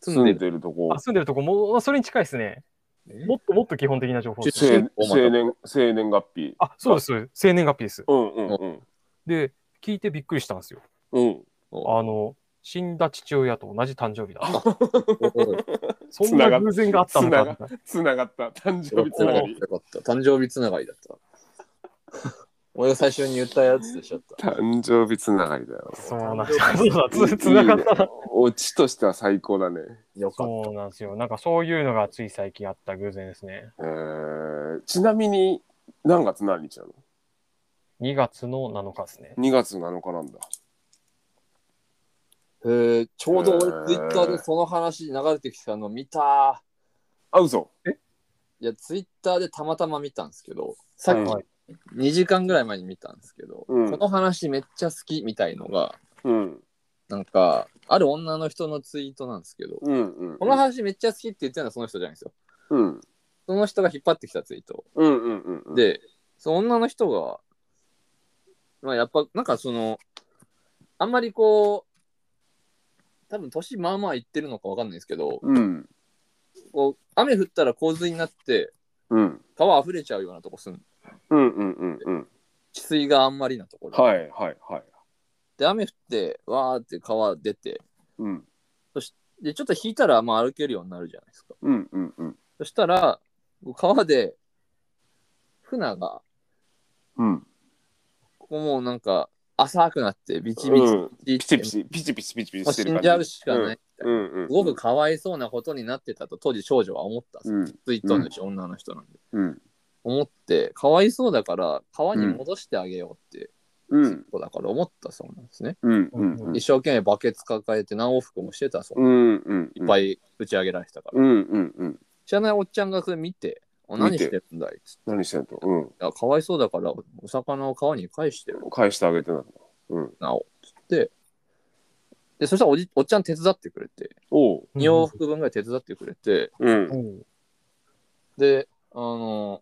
Speaker 4: 住
Speaker 1: 住
Speaker 4: んで
Speaker 1: ん
Speaker 4: る。
Speaker 1: でるとこ
Speaker 2: あ、住んでるとこも、それに近いですね。
Speaker 4: え
Speaker 2: もっともっと基本的な情報です。
Speaker 1: 生生年生年月日
Speaker 2: あ、そうです、そうです。生年月日です。
Speaker 1: うんうんうん
Speaker 2: で、聞いてびっくりしたんですよ。
Speaker 1: うん
Speaker 4: お
Speaker 2: あの、死んだ父親と同じ誕生日だった。
Speaker 4: おい
Speaker 2: そんな偶然があったの
Speaker 1: つな
Speaker 2: か
Speaker 1: が
Speaker 2: みたいな。
Speaker 1: つながった誕生日つながり
Speaker 4: よかった。誕生日つながりだった。俺が最初に言ったやつでしょった。
Speaker 1: 誕生日つながりだよ
Speaker 2: そうなんですよ。そう だつ、つながった
Speaker 1: いいね
Speaker 2: な。
Speaker 1: オチとしては最高だね
Speaker 4: よかっ
Speaker 2: そうなんですよ。なんかそういうのがつい最近あった偶然ですね。
Speaker 1: えーちなみに何月何日なの
Speaker 2: 2月の7日ですね。
Speaker 1: 2月7日なんだ
Speaker 4: た。へえ、ちょうど
Speaker 1: へー
Speaker 4: 俺ツイッターでその話流れてきたの見た。
Speaker 1: あ嘘
Speaker 4: いや、ツイッターでたまたま見たんですけど、さっ
Speaker 1: うん
Speaker 2: はい
Speaker 4: き2時間ぐらい前に見たんですけど、
Speaker 1: うん
Speaker 4: この話めっちゃ好きみたいのが、
Speaker 1: うん
Speaker 4: なんか、ある女の人のツイートなんですけど、
Speaker 1: うんうん
Speaker 4: この話めっちゃ好きって言ってるのはその人じゃないんですよ。
Speaker 1: うん
Speaker 4: その人が引っ張ってきたツイート。
Speaker 1: うんうんうんうん
Speaker 4: で、その女の人が、まあやっぱ、なんかその、あんまりこう、多分年まあまあいってるのかわかんないですけど、
Speaker 1: うん
Speaker 4: こう雨降ったら洪水になって、
Speaker 1: うん
Speaker 4: 川溢れちゃうようなとこ住ん
Speaker 1: うんうんうんうん
Speaker 4: 治水があんまりなところ。
Speaker 1: はいはいはい
Speaker 4: で、雨降って、わーって川出て、
Speaker 1: うん
Speaker 4: で、ちょっと引いたら、まあ歩けるようになるじゃないですか。
Speaker 1: うんうんうん
Speaker 4: そしたら、川で、船が、
Speaker 1: うん
Speaker 4: ここもうなんか、浅くなって、ビチビチ、
Speaker 1: うんピチピチピチピチピチピ
Speaker 4: も
Speaker 1: チ
Speaker 4: う
Speaker 1: して
Speaker 4: 死
Speaker 1: る
Speaker 4: ん
Speaker 1: 感
Speaker 4: じゃうしかないみたいな。
Speaker 1: うんうん
Speaker 4: すごくかわいそうなことになってたと、当時少女は思ったんですよ。
Speaker 1: うん
Speaker 4: ツイートのうち女の人なんで。
Speaker 1: うん
Speaker 4: 思って、かわいそうだから、川に戻してあげようって、
Speaker 1: うん
Speaker 4: そうだから思ったそうなんですね。
Speaker 1: うんうんうん
Speaker 4: 一生懸命バケツ抱えて何往復もしてたそうう。
Speaker 1: んうん
Speaker 4: いっぱい打ち上げられてたから。
Speaker 1: うんうんうん
Speaker 4: 知らないおっちゃんがそれ見て、お何してるんだいっつって
Speaker 1: 何してんとう
Speaker 4: あかわいそうだからお魚を川に返して
Speaker 1: ん返してあげてな
Speaker 4: なおつってでそしたらおじおっちゃん手伝ってくれて
Speaker 1: おう
Speaker 4: 2往復分ぐらい手伝ってくれて、
Speaker 1: うん
Speaker 4: であの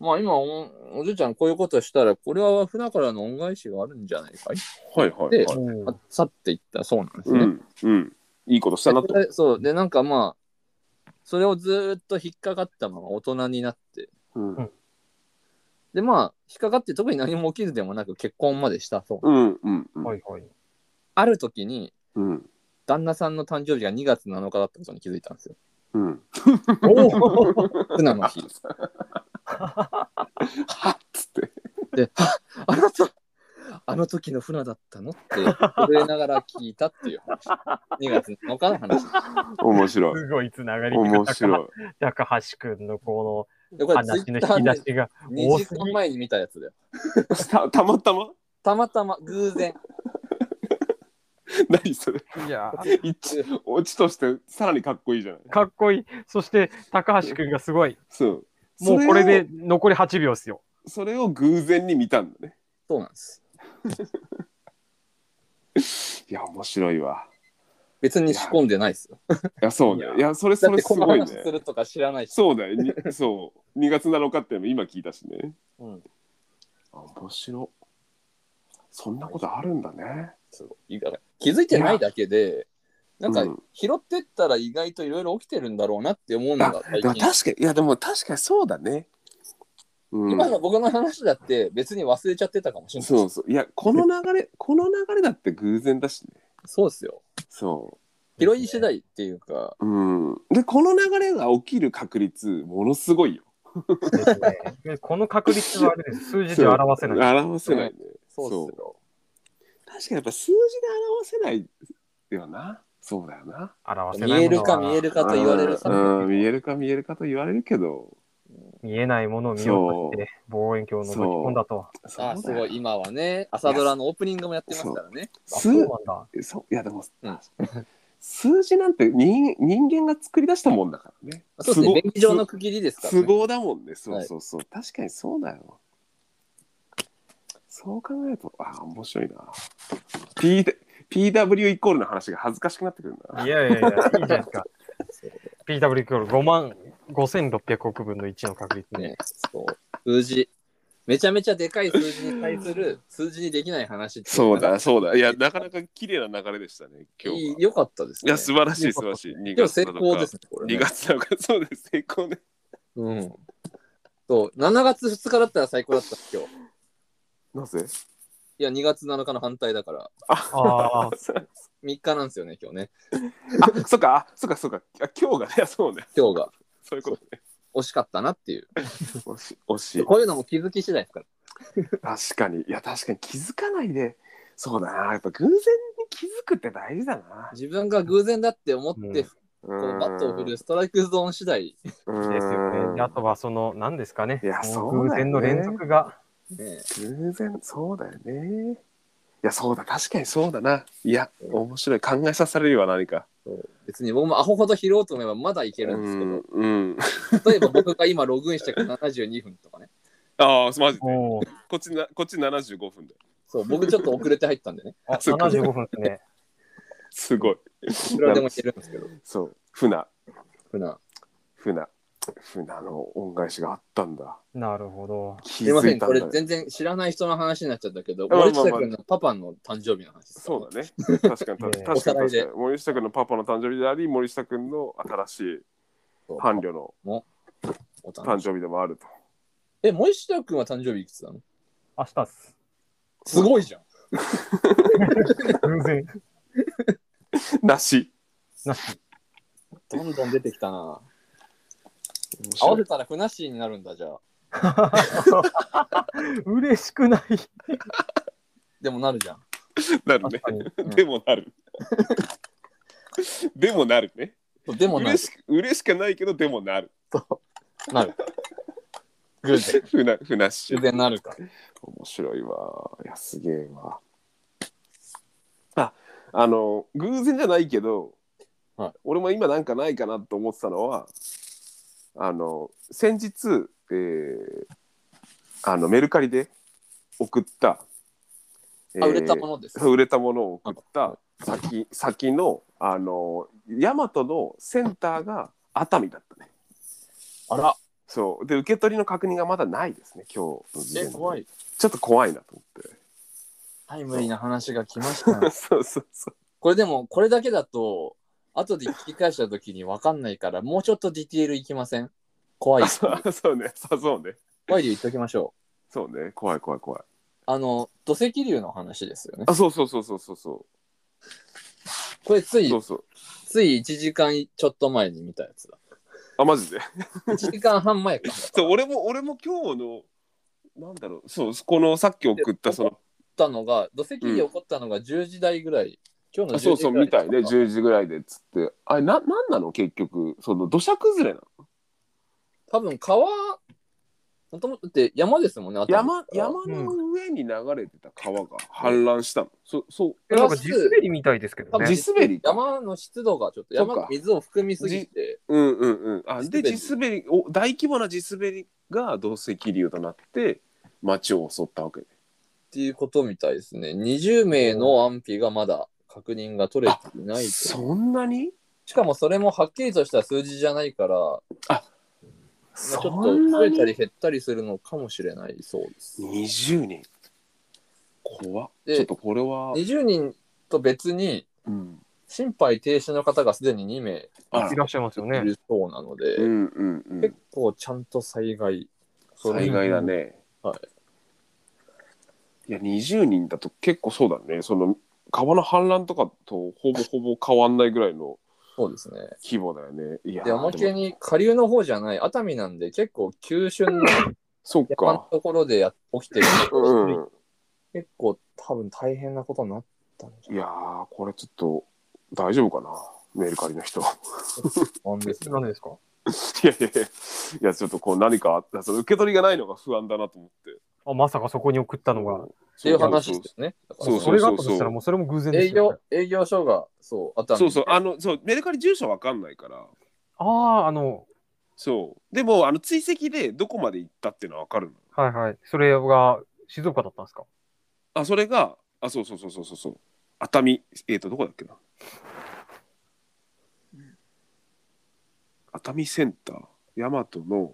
Speaker 4: まあ今おおじいちゃんこういうことしたらこれは船からの恩返しがあるんじゃないかい、
Speaker 1: はいはい
Speaker 4: で
Speaker 1: はい
Speaker 5: うん
Speaker 4: あ去っていったそうなんです
Speaker 1: う
Speaker 4: ね、
Speaker 1: んうんいいことしたな
Speaker 4: で
Speaker 1: と
Speaker 4: それそうでなんかまあそれをずーっと引っかかったまま大人になって
Speaker 1: うん
Speaker 4: でまあ引っかかって特に何も起きずでもなく結婚までしたそう、
Speaker 1: うんうんうん
Speaker 5: はいはい。
Speaker 4: ある時に
Speaker 1: うん
Speaker 4: 旦那さんの誕生日が2月7日だったことに気づいたんです よ。
Speaker 1: うん
Speaker 5: おお
Speaker 4: 船の日。
Speaker 1: はっつって
Speaker 4: で、ああなた、あの時の船だったのって震えながら聞いたっていう 話。2月7日の話。
Speaker 1: 面白い
Speaker 2: すごいつながり
Speaker 1: 面
Speaker 2: 高
Speaker 1: 白い
Speaker 2: 高橋くんのこ
Speaker 4: で、こ
Speaker 2: の
Speaker 4: れツ
Speaker 2: 話
Speaker 4: イ
Speaker 2: の
Speaker 4: ッター
Speaker 2: 引き出
Speaker 4: で
Speaker 2: しが
Speaker 4: 2
Speaker 2: 多
Speaker 4: 時
Speaker 2: すぎ
Speaker 4: 間
Speaker 2: る。
Speaker 4: 前に見たやつだよ。
Speaker 1: たたまたま
Speaker 4: たまたま偶然。
Speaker 1: 何それ
Speaker 2: いや、
Speaker 1: 一オチとしてさらにかっこいいじゃない
Speaker 2: かっこいい。そして、高橋くんがすごい。
Speaker 1: そう
Speaker 2: もうこれで残り8秒ですよ。
Speaker 1: それを偶然に見たんだね
Speaker 4: そうなんです。
Speaker 1: いや面白いわ
Speaker 4: 別に仕込んでないですよ。
Speaker 1: いやそうねいやそれ
Speaker 4: だ
Speaker 1: そ
Speaker 4: って
Speaker 1: れす
Speaker 4: この
Speaker 1: ごいね
Speaker 4: 話するとか知らないし。
Speaker 1: そうだよ、にそう。2月7日っていうのも今聞いたしね。
Speaker 4: うん
Speaker 1: あ面白。そんなことあるんだね。
Speaker 4: すごいだから気づいてないだけで、なんか
Speaker 1: うん
Speaker 4: 拾ってったら意外といろいろ起きてるんだろうなって思うのが最
Speaker 1: でも確
Speaker 4: 近
Speaker 1: か。に、いやでも確かにそうだね。うん、
Speaker 4: 今の僕の話だって別に忘れちゃってたかもしれない。
Speaker 1: そうそう。いや、この流 れ、この流れだって偶然だしね。
Speaker 4: そうですよ。
Speaker 1: そ
Speaker 4: 拾い次第っていうか、
Speaker 1: う。うん。で、この流れが起きる確率、ものすごいよ。
Speaker 5: ですね。
Speaker 2: で この確率はあれです。数字では表せない。
Speaker 1: 表せないね。
Speaker 4: そうですよ。
Speaker 1: 確かにやっぱ数字で表せないよな。そうだよな。
Speaker 2: 表せな
Speaker 4: 見
Speaker 2: い
Speaker 4: え
Speaker 2: もの
Speaker 4: る
Speaker 2: は
Speaker 4: か見えるかと言われるさ。
Speaker 1: うん、見えるか見えるかと言われるけど。
Speaker 2: 見えないものを見ようとして、望遠鏡を覗き込んだと。
Speaker 1: そうだ
Speaker 4: あ
Speaker 1: よ
Speaker 4: あすごい、今はね、朝ドラのオープニングもやってますからね。
Speaker 2: あ
Speaker 1: 数
Speaker 2: そうなんだ。
Speaker 1: そういやでも、
Speaker 4: うん
Speaker 1: 数字なんて人人間が作り出したもんだからね。
Speaker 4: そうですね、
Speaker 1: 都合
Speaker 4: 便宜上の区切りですから
Speaker 1: 都
Speaker 4: ね。
Speaker 1: 合だもんね。そうそうそう、確かにそうだよ。そう考えると、ああ、面白いな。P、PW イコールの話が恥ずかしくなってくるな。
Speaker 2: いやいやいや、いいじゃないですか。PW イコール5万5600億分の1の確率ね。
Speaker 4: ね、そう。数字。めちゃめちゃでかい数字に対する数字にできない話ってい
Speaker 1: そうだ、そうだ。いや、なかなか綺麗な流れでしたね、今
Speaker 4: い
Speaker 1: 日
Speaker 4: い
Speaker 1: は。
Speaker 4: 良かったです
Speaker 1: い
Speaker 4: ね。
Speaker 1: や、素晴らしい、素晴らしい。2
Speaker 4: でも
Speaker 1: 月
Speaker 4: 成
Speaker 1: 7日。
Speaker 4: 功ですね、これ、
Speaker 1: 2
Speaker 4: ね。
Speaker 1: 月7日、そうです、成功ね。
Speaker 4: うん。そう、7月2日だったら最高だった、今日。
Speaker 1: なぜ
Speaker 4: いや、2月7日の反対だから、
Speaker 2: ああ、
Speaker 4: 3日なんですよね、今日ね。
Speaker 1: あ、そっか、あ、そっか、そっか。あ今日がね、 そうね。
Speaker 4: 今日が
Speaker 1: そういうことね。
Speaker 4: 惜しかったなっていう。
Speaker 1: 惜しい惜しい。
Speaker 4: こういうのも気づき次第ですから。
Speaker 1: 確かに。いや、確かに気づかないで。そうだな。やっぱ偶然に気づくって大事だな。
Speaker 4: 自分が偶然だって思って、
Speaker 2: うん
Speaker 4: こ
Speaker 1: う
Speaker 4: うんバットを振るストライクゾーン次第、
Speaker 1: うん
Speaker 2: ですよね。であとはその、何ですかね。
Speaker 1: いや
Speaker 2: その
Speaker 1: そう
Speaker 2: 偶
Speaker 1: だよね
Speaker 2: 然の連続が。
Speaker 4: ね、
Speaker 1: 偶然そうだよねいやそうだ確かにそうだないや面白い考えさせられるわ何か
Speaker 4: 別に僕もアホほど拾おうと思えばまだいけ
Speaker 1: う
Speaker 4: るんですけど
Speaker 1: ん、うん
Speaker 4: 例えば僕が今ログインしてから72分とかね。
Speaker 1: ああマジで
Speaker 5: おー
Speaker 1: こっちなこっち75分で
Speaker 4: そう、僕ちょっと遅れて入ったんで ね。
Speaker 2: あ
Speaker 1: そうか
Speaker 2: 75分ですね。
Speaker 1: すごい
Speaker 4: いくらでもいけるんですけど。
Speaker 1: そう船
Speaker 4: 普段
Speaker 1: 船船の恩返しがあったんだ
Speaker 5: なるほど。
Speaker 1: 気
Speaker 4: すいま
Speaker 1: づ
Speaker 4: せ
Speaker 1: い
Speaker 4: ん、
Speaker 1: た
Speaker 4: こ
Speaker 1: ん
Speaker 4: れ
Speaker 1: だ、ね、
Speaker 4: 全然知らない人の話になっちゃったけど、
Speaker 1: まあまあ
Speaker 4: 森
Speaker 1: まあ
Speaker 4: 下君のパパの誕生日の話ですからね
Speaker 1: そうだね確かに確 かに確
Speaker 2: ね
Speaker 1: か
Speaker 4: おさら
Speaker 1: に
Speaker 4: いで
Speaker 1: 森下君のパパの誕生日であり森下君の新しい
Speaker 4: そう
Speaker 1: 伴侶の
Speaker 4: お誕生
Speaker 1: 誕
Speaker 4: 日
Speaker 1: 生日でもあると
Speaker 4: え、森下君は誕生日いくつなの
Speaker 5: 明日っす。
Speaker 4: すごいじゃん。
Speaker 5: 偶 然。
Speaker 1: 梨
Speaker 4: どんどん出てきたな。
Speaker 1: 面
Speaker 4: 合
Speaker 1: 白
Speaker 4: わせ
Speaker 1: い
Speaker 4: たらふなっしーになるんだじゃあ。
Speaker 5: 嬉しくない。
Speaker 4: でもなるじゃん。
Speaker 1: なるね
Speaker 5: 確かに
Speaker 4: に
Speaker 1: でもな るでもなるね
Speaker 4: そうでもなる
Speaker 1: 嬉。しく嬉しくないけどでもなる。
Speaker 4: なる。偶然。
Speaker 1: ふなふなっし
Speaker 4: 偶
Speaker 1: ー。
Speaker 4: 然なるか。
Speaker 1: 面白いわ。いやすげえわ。ああの偶然じゃないけど、
Speaker 4: はい
Speaker 1: 俺も今なんかないかなと思ってたのはあの先日、えーあのメルカリで送った、え
Speaker 4: あ、
Speaker 1: ー
Speaker 4: 売れたものです。
Speaker 1: そう売れたものを送った先先のあの大和のセンターが熱海だったね。
Speaker 4: あら、
Speaker 1: そう。で、受け取りの確認がまだないですね、今日の時点
Speaker 4: え、
Speaker 1: で
Speaker 4: 怖い。
Speaker 1: ちょっと怖いなと思っ
Speaker 4: タイムリーな話が来ましたね
Speaker 1: て。。 そうそうそう。
Speaker 4: これでも、これだけだと、後で聞き返した時に分かんないから、もうちょっとディティールいきません怖い
Speaker 1: あ。そうあ そうね、そうそうね。
Speaker 4: 怖いで言っておきましょ
Speaker 1: そうね、怖い怖い怖い。
Speaker 4: う。あの、土石流の話ですよね。
Speaker 1: あ、そうそうそうそうそうそ
Speaker 4: これつ
Speaker 1: う。
Speaker 4: い
Speaker 1: そ、うそう。
Speaker 4: つい1時間ちょっと前に見たや つだ。
Speaker 1: あ、マジで。
Speaker 4: 1時間半前か。
Speaker 1: そう、俺も、俺も今日の、なんだろう、そう、このさっき送った、その、
Speaker 4: 起こったのが、土石流起こったのが10時台ぐらい。今日の10
Speaker 1: あ
Speaker 4: 時ぐ
Speaker 1: そう
Speaker 4: らい
Speaker 1: そう、みたいね、
Speaker 4: だっ
Speaker 1: 10時ぐらいでっつって。あれ、な、なんなの結局、その、土砂崩れなの
Speaker 4: 多分川、もともとって山ですもんね。熱海
Speaker 1: 山、山の上に流れてた川が氾濫したの。そそう。
Speaker 4: プ
Speaker 2: なん
Speaker 4: ラ
Speaker 2: か
Speaker 4: ス
Speaker 2: 地滑りみたいですけどね。
Speaker 1: 地滑りか。
Speaker 4: 山の湿度がちょっと、
Speaker 1: そうか
Speaker 4: 山が水を含みすぎて、
Speaker 1: うんうんうん。あ
Speaker 4: 地
Speaker 1: で
Speaker 4: 滑り
Speaker 1: 地滑りお大規模な地滑りが同石流となって町を襲ったわけね。
Speaker 4: っていうことみたいですね。20名の安否がまだ確認が取れていないと。し
Speaker 1: そんなに
Speaker 4: かもそれもはっきりとした数字じゃないから、まあ、ちょ
Speaker 1: そ
Speaker 4: っと
Speaker 1: ん
Speaker 4: 増
Speaker 1: な
Speaker 4: えた
Speaker 1: に
Speaker 4: り減ったりするのかもしれないそうです。
Speaker 1: 20人怖っ
Speaker 4: で
Speaker 1: ちょっとこれは、
Speaker 4: 20人と別に、
Speaker 1: うん、
Speaker 4: 心肺停止の方がすでに2名
Speaker 1: あら
Speaker 2: いらっしゃいますよ
Speaker 4: い
Speaker 2: ね。
Speaker 4: るそうなので、
Speaker 1: うんうんう
Speaker 4: 結
Speaker 1: ん
Speaker 4: 構ちゃんと災害、
Speaker 1: 災害だね。
Speaker 4: はい
Speaker 1: いや20人だと結構そうだねその川の氾濫とかとほぼほぼ変わんないぐらいの
Speaker 4: そうですね。
Speaker 1: 規模だよね。いや
Speaker 4: で、おま
Speaker 1: で
Speaker 4: け
Speaker 1: も
Speaker 4: に下流の方じゃない熱海なんで結構急峻な
Speaker 1: そっ
Speaker 4: 山の
Speaker 1: か。
Speaker 4: ところでや起きてる
Speaker 1: うん
Speaker 4: 結構多分大変なことになったんじゃ
Speaker 1: いやー、これちょっと大丈夫かな、メルカリの人。い
Speaker 4: ないです
Speaker 2: なんでですか
Speaker 1: やいやいや、いやちょっとこう何かあった、その受け取りがないのが不安だなと思って。
Speaker 2: あまさかそこに送ったのが。
Speaker 4: っていう話ですね。
Speaker 1: そう
Speaker 2: そ
Speaker 1: そう
Speaker 2: れ
Speaker 1: そ
Speaker 2: があ
Speaker 1: う
Speaker 2: ったとしたら、もうそれも偶然で
Speaker 4: 営
Speaker 2: すよ
Speaker 4: 業
Speaker 2: ね。、
Speaker 4: 営業所が、そう、熱海
Speaker 1: そうそう、あの、そう、メルカリ住所わかんないから。
Speaker 2: ああ、あの、
Speaker 1: そう。でも、あの、追跡でどこまで行ったっていうのはわかるの。
Speaker 2: はいはい。それが静岡だったんですか
Speaker 1: あそれがあそうそうそうそうそうそう熱海えっ、とどこだっけな熱海センター大和の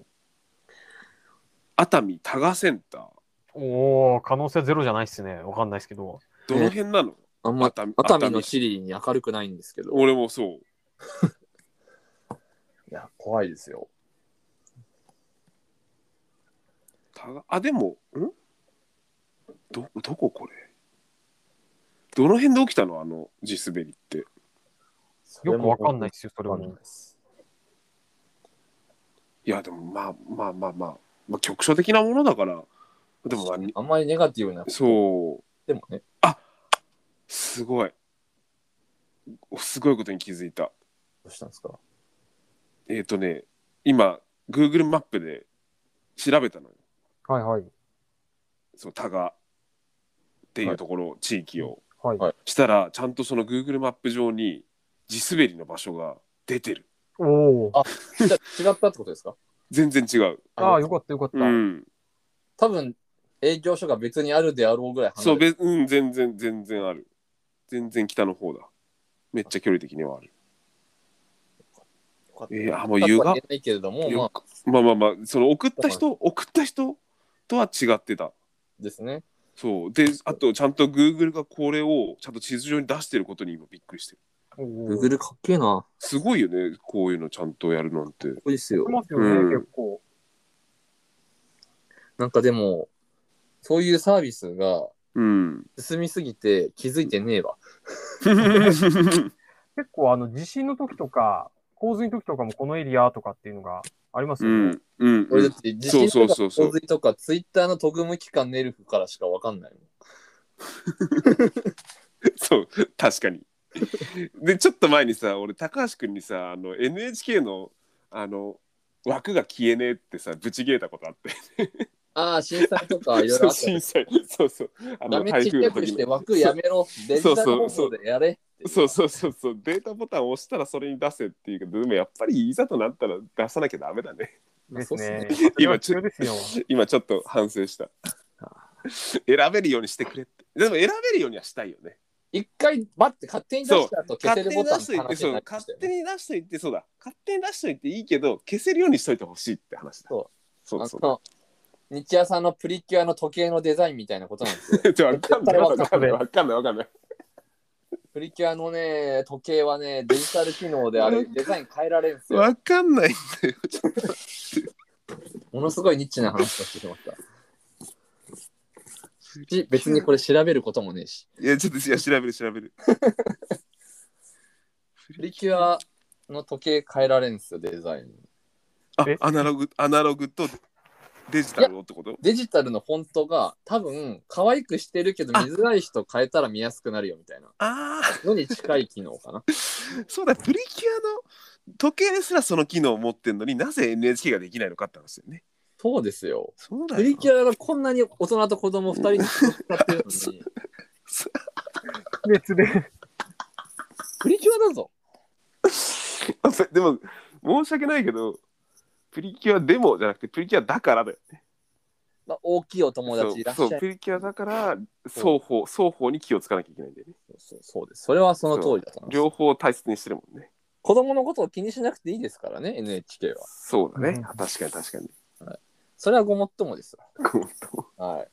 Speaker 1: 熱海多賀センター
Speaker 2: おお可能性ゼロじゃないっすね。わかんないっすけど。
Speaker 1: どの辺なの、
Speaker 4: あんま
Speaker 1: 熱海
Speaker 4: 熱海の地理に明るくないんですけど。い
Speaker 1: 俺もそう
Speaker 4: や、怖いですよ。
Speaker 1: 多賀あでもんどどここれどの辺で起きたのあの地滑りって
Speaker 2: よくわかんないっすよ、それ
Speaker 4: わ
Speaker 2: も
Speaker 4: かんない。です。
Speaker 1: いやでもまあまあまあまあ、まあ、局所的なものだからでもまあに
Speaker 4: あんまりネガティブな。
Speaker 1: そう
Speaker 4: でもね。
Speaker 1: すごいおすごいことに気づいた
Speaker 4: どうしたんで すか
Speaker 1: えっ、ー、とね今 Google マップで調べたのよ
Speaker 2: はいはい。
Speaker 1: その多賀っていうところ、地域を
Speaker 2: はい。
Speaker 4: はい
Speaker 1: したらちゃんとその Google マップ上に地滑りの場所が出てる
Speaker 2: おお。
Speaker 4: じゃあ違ったってことですか
Speaker 1: 全然違う
Speaker 2: ああ、よかったよかった。
Speaker 1: うん
Speaker 4: 多分、営業所が別にあるであろうぐらい
Speaker 1: そう
Speaker 4: れて
Speaker 1: べうん全然全然ある全然北の方だめっちゃ距離的にはある
Speaker 4: よかった
Speaker 1: えーあもう湯
Speaker 4: よかっ
Speaker 1: が
Speaker 4: たとは言えないけれども、ま
Speaker 1: よ
Speaker 4: あ、
Speaker 1: くまあまあまあその送った人送った人とは違ってた
Speaker 4: ですね。
Speaker 1: そうであとちゃんと Google がこれをちゃんと地図上に出してることに今びっくりしてる
Speaker 2: おお。
Speaker 4: グーグルかっけえな。
Speaker 1: すごいよねこういうのちゃんとやるなんて
Speaker 4: ここですよ
Speaker 2: し。ますよね、
Speaker 1: うん
Speaker 2: 結構。
Speaker 4: なんかでも、そういうサービスが
Speaker 1: うん
Speaker 4: 進みすぎて気づいてねえわ。
Speaker 2: 結構、あの、地震の時とか、洪水の時とかもこのエリアとかっていうのがあります
Speaker 1: う
Speaker 2: よね。
Speaker 1: んうん
Speaker 4: 俺だって地震
Speaker 1: そう
Speaker 4: と
Speaker 1: そう
Speaker 4: か
Speaker 1: そうそう
Speaker 4: 洪水とかツイッターの特務機関ネルフからしかわかんないもん。
Speaker 1: そう確かにでちょっと前にさ俺高橋君にさあの NHK のあの枠が消えねえってさぶち切れたことあって
Speaker 4: ああ、震災とか いろいろ
Speaker 1: そ
Speaker 4: あ
Speaker 1: う
Speaker 4: ったけ
Speaker 1: 震
Speaker 4: ど。
Speaker 1: 災そうそうあ
Speaker 4: ダ
Speaker 1: の
Speaker 4: メ
Speaker 1: 台
Speaker 4: ち
Speaker 1: 風
Speaker 4: っちゃ
Speaker 1: の
Speaker 4: く
Speaker 1: 時
Speaker 4: して
Speaker 1: の
Speaker 4: 枠やめろ。デジタル放送でやれってい
Speaker 1: そうそうそうそうデータボタンを押したらそれに出せっていうけどでもやっぱりいざとなったら出さなきゃダメだね
Speaker 2: ですね。
Speaker 1: 今
Speaker 2: それは必要ですよ。
Speaker 1: 今ちょっと反省した 選べるようにしてくれってでも選べるようにはしたいよね
Speaker 4: 一回、待って、勝手に出した後消
Speaker 1: 勝
Speaker 4: せ
Speaker 1: 手
Speaker 4: る
Speaker 1: に
Speaker 4: ボ
Speaker 1: 出
Speaker 4: タン
Speaker 1: しといて
Speaker 4: 話
Speaker 1: そ
Speaker 4: に
Speaker 1: う
Speaker 4: なりま
Speaker 1: 勝
Speaker 4: したよ
Speaker 1: 手
Speaker 4: ね。
Speaker 1: に出しといてそうだ勝手に出しといていいけど消せるようにしといてほしいって話だ
Speaker 4: そう
Speaker 1: そうそう
Speaker 4: あの日夜さんのプリキュアの時計のデザインみたいなことなんです よ。
Speaker 1: ちょわかんないわかんない
Speaker 2: わ
Speaker 1: わかんないわかんない
Speaker 4: プリキュアのね、時計はね、デジタル機能であれ、デザイン変えられるんですよ。
Speaker 1: わかんない
Speaker 4: ものすごいニッチな話をしてしまった。し別にこれ調べることもねえし。
Speaker 1: いやちょっといや調べる調べる
Speaker 4: プリキュアの時計変えられるんですよ、デザイン。
Speaker 1: あ
Speaker 2: え
Speaker 1: アナログアナログとデジタルをってこと
Speaker 4: デジタルのフォントが多分可愛くしてるけど見づらい人変えたら見やすくなるよみたいな
Speaker 1: ああ
Speaker 4: のに近い機能かな。
Speaker 1: そうだプリキュアの時計ですらその機能を持ってんのになぜ NHK ができないのかって話だよね
Speaker 4: そうですよ。
Speaker 1: そうだよ
Speaker 4: プリキュアがこんなに大人と子供2人で使ってるのに、
Speaker 2: 別で。
Speaker 4: プリキュアだぞ。
Speaker 1: あ それでも申し訳ないけどプリキュアでもじゃなくてプリキュアだからだよ
Speaker 4: まあ、大きいお友達いらっしゃ
Speaker 1: そ
Speaker 4: いう
Speaker 1: そうプリキュアだから
Speaker 4: そ
Speaker 1: 双方双方に気をつかなきゃいけないんだよね
Speaker 4: そうそうです。それはその通りだと思います。
Speaker 1: 両方大切にしてるもんね
Speaker 4: 子供のことを気にしなくていいですからね、NHK は。
Speaker 1: そうだね、
Speaker 2: うん
Speaker 1: 確かに確かに
Speaker 4: それはごもっともですよ。
Speaker 1: こう
Speaker 4: は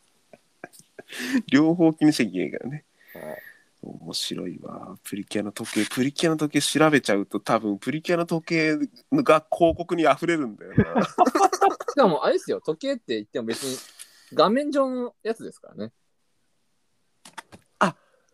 Speaker 1: 両方気にしなきゃいけないからね
Speaker 4: い。はい
Speaker 1: 面白いわプリキュアの時計プリキュアの時計調べちゃうと多分プリキュアの時計が広告に溢れるんだよ な
Speaker 4: しかもあれですよ、時計って言っても別に画面上のやつですからね。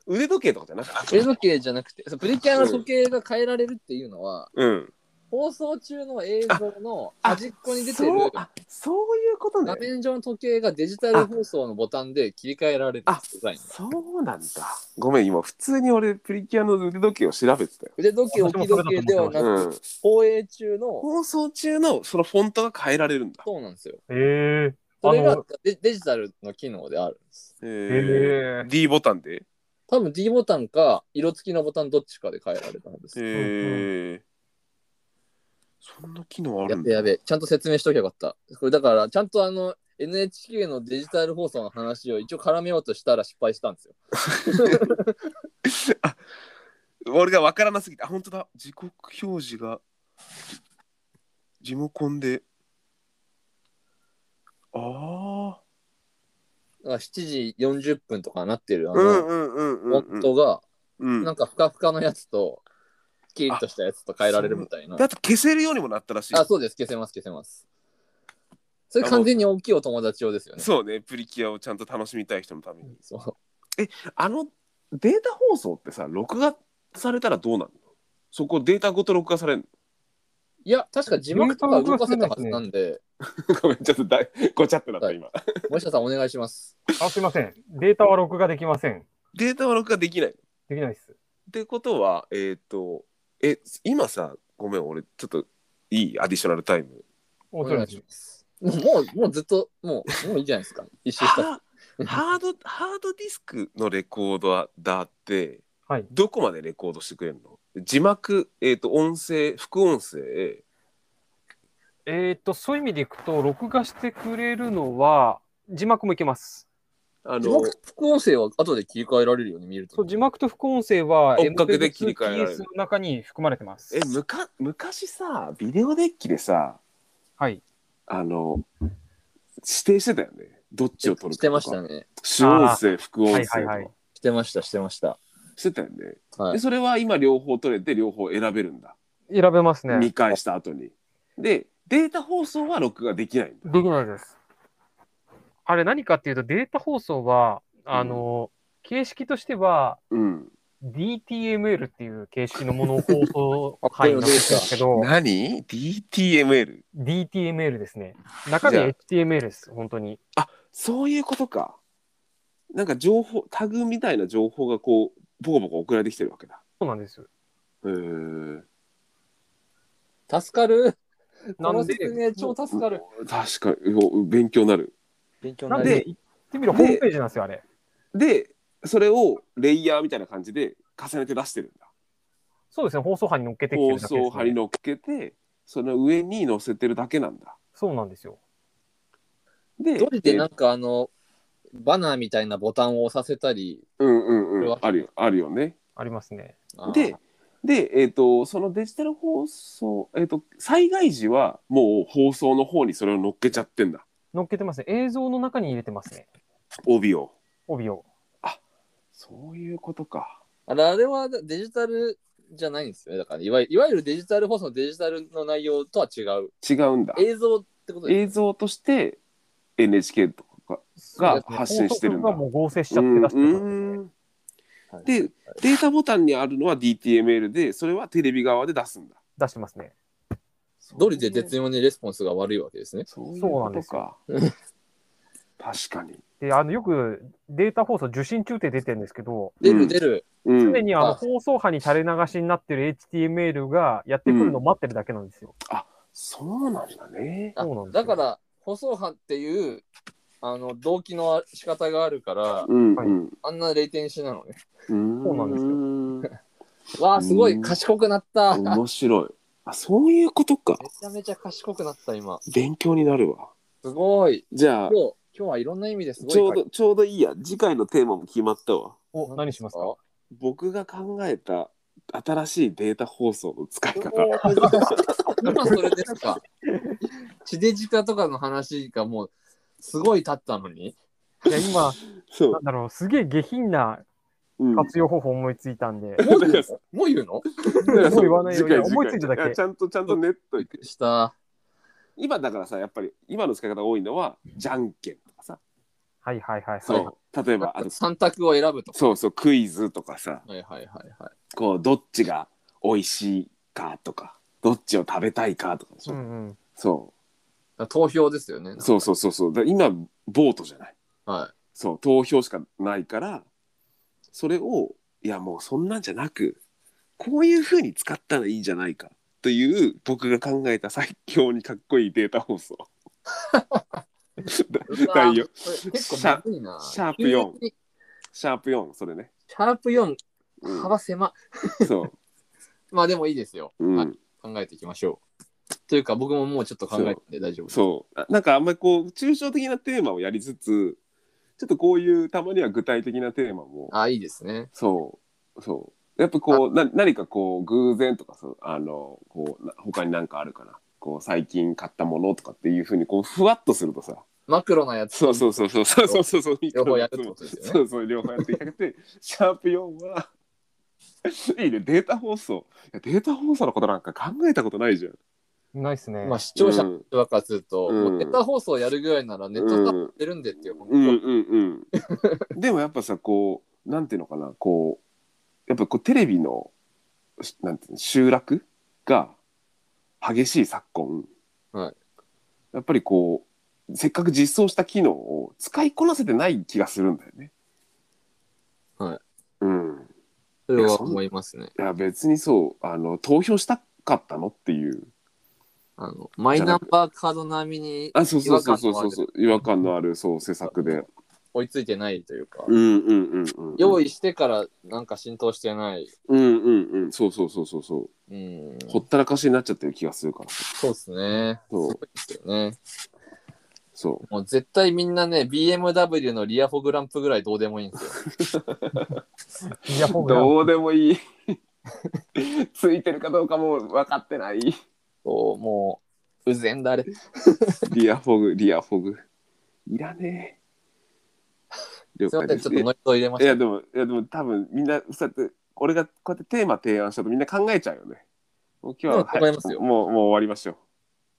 Speaker 1: 腕時計とかじゃなくて
Speaker 4: 腕時計じゃなくて、そうプリキュアの時計が変えられるっていうのは、
Speaker 1: うん
Speaker 4: 放送中の映像の
Speaker 1: あ
Speaker 4: 端っこに出てる
Speaker 1: そうあそういうことね
Speaker 4: 画面上の時計がデジタル放送のボタンで切り替えられる
Speaker 1: あ
Speaker 4: デザインが。
Speaker 1: そうなんだごめん今普通に俺プリキュアの腕時計を調べてたよ
Speaker 4: 腕時計、置き時計ではなく、
Speaker 1: うん、
Speaker 4: 放映中の、
Speaker 1: 放送中のそのフォントが変えられるんだ。
Speaker 4: そうなんですよ。
Speaker 2: ええ
Speaker 4: それ
Speaker 2: あ
Speaker 4: が
Speaker 2: の
Speaker 4: デデジタルの機能であるんです。
Speaker 1: え
Speaker 2: え
Speaker 1: ー、D ボタンで。
Speaker 4: 多分 D ボタンか、色付きのボタンどっちかで変えられたんです。
Speaker 1: えーそんな機能あ
Speaker 4: や
Speaker 1: るん
Speaker 4: べ
Speaker 1: だ。
Speaker 4: やべ、ちゃんと説明しときゃよかった。これだから、ちゃんとあの、 NHK のデジタル放送の話を一応絡めようとしたら失敗したんですよ。
Speaker 1: あ俺が分からなすぎて、あ、本当だ。時刻表示が、ジモコンで。ああ。
Speaker 4: だから7時40分とかなってるあ
Speaker 1: うん
Speaker 4: の、
Speaker 1: うんうんうん、うん。
Speaker 4: 夫が、
Speaker 1: うん
Speaker 4: なんかふかふかのやつと、キリッとしたやつと変えられるみたいな。
Speaker 1: だって消せるようにもなったらしい。
Speaker 4: あ、そうです。消せます、消せます。それ完全に大きいお友達用ですよね。
Speaker 1: そうね、プリキュアをちゃんと楽しみたい人のために。
Speaker 4: そう
Speaker 1: あの、データ放送ってさ、録画されたらどうなるのそこデータごと録画されん
Speaker 4: いや、確か字幕とか動かせたはずなんで、
Speaker 1: の ごめん、ちょっとだいごちゃってなった今。
Speaker 4: 森下さんお願いします。
Speaker 5: あ、すいません。
Speaker 2: データは録画できません。
Speaker 1: データは録画できない。っ
Speaker 5: できないです。
Speaker 1: てことは、えっ、と、え、今さ、ごめん、俺、ちょっといいアディショナルタイム。
Speaker 5: お
Speaker 4: お
Speaker 5: と
Speaker 4: 願
Speaker 5: り
Speaker 4: いします。もう、もう、もうずっと、もう、もういいじゃないですか。一周した。
Speaker 1: ハーハード、ハードディスクのレコードだって、
Speaker 5: はい
Speaker 1: どこまでレコードしてくれるの字幕、えっ、と、音声、副音声、
Speaker 2: えーっと、そういう意味でいくと、録画してくれるのは、字幕もいけます。
Speaker 1: あ
Speaker 4: 字
Speaker 1: の、
Speaker 4: 幕副音声は後で切り替えられるように見ると。
Speaker 2: そう字幕と副音声は、
Speaker 1: 追っかけで切り替えられる
Speaker 2: MPEG の中に含まれてます
Speaker 1: え。むか昔さビデオデッキでさ
Speaker 2: はい。
Speaker 1: あの指定してたよねどっちを撮るかとか
Speaker 4: してましたね。
Speaker 1: 主音声副音声とか
Speaker 2: はいはいはい
Speaker 4: してました、してました。
Speaker 1: してたよね、
Speaker 4: は
Speaker 1: で
Speaker 4: い。
Speaker 1: それは今両方撮れて両方選べるんだ、
Speaker 2: 選べますね。
Speaker 1: 見返した後にでデータ放送は録画できないんだ
Speaker 2: できないです。あれ何かっていうと、データ放送は、あの、形式としては、
Speaker 1: うん
Speaker 2: DTML っていう形式のものを放送
Speaker 4: あ
Speaker 2: 範囲になってるんですけど、
Speaker 1: 何 ?DTML
Speaker 2: DTML ですね。中
Speaker 1: じゃあ
Speaker 2: 身 HTML です、本当に。
Speaker 1: そういうことかなんか情報タグみたいな情報がこうボコボコ送られてきてるわけだ
Speaker 2: そうなんです。
Speaker 1: へー
Speaker 4: 助かる。
Speaker 2: な
Speaker 4: こ
Speaker 2: ん
Speaker 4: の
Speaker 2: で
Speaker 4: 説明超助かる。
Speaker 1: 確かにお勉強になる
Speaker 4: 勉強に
Speaker 2: な
Speaker 4: なんる。
Speaker 2: で、言ってみればホームページなんですよ、あれ。
Speaker 1: でそれをレイヤーみたいな感じで重ねて出してるんだ
Speaker 2: そうですね、放送波に乗っけてきて
Speaker 1: 放
Speaker 2: るだけです、ね。
Speaker 1: 送貼り乗っけてその上に載せてるだけなんだ
Speaker 2: そうなんですよ。
Speaker 1: で
Speaker 4: どれでなんかあの、バナーみたいなボタンを押させたり。
Speaker 1: うんうん
Speaker 4: これ
Speaker 1: うん
Speaker 4: は
Speaker 1: あるよあるよね
Speaker 2: ありますね。
Speaker 4: あー
Speaker 1: で、でえっ、とそのデジタル放送えっ、と災害時はもう放送の方にそれを乗っけちゃってんだ
Speaker 2: 乗っけてますね。映像の中に入れてますね。
Speaker 1: 帯を
Speaker 2: 帯を。
Speaker 1: そういうことか
Speaker 4: あれあれはデジタルじゃないんですよね。だからいわゆる、いわゆるデジタル放送のデジタルの内容とは違う。
Speaker 1: 違うんだ
Speaker 4: 映像ってことで
Speaker 1: 映像として NHK とか
Speaker 4: す
Speaker 1: が
Speaker 4: そうですね
Speaker 1: 発信してるんだ
Speaker 2: 放送局がもう合成しちゃって出して
Speaker 1: う
Speaker 2: る
Speaker 1: んうん
Speaker 4: はい
Speaker 1: でデータボタンにあるのは DTML でそれはテレビ側で出すんだ
Speaker 2: 出してますね。
Speaker 4: どれで絶妙にレスポンスが悪いわけですね。
Speaker 1: そう
Speaker 2: う
Speaker 1: い
Speaker 2: いうう
Speaker 1: こ
Speaker 2: ことと
Speaker 1: か
Speaker 2: か
Speaker 1: 確かに、
Speaker 2: で、あの、よくデータ放送受信中って出てるんですけど、
Speaker 4: 出る出る。
Speaker 1: う
Speaker 2: 常
Speaker 1: ん、
Speaker 2: にあの
Speaker 4: あ
Speaker 2: 放送波に垂れ流しになってる HTML がやってくるのを待ってるだけなんですよ。
Speaker 1: そうなんだね
Speaker 4: あ
Speaker 2: そうなんです
Speaker 4: だ
Speaker 2: よ
Speaker 4: から、放送波っていう、あの、動機の仕方があるから、
Speaker 1: うん
Speaker 2: は
Speaker 1: う
Speaker 2: い
Speaker 1: ん、
Speaker 4: あんなレイテンシーなのね。
Speaker 1: そう
Speaker 2: なんです
Speaker 1: よ
Speaker 4: わあ、すご
Speaker 1: う
Speaker 4: い
Speaker 1: ん
Speaker 4: 賢くなった。め
Speaker 1: 面白いあそういうことか
Speaker 4: ちゃめちゃ賢くなった、今。
Speaker 1: 勉強になるわ
Speaker 4: すごい。
Speaker 1: じゃあ
Speaker 4: 今日、今日はいろんな意味ですごい。
Speaker 1: ちょうどちょうどいいや次回のテーマも決まったわ
Speaker 5: お、何しますか
Speaker 1: 僕が考えた新しいデータ放送の使い方
Speaker 4: おー難しい 今それですか。 地デジ化とかの話がもう、すごい立ったのに。
Speaker 2: いや今、
Speaker 1: そ
Speaker 2: なんだろう、すげえ下品な
Speaker 1: う、うん、
Speaker 2: 活用方法思いついたんで、
Speaker 4: もう言うのもう言うの
Speaker 2: もう言わないよ
Speaker 1: 次回
Speaker 2: いや思いついただ
Speaker 1: 次
Speaker 2: け
Speaker 1: 回やちゃんとちゃんとネット
Speaker 4: した。
Speaker 1: 今だからさやっぱり今の使い方が多いのはじゃんけんとかさ
Speaker 2: はいはいはい
Speaker 1: そ
Speaker 2: は
Speaker 1: う例えばあの
Speaker 4: 三択を選ぶとか。
Speaker 1: そうそうクイズとかさ
Speaker 4: はいはいはいはい。
Speaker 1: こうどっちが美味しいかとかどっちを食べたいかとかでし
Speaker 2: い。う
Speaker 1: ょ、
Speaker 2: んうん。
Speaker 1: そ
Speaker 4: 投票ですよね
Speaker 1: う。そうそうそうそうだ今ボートじゃない
Speaker 4: は
Speaker 1: そう投票しかないからそれをいやもうそんなんじゃなくこういうふうに使ったらいいんじゃないかという僕が考えた最強にかっこいいデータ放 送だ
Speaker 4: い。
Speaker 1: 第四
Speaker 4: これ結構むずいな。
Speaker 1: シャープ四
Speaker 4: 急に
Speaker 1: シャープ4それね、
Speaker 4: シャープ4、
Speaker 1: うん
Speaker 4: 幅狭。
Speaker 1: そう
Speaker 4: まあでもいいですよ。
Speaker 1: うん
Speaker 4: はい考えていきましょう。というか僕ももうちょっと考えて大丈夫う。
Speaker 1: そうあなんかあんまりこう抽象的なテーマをやりつつちょっとこういうたまには具体的なテーマも
Speaker 4: あ、いいですね。
Speaker 1: そうそうやっぱこうな何かこう偶然とかそうあのこうな他になんかあるかなこう最近買ったものとかっていうふうにこうふわっとするとさ
Speaker 4: マクロなやつ。
Speaker 1: そうそうそうそうそうそうそうそう
Speaker 4: 両方やるってことですよね
Speaker 1: そうそう両方やっていただけてシャープ4は いいねデータ放送いやデータ放送のことなんか考えたことないじゃん
Speaker 5: ないっすね。
Speaker 4: まあ、視聴者
Speaker 1: う
Speaker 4: の
Speaker 1: ん
Speaker 4: 人ばっかすると、
Speaker 1: うん
Speaker 4: もうネタ放送やるぐらいならネット使ってるんでっていう、本当
Speaker 1: うんうん うん。でもやっぱさこうなんていうのかなこうやっぱこうテレビのしなんていうの集落が激しい昨今、
Speaker 4: はい
Speaker 1: やっぱりこうせっかく実装した機能を使いこなせてない気がするんだよね。
Speaker 4: はい。
Speaker 1: うん。
Speaker 4: それは思いますね。
Speaker 1: いや別にそうあの投票したかったのっていう。
Speaker 4: あの、マイナンバーカード並みに
Speaker 1: あそうそうそうそ
Speaker 4: 違
Speaker 1: う
Speaker 4: 和感のあ
Speaker 1: そう
Speaker 4: る
Speaker 1: そう違和感のあるそう施策で。
Speaker 4: 追いついてないというか、
Speaker 1: うんうんうんうん。
Speaker 4: 用意してからなんか浸透してない。
Speaker 1: うんうんうんそうそうそうそうそう。
Speaker 4: うん。
Speaker 1: ほったらかしになっちゃってる気がするから。
Speaker 4: そうですね。
Speaker 1: そう
Speaker 4: すごいですよね。
Speaker 1: そう。
Speaker 4: もう絶対みんなね、BMW のリアフォグランプぐらいどうでもいいんですよ。
Speaker 5: いや、ほ
Speaker 1: どうでもいい。 ついてるかどうかも分かってない。
Speaker 4: そうもう、うぜんだれ。
Speaker 1: リアフォグ、リアフォグ。いらねえ。了
Speaker 4: すいま
Speaker 1: 解
Speaker 4: せん、
Speaker 1: です。
Speaker 4: ちょっとノイズを入れま
Speaker 1: い
Speaker 4: し
Speaker 1: や、でも、いや、でも多分みんな、そうやって、俺がこうやってテーマ提案したとみんな考えちゃうよね。もう今日
Speaker 4: う
Speaker 1: は、
Speaker 4: ん考えますよ
Speaker 1: もう、もう終わりましょ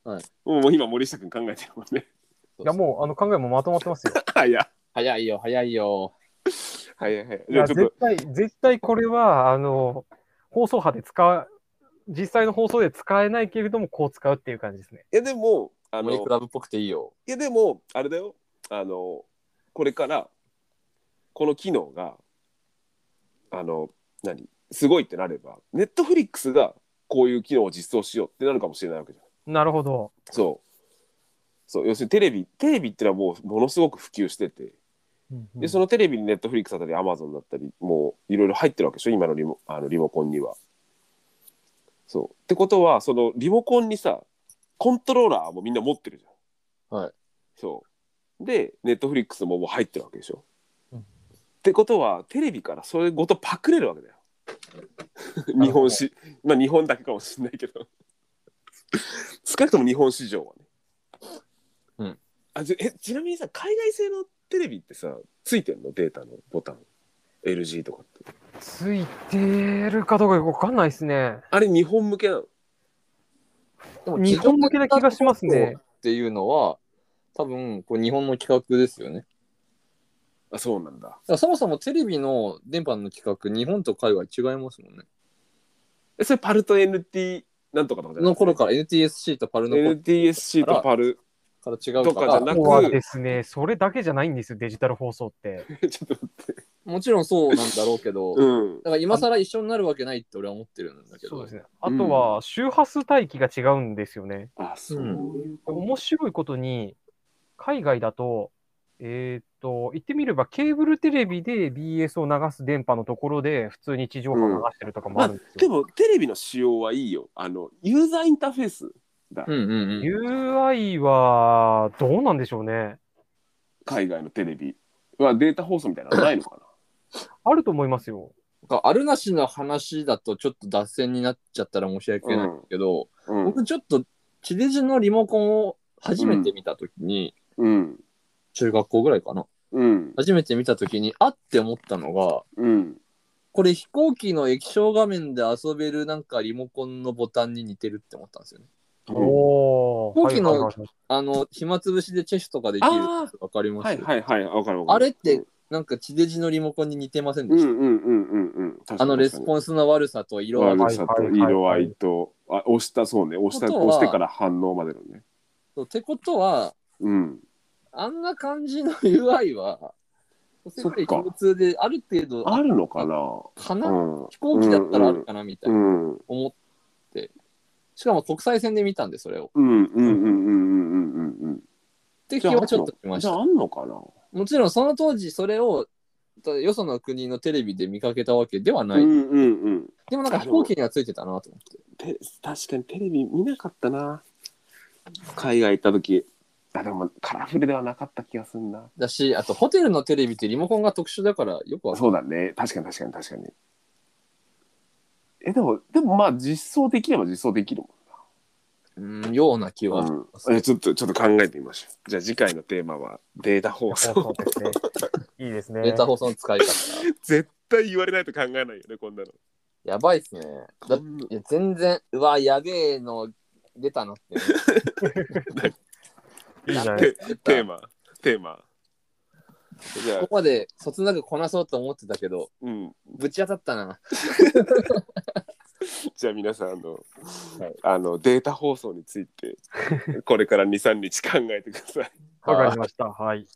Speaker 1: う。
Speaker 4: はい
Speaker 1: もうもう今、森下君考えてるもんね。
Speaker 4: た。
Speaker 5: いや、もう、あの、考えもまとまってますよ。
Speaker 1: 早い。
Speaker 4: 早いよ、早いよ。
Speaker 1: 早い早 い。
Speaker 5: い
Speaker 1: じゃ
Speaker 5: や、
Speaker 1: あちょっ
Speaker 5: 絶対、絶対これは、あの、放送波で使う、実際の放送で使えないけれども、こう使うっていう感じですね。
Speaker 1: と、いや、でも、あ
Speaker 4: モ
Speaker 1: の、
Speaker 4: ニクラブっぽくていいよ。
Speaker 1: いやでもあれだよあのこれからこの機能があの何すごいってなればネットフリックスがこういう機能を実装しようってなるかもしれないわけじゃん
Speaker 5: なるほど。
Speaker 1: そうそう要するにテレビテレビってのはもうものすごく普及しててでそのテレビにネットフリックスだったりアマゾンだったりもういろいろ入ってるわけでしょ今のリモあのリモコンにはそうってことはそのリモコンにさコントローラーもみんな持ってるじゃん
Speaker 4: はい
Speaker 1: そうでネットフリックスももう入ってるわけでしょ、
Speaker 5: うん
Speaker 1: ってことはテレビからそれごとパクれるわけだよ日本史まあ日本だけかもしれないけど少なくとも日本市場はね
Speaker 4: うん
Speaker 1: あちえちなみにさ海外製のテレビってさついてんのデータのボタン LG とかって
Speaker 5: ついてるかどうかよくわかんないですね。
Speaker 1: あれ日本向けなの
Speaker 4: でも
Speaker 5: 日本向けな気がしますね。
Speaker 4: っていうのは、多分これ日本の企画ですよね。
Speaker 1: あそうなんだ
Speaker 4: だからそもそもテレビの電波の企画、日本と海外違いますもんね。
Speaker 1: えそれパルと NT なんとかとかじゃな
Speaker 4: の
Speaker 1: くて
Speaker 4: 頃から NTSC とパルの頃
Speaker 1: NTSC とパル
Speaker 4: から違う
Speaker 1: とかじ
Speaker 4: か
Speaker 1: ゃ
Speaker 4: ら、
Speaker 1: なく
Speaker 5: そうはですね、それだけじゃないんですよ、デジタル放送って。
Speaker 1: ちょっと待って
Speaker 4: もちろんそうなんだろうけど、だ
Speaker 1: うん
Speaker 4: から今更一緒になるわけないって俺は思ってるんだけど。
Speaker 5: そうですね。あとは、周波数帯域が違うんですよね。
Speaker 1: あそういうこと
Speaker 5: 面白いことに、海外だと、えーっと、言ってみればケーブルテレビで BS を流す電波のところで、普通に地上波流してるとかも
Speaker 1: ま
Speaker 5: あ
Speaker 1: あ
Speaker 5: るんです
Speaker 1: で
Speaker 5: よ。
Speaker 1: もテレビの仕様はいいよあのユーザーインターフェースだ、
Speaker 4: うんうんうん。
Speaker 5: UI はどうなんでしょうね。
Speaker 1: 海外のテレビはデータ放送みたいなのないのか
Speaker 5: あると思いますよ。
Speaker 4: なんかあるなしの話だとちょっと脱線になっちゃったら申し訳ないけど、
Speaker 1: なうん
Speaker 4: 僕ちょっと地デジのリモコンを初めて見たときに、
Speaker 1: うん
Speaker 4: 中学校ぐらいかな。
Speaker 1: うん
Speaker 4: 初めて見たときに、あって思ったのが、
Speaker 1: うん
Speaker 4: これ飛行機の液晶画面で遊べるなんかリモコンのボタンに似てるって思ったんですよね。
Speaker 5: おー
Speaker 4: 飛行機の
Speaker 5: はいはいはい
Speaker 4: あの、暇つぶしでチェスとかできる
Speaker 1: あ
Speaker 4: わかります、
Speaker 1: はいはいはいわかるわかる
Speaker 4: あれってなんか地デジのリモコンに似てません
Speaker 1: う
Speaker 4: で
Speaker 1: ん
Speaker 4: し
Speaker 1: う
Speaker 4: た、
Speaker 1: んうんうんうん確かに
Speaker 4: あのレスポンスの悪さと色合い
Speaker 1: 悪さと色合いと、あ押したそうね押した
Speaker 4: ことは
Speaker 1: 押してから反応までのね
Speaker 4: ってことは、
Speaker 1: うん
Speaker 4: あんな感じの UI は、世
Speaker 1: そっか
Speaker 4: 界共通である程度
Speaker 1: あるのかな
Speaker 4: かな、
Speaker 1: うん
Speaker 4: 飛行機だったらあるかなみたいうなん
Speaker 1: うん
Speaker 4: 思って、しかも国際線で見たんで、それを。
Speaker 1: うんうんうんうんうんうんうん
Speaker 4: って気
Speaker 1: じゃああん
Speaker 4: は
Speaker 1: の
Speaker 4: ちょっとしまし
Speaker 1: じ
Speaker 4: た
Speaker 1: ゃあ。あんのかな
Speaker 4: もちろんその当時それをただよその国のテレビで見かけたわけではない。
Speaker 1: うんうんうん
Speaker 4: でもなんか飛行機にはついてたなと思って。
Speaker 1: て確かにテレビ見なかったな海外行った時あでもカラフルではなかった気がすんな
Speaker 4: だし、あとホテルのテレビってリモコンが特殊だからよくわかる。
Speaker 1: そうだね確かに確かに確かにえでもでもまあ実装できれば実装できるもん
Speaker 4: うん、ような気は。
Speaker 1: うん、えちょっとちょっと考えてみましょうじゃあ次回のテーマはデータ放
Speaker 5: そ
Speaker 1: 送
Speaker 5: うそうですね。 いいですね。
Speaker 4: データ放送の使い方。
Speaker 1: 絶対言われないと考えないよねこんなの
Speaker 4: やばいっすね。だ
Speaker 1: こんない
Speaker 4: や全然、うわ、やべえの出たなって。
Speaker 5: いいじゃない
Speaker 1: テテーマテーマじゃあ
Speaker 4: ここまでそつなくこなそうと思ってたけど、
Speaker 1: うん
Speaker 4: ぶち当たったな。
Speaker 1: じゃあ皆さんあの,、
Speaker 4: はい
Speaker 1: あのデータ放送につ いてこれから23日考えてください
Speaker 5: わかりました。はい。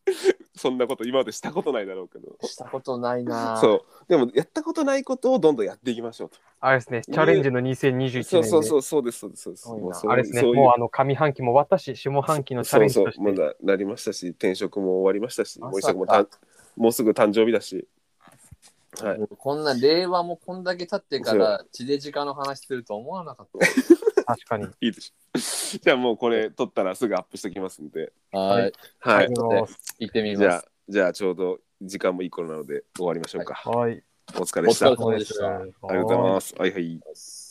Speaker 1: そんなこと今までしたことないだろうけど
Speaker 4: したことないな。
Speaker 1: そうでもやったことないことをどんどんやっていきましょうと
Speaker 5: あれですね。チャレンジの2021年で。
Speaker 1: そうそうそうそうですそうですそうです
Speaker 5: すごい
Speaker 1: もう
Speaker 5: な
Speaker 1: そう
Speaker 5: あれですね。
Speaker 1: そういう
Speaker 5: もうあの上半期も終わったし、下半期のチャレンジとして。
Speaker 1: そうそうまだなりましたし転職も終わりましたし
Speaker 4: ま
Speaker 1: 森下
Speaker 4: さか
Speaker 1: 君もたんもうすぐ誕生日だしはい
Speaker 4: もうこんな令和もこんだけ経ってから地デジ化の話すると思わなかっ
Speaker 5: 確かに。
Speaker 1: いいでしょ じゃあもうこれ撮ったらすぐアップしてきますんで
Speaker 4: た。はい。
Speaker 1: は
Speaker 5: あり
Speaker 1: い
Speaker 5: がとうございます
Speaker 4: 行ってみ
Speaker 1: じ
Speaker 4: ま
Speaker 1: ゃ
Speaker 4: す
Speaker 1: あ。じゃあちょうど時間もいい頃なので終わりましょうか、
Speaker 5: はい。
Speaker 1: お疲れでした
Speaker 4: お疲れ様でした
Speaker 5: あ
Speaker 1: ありがとうございますはいはい
Speaker 4: ます。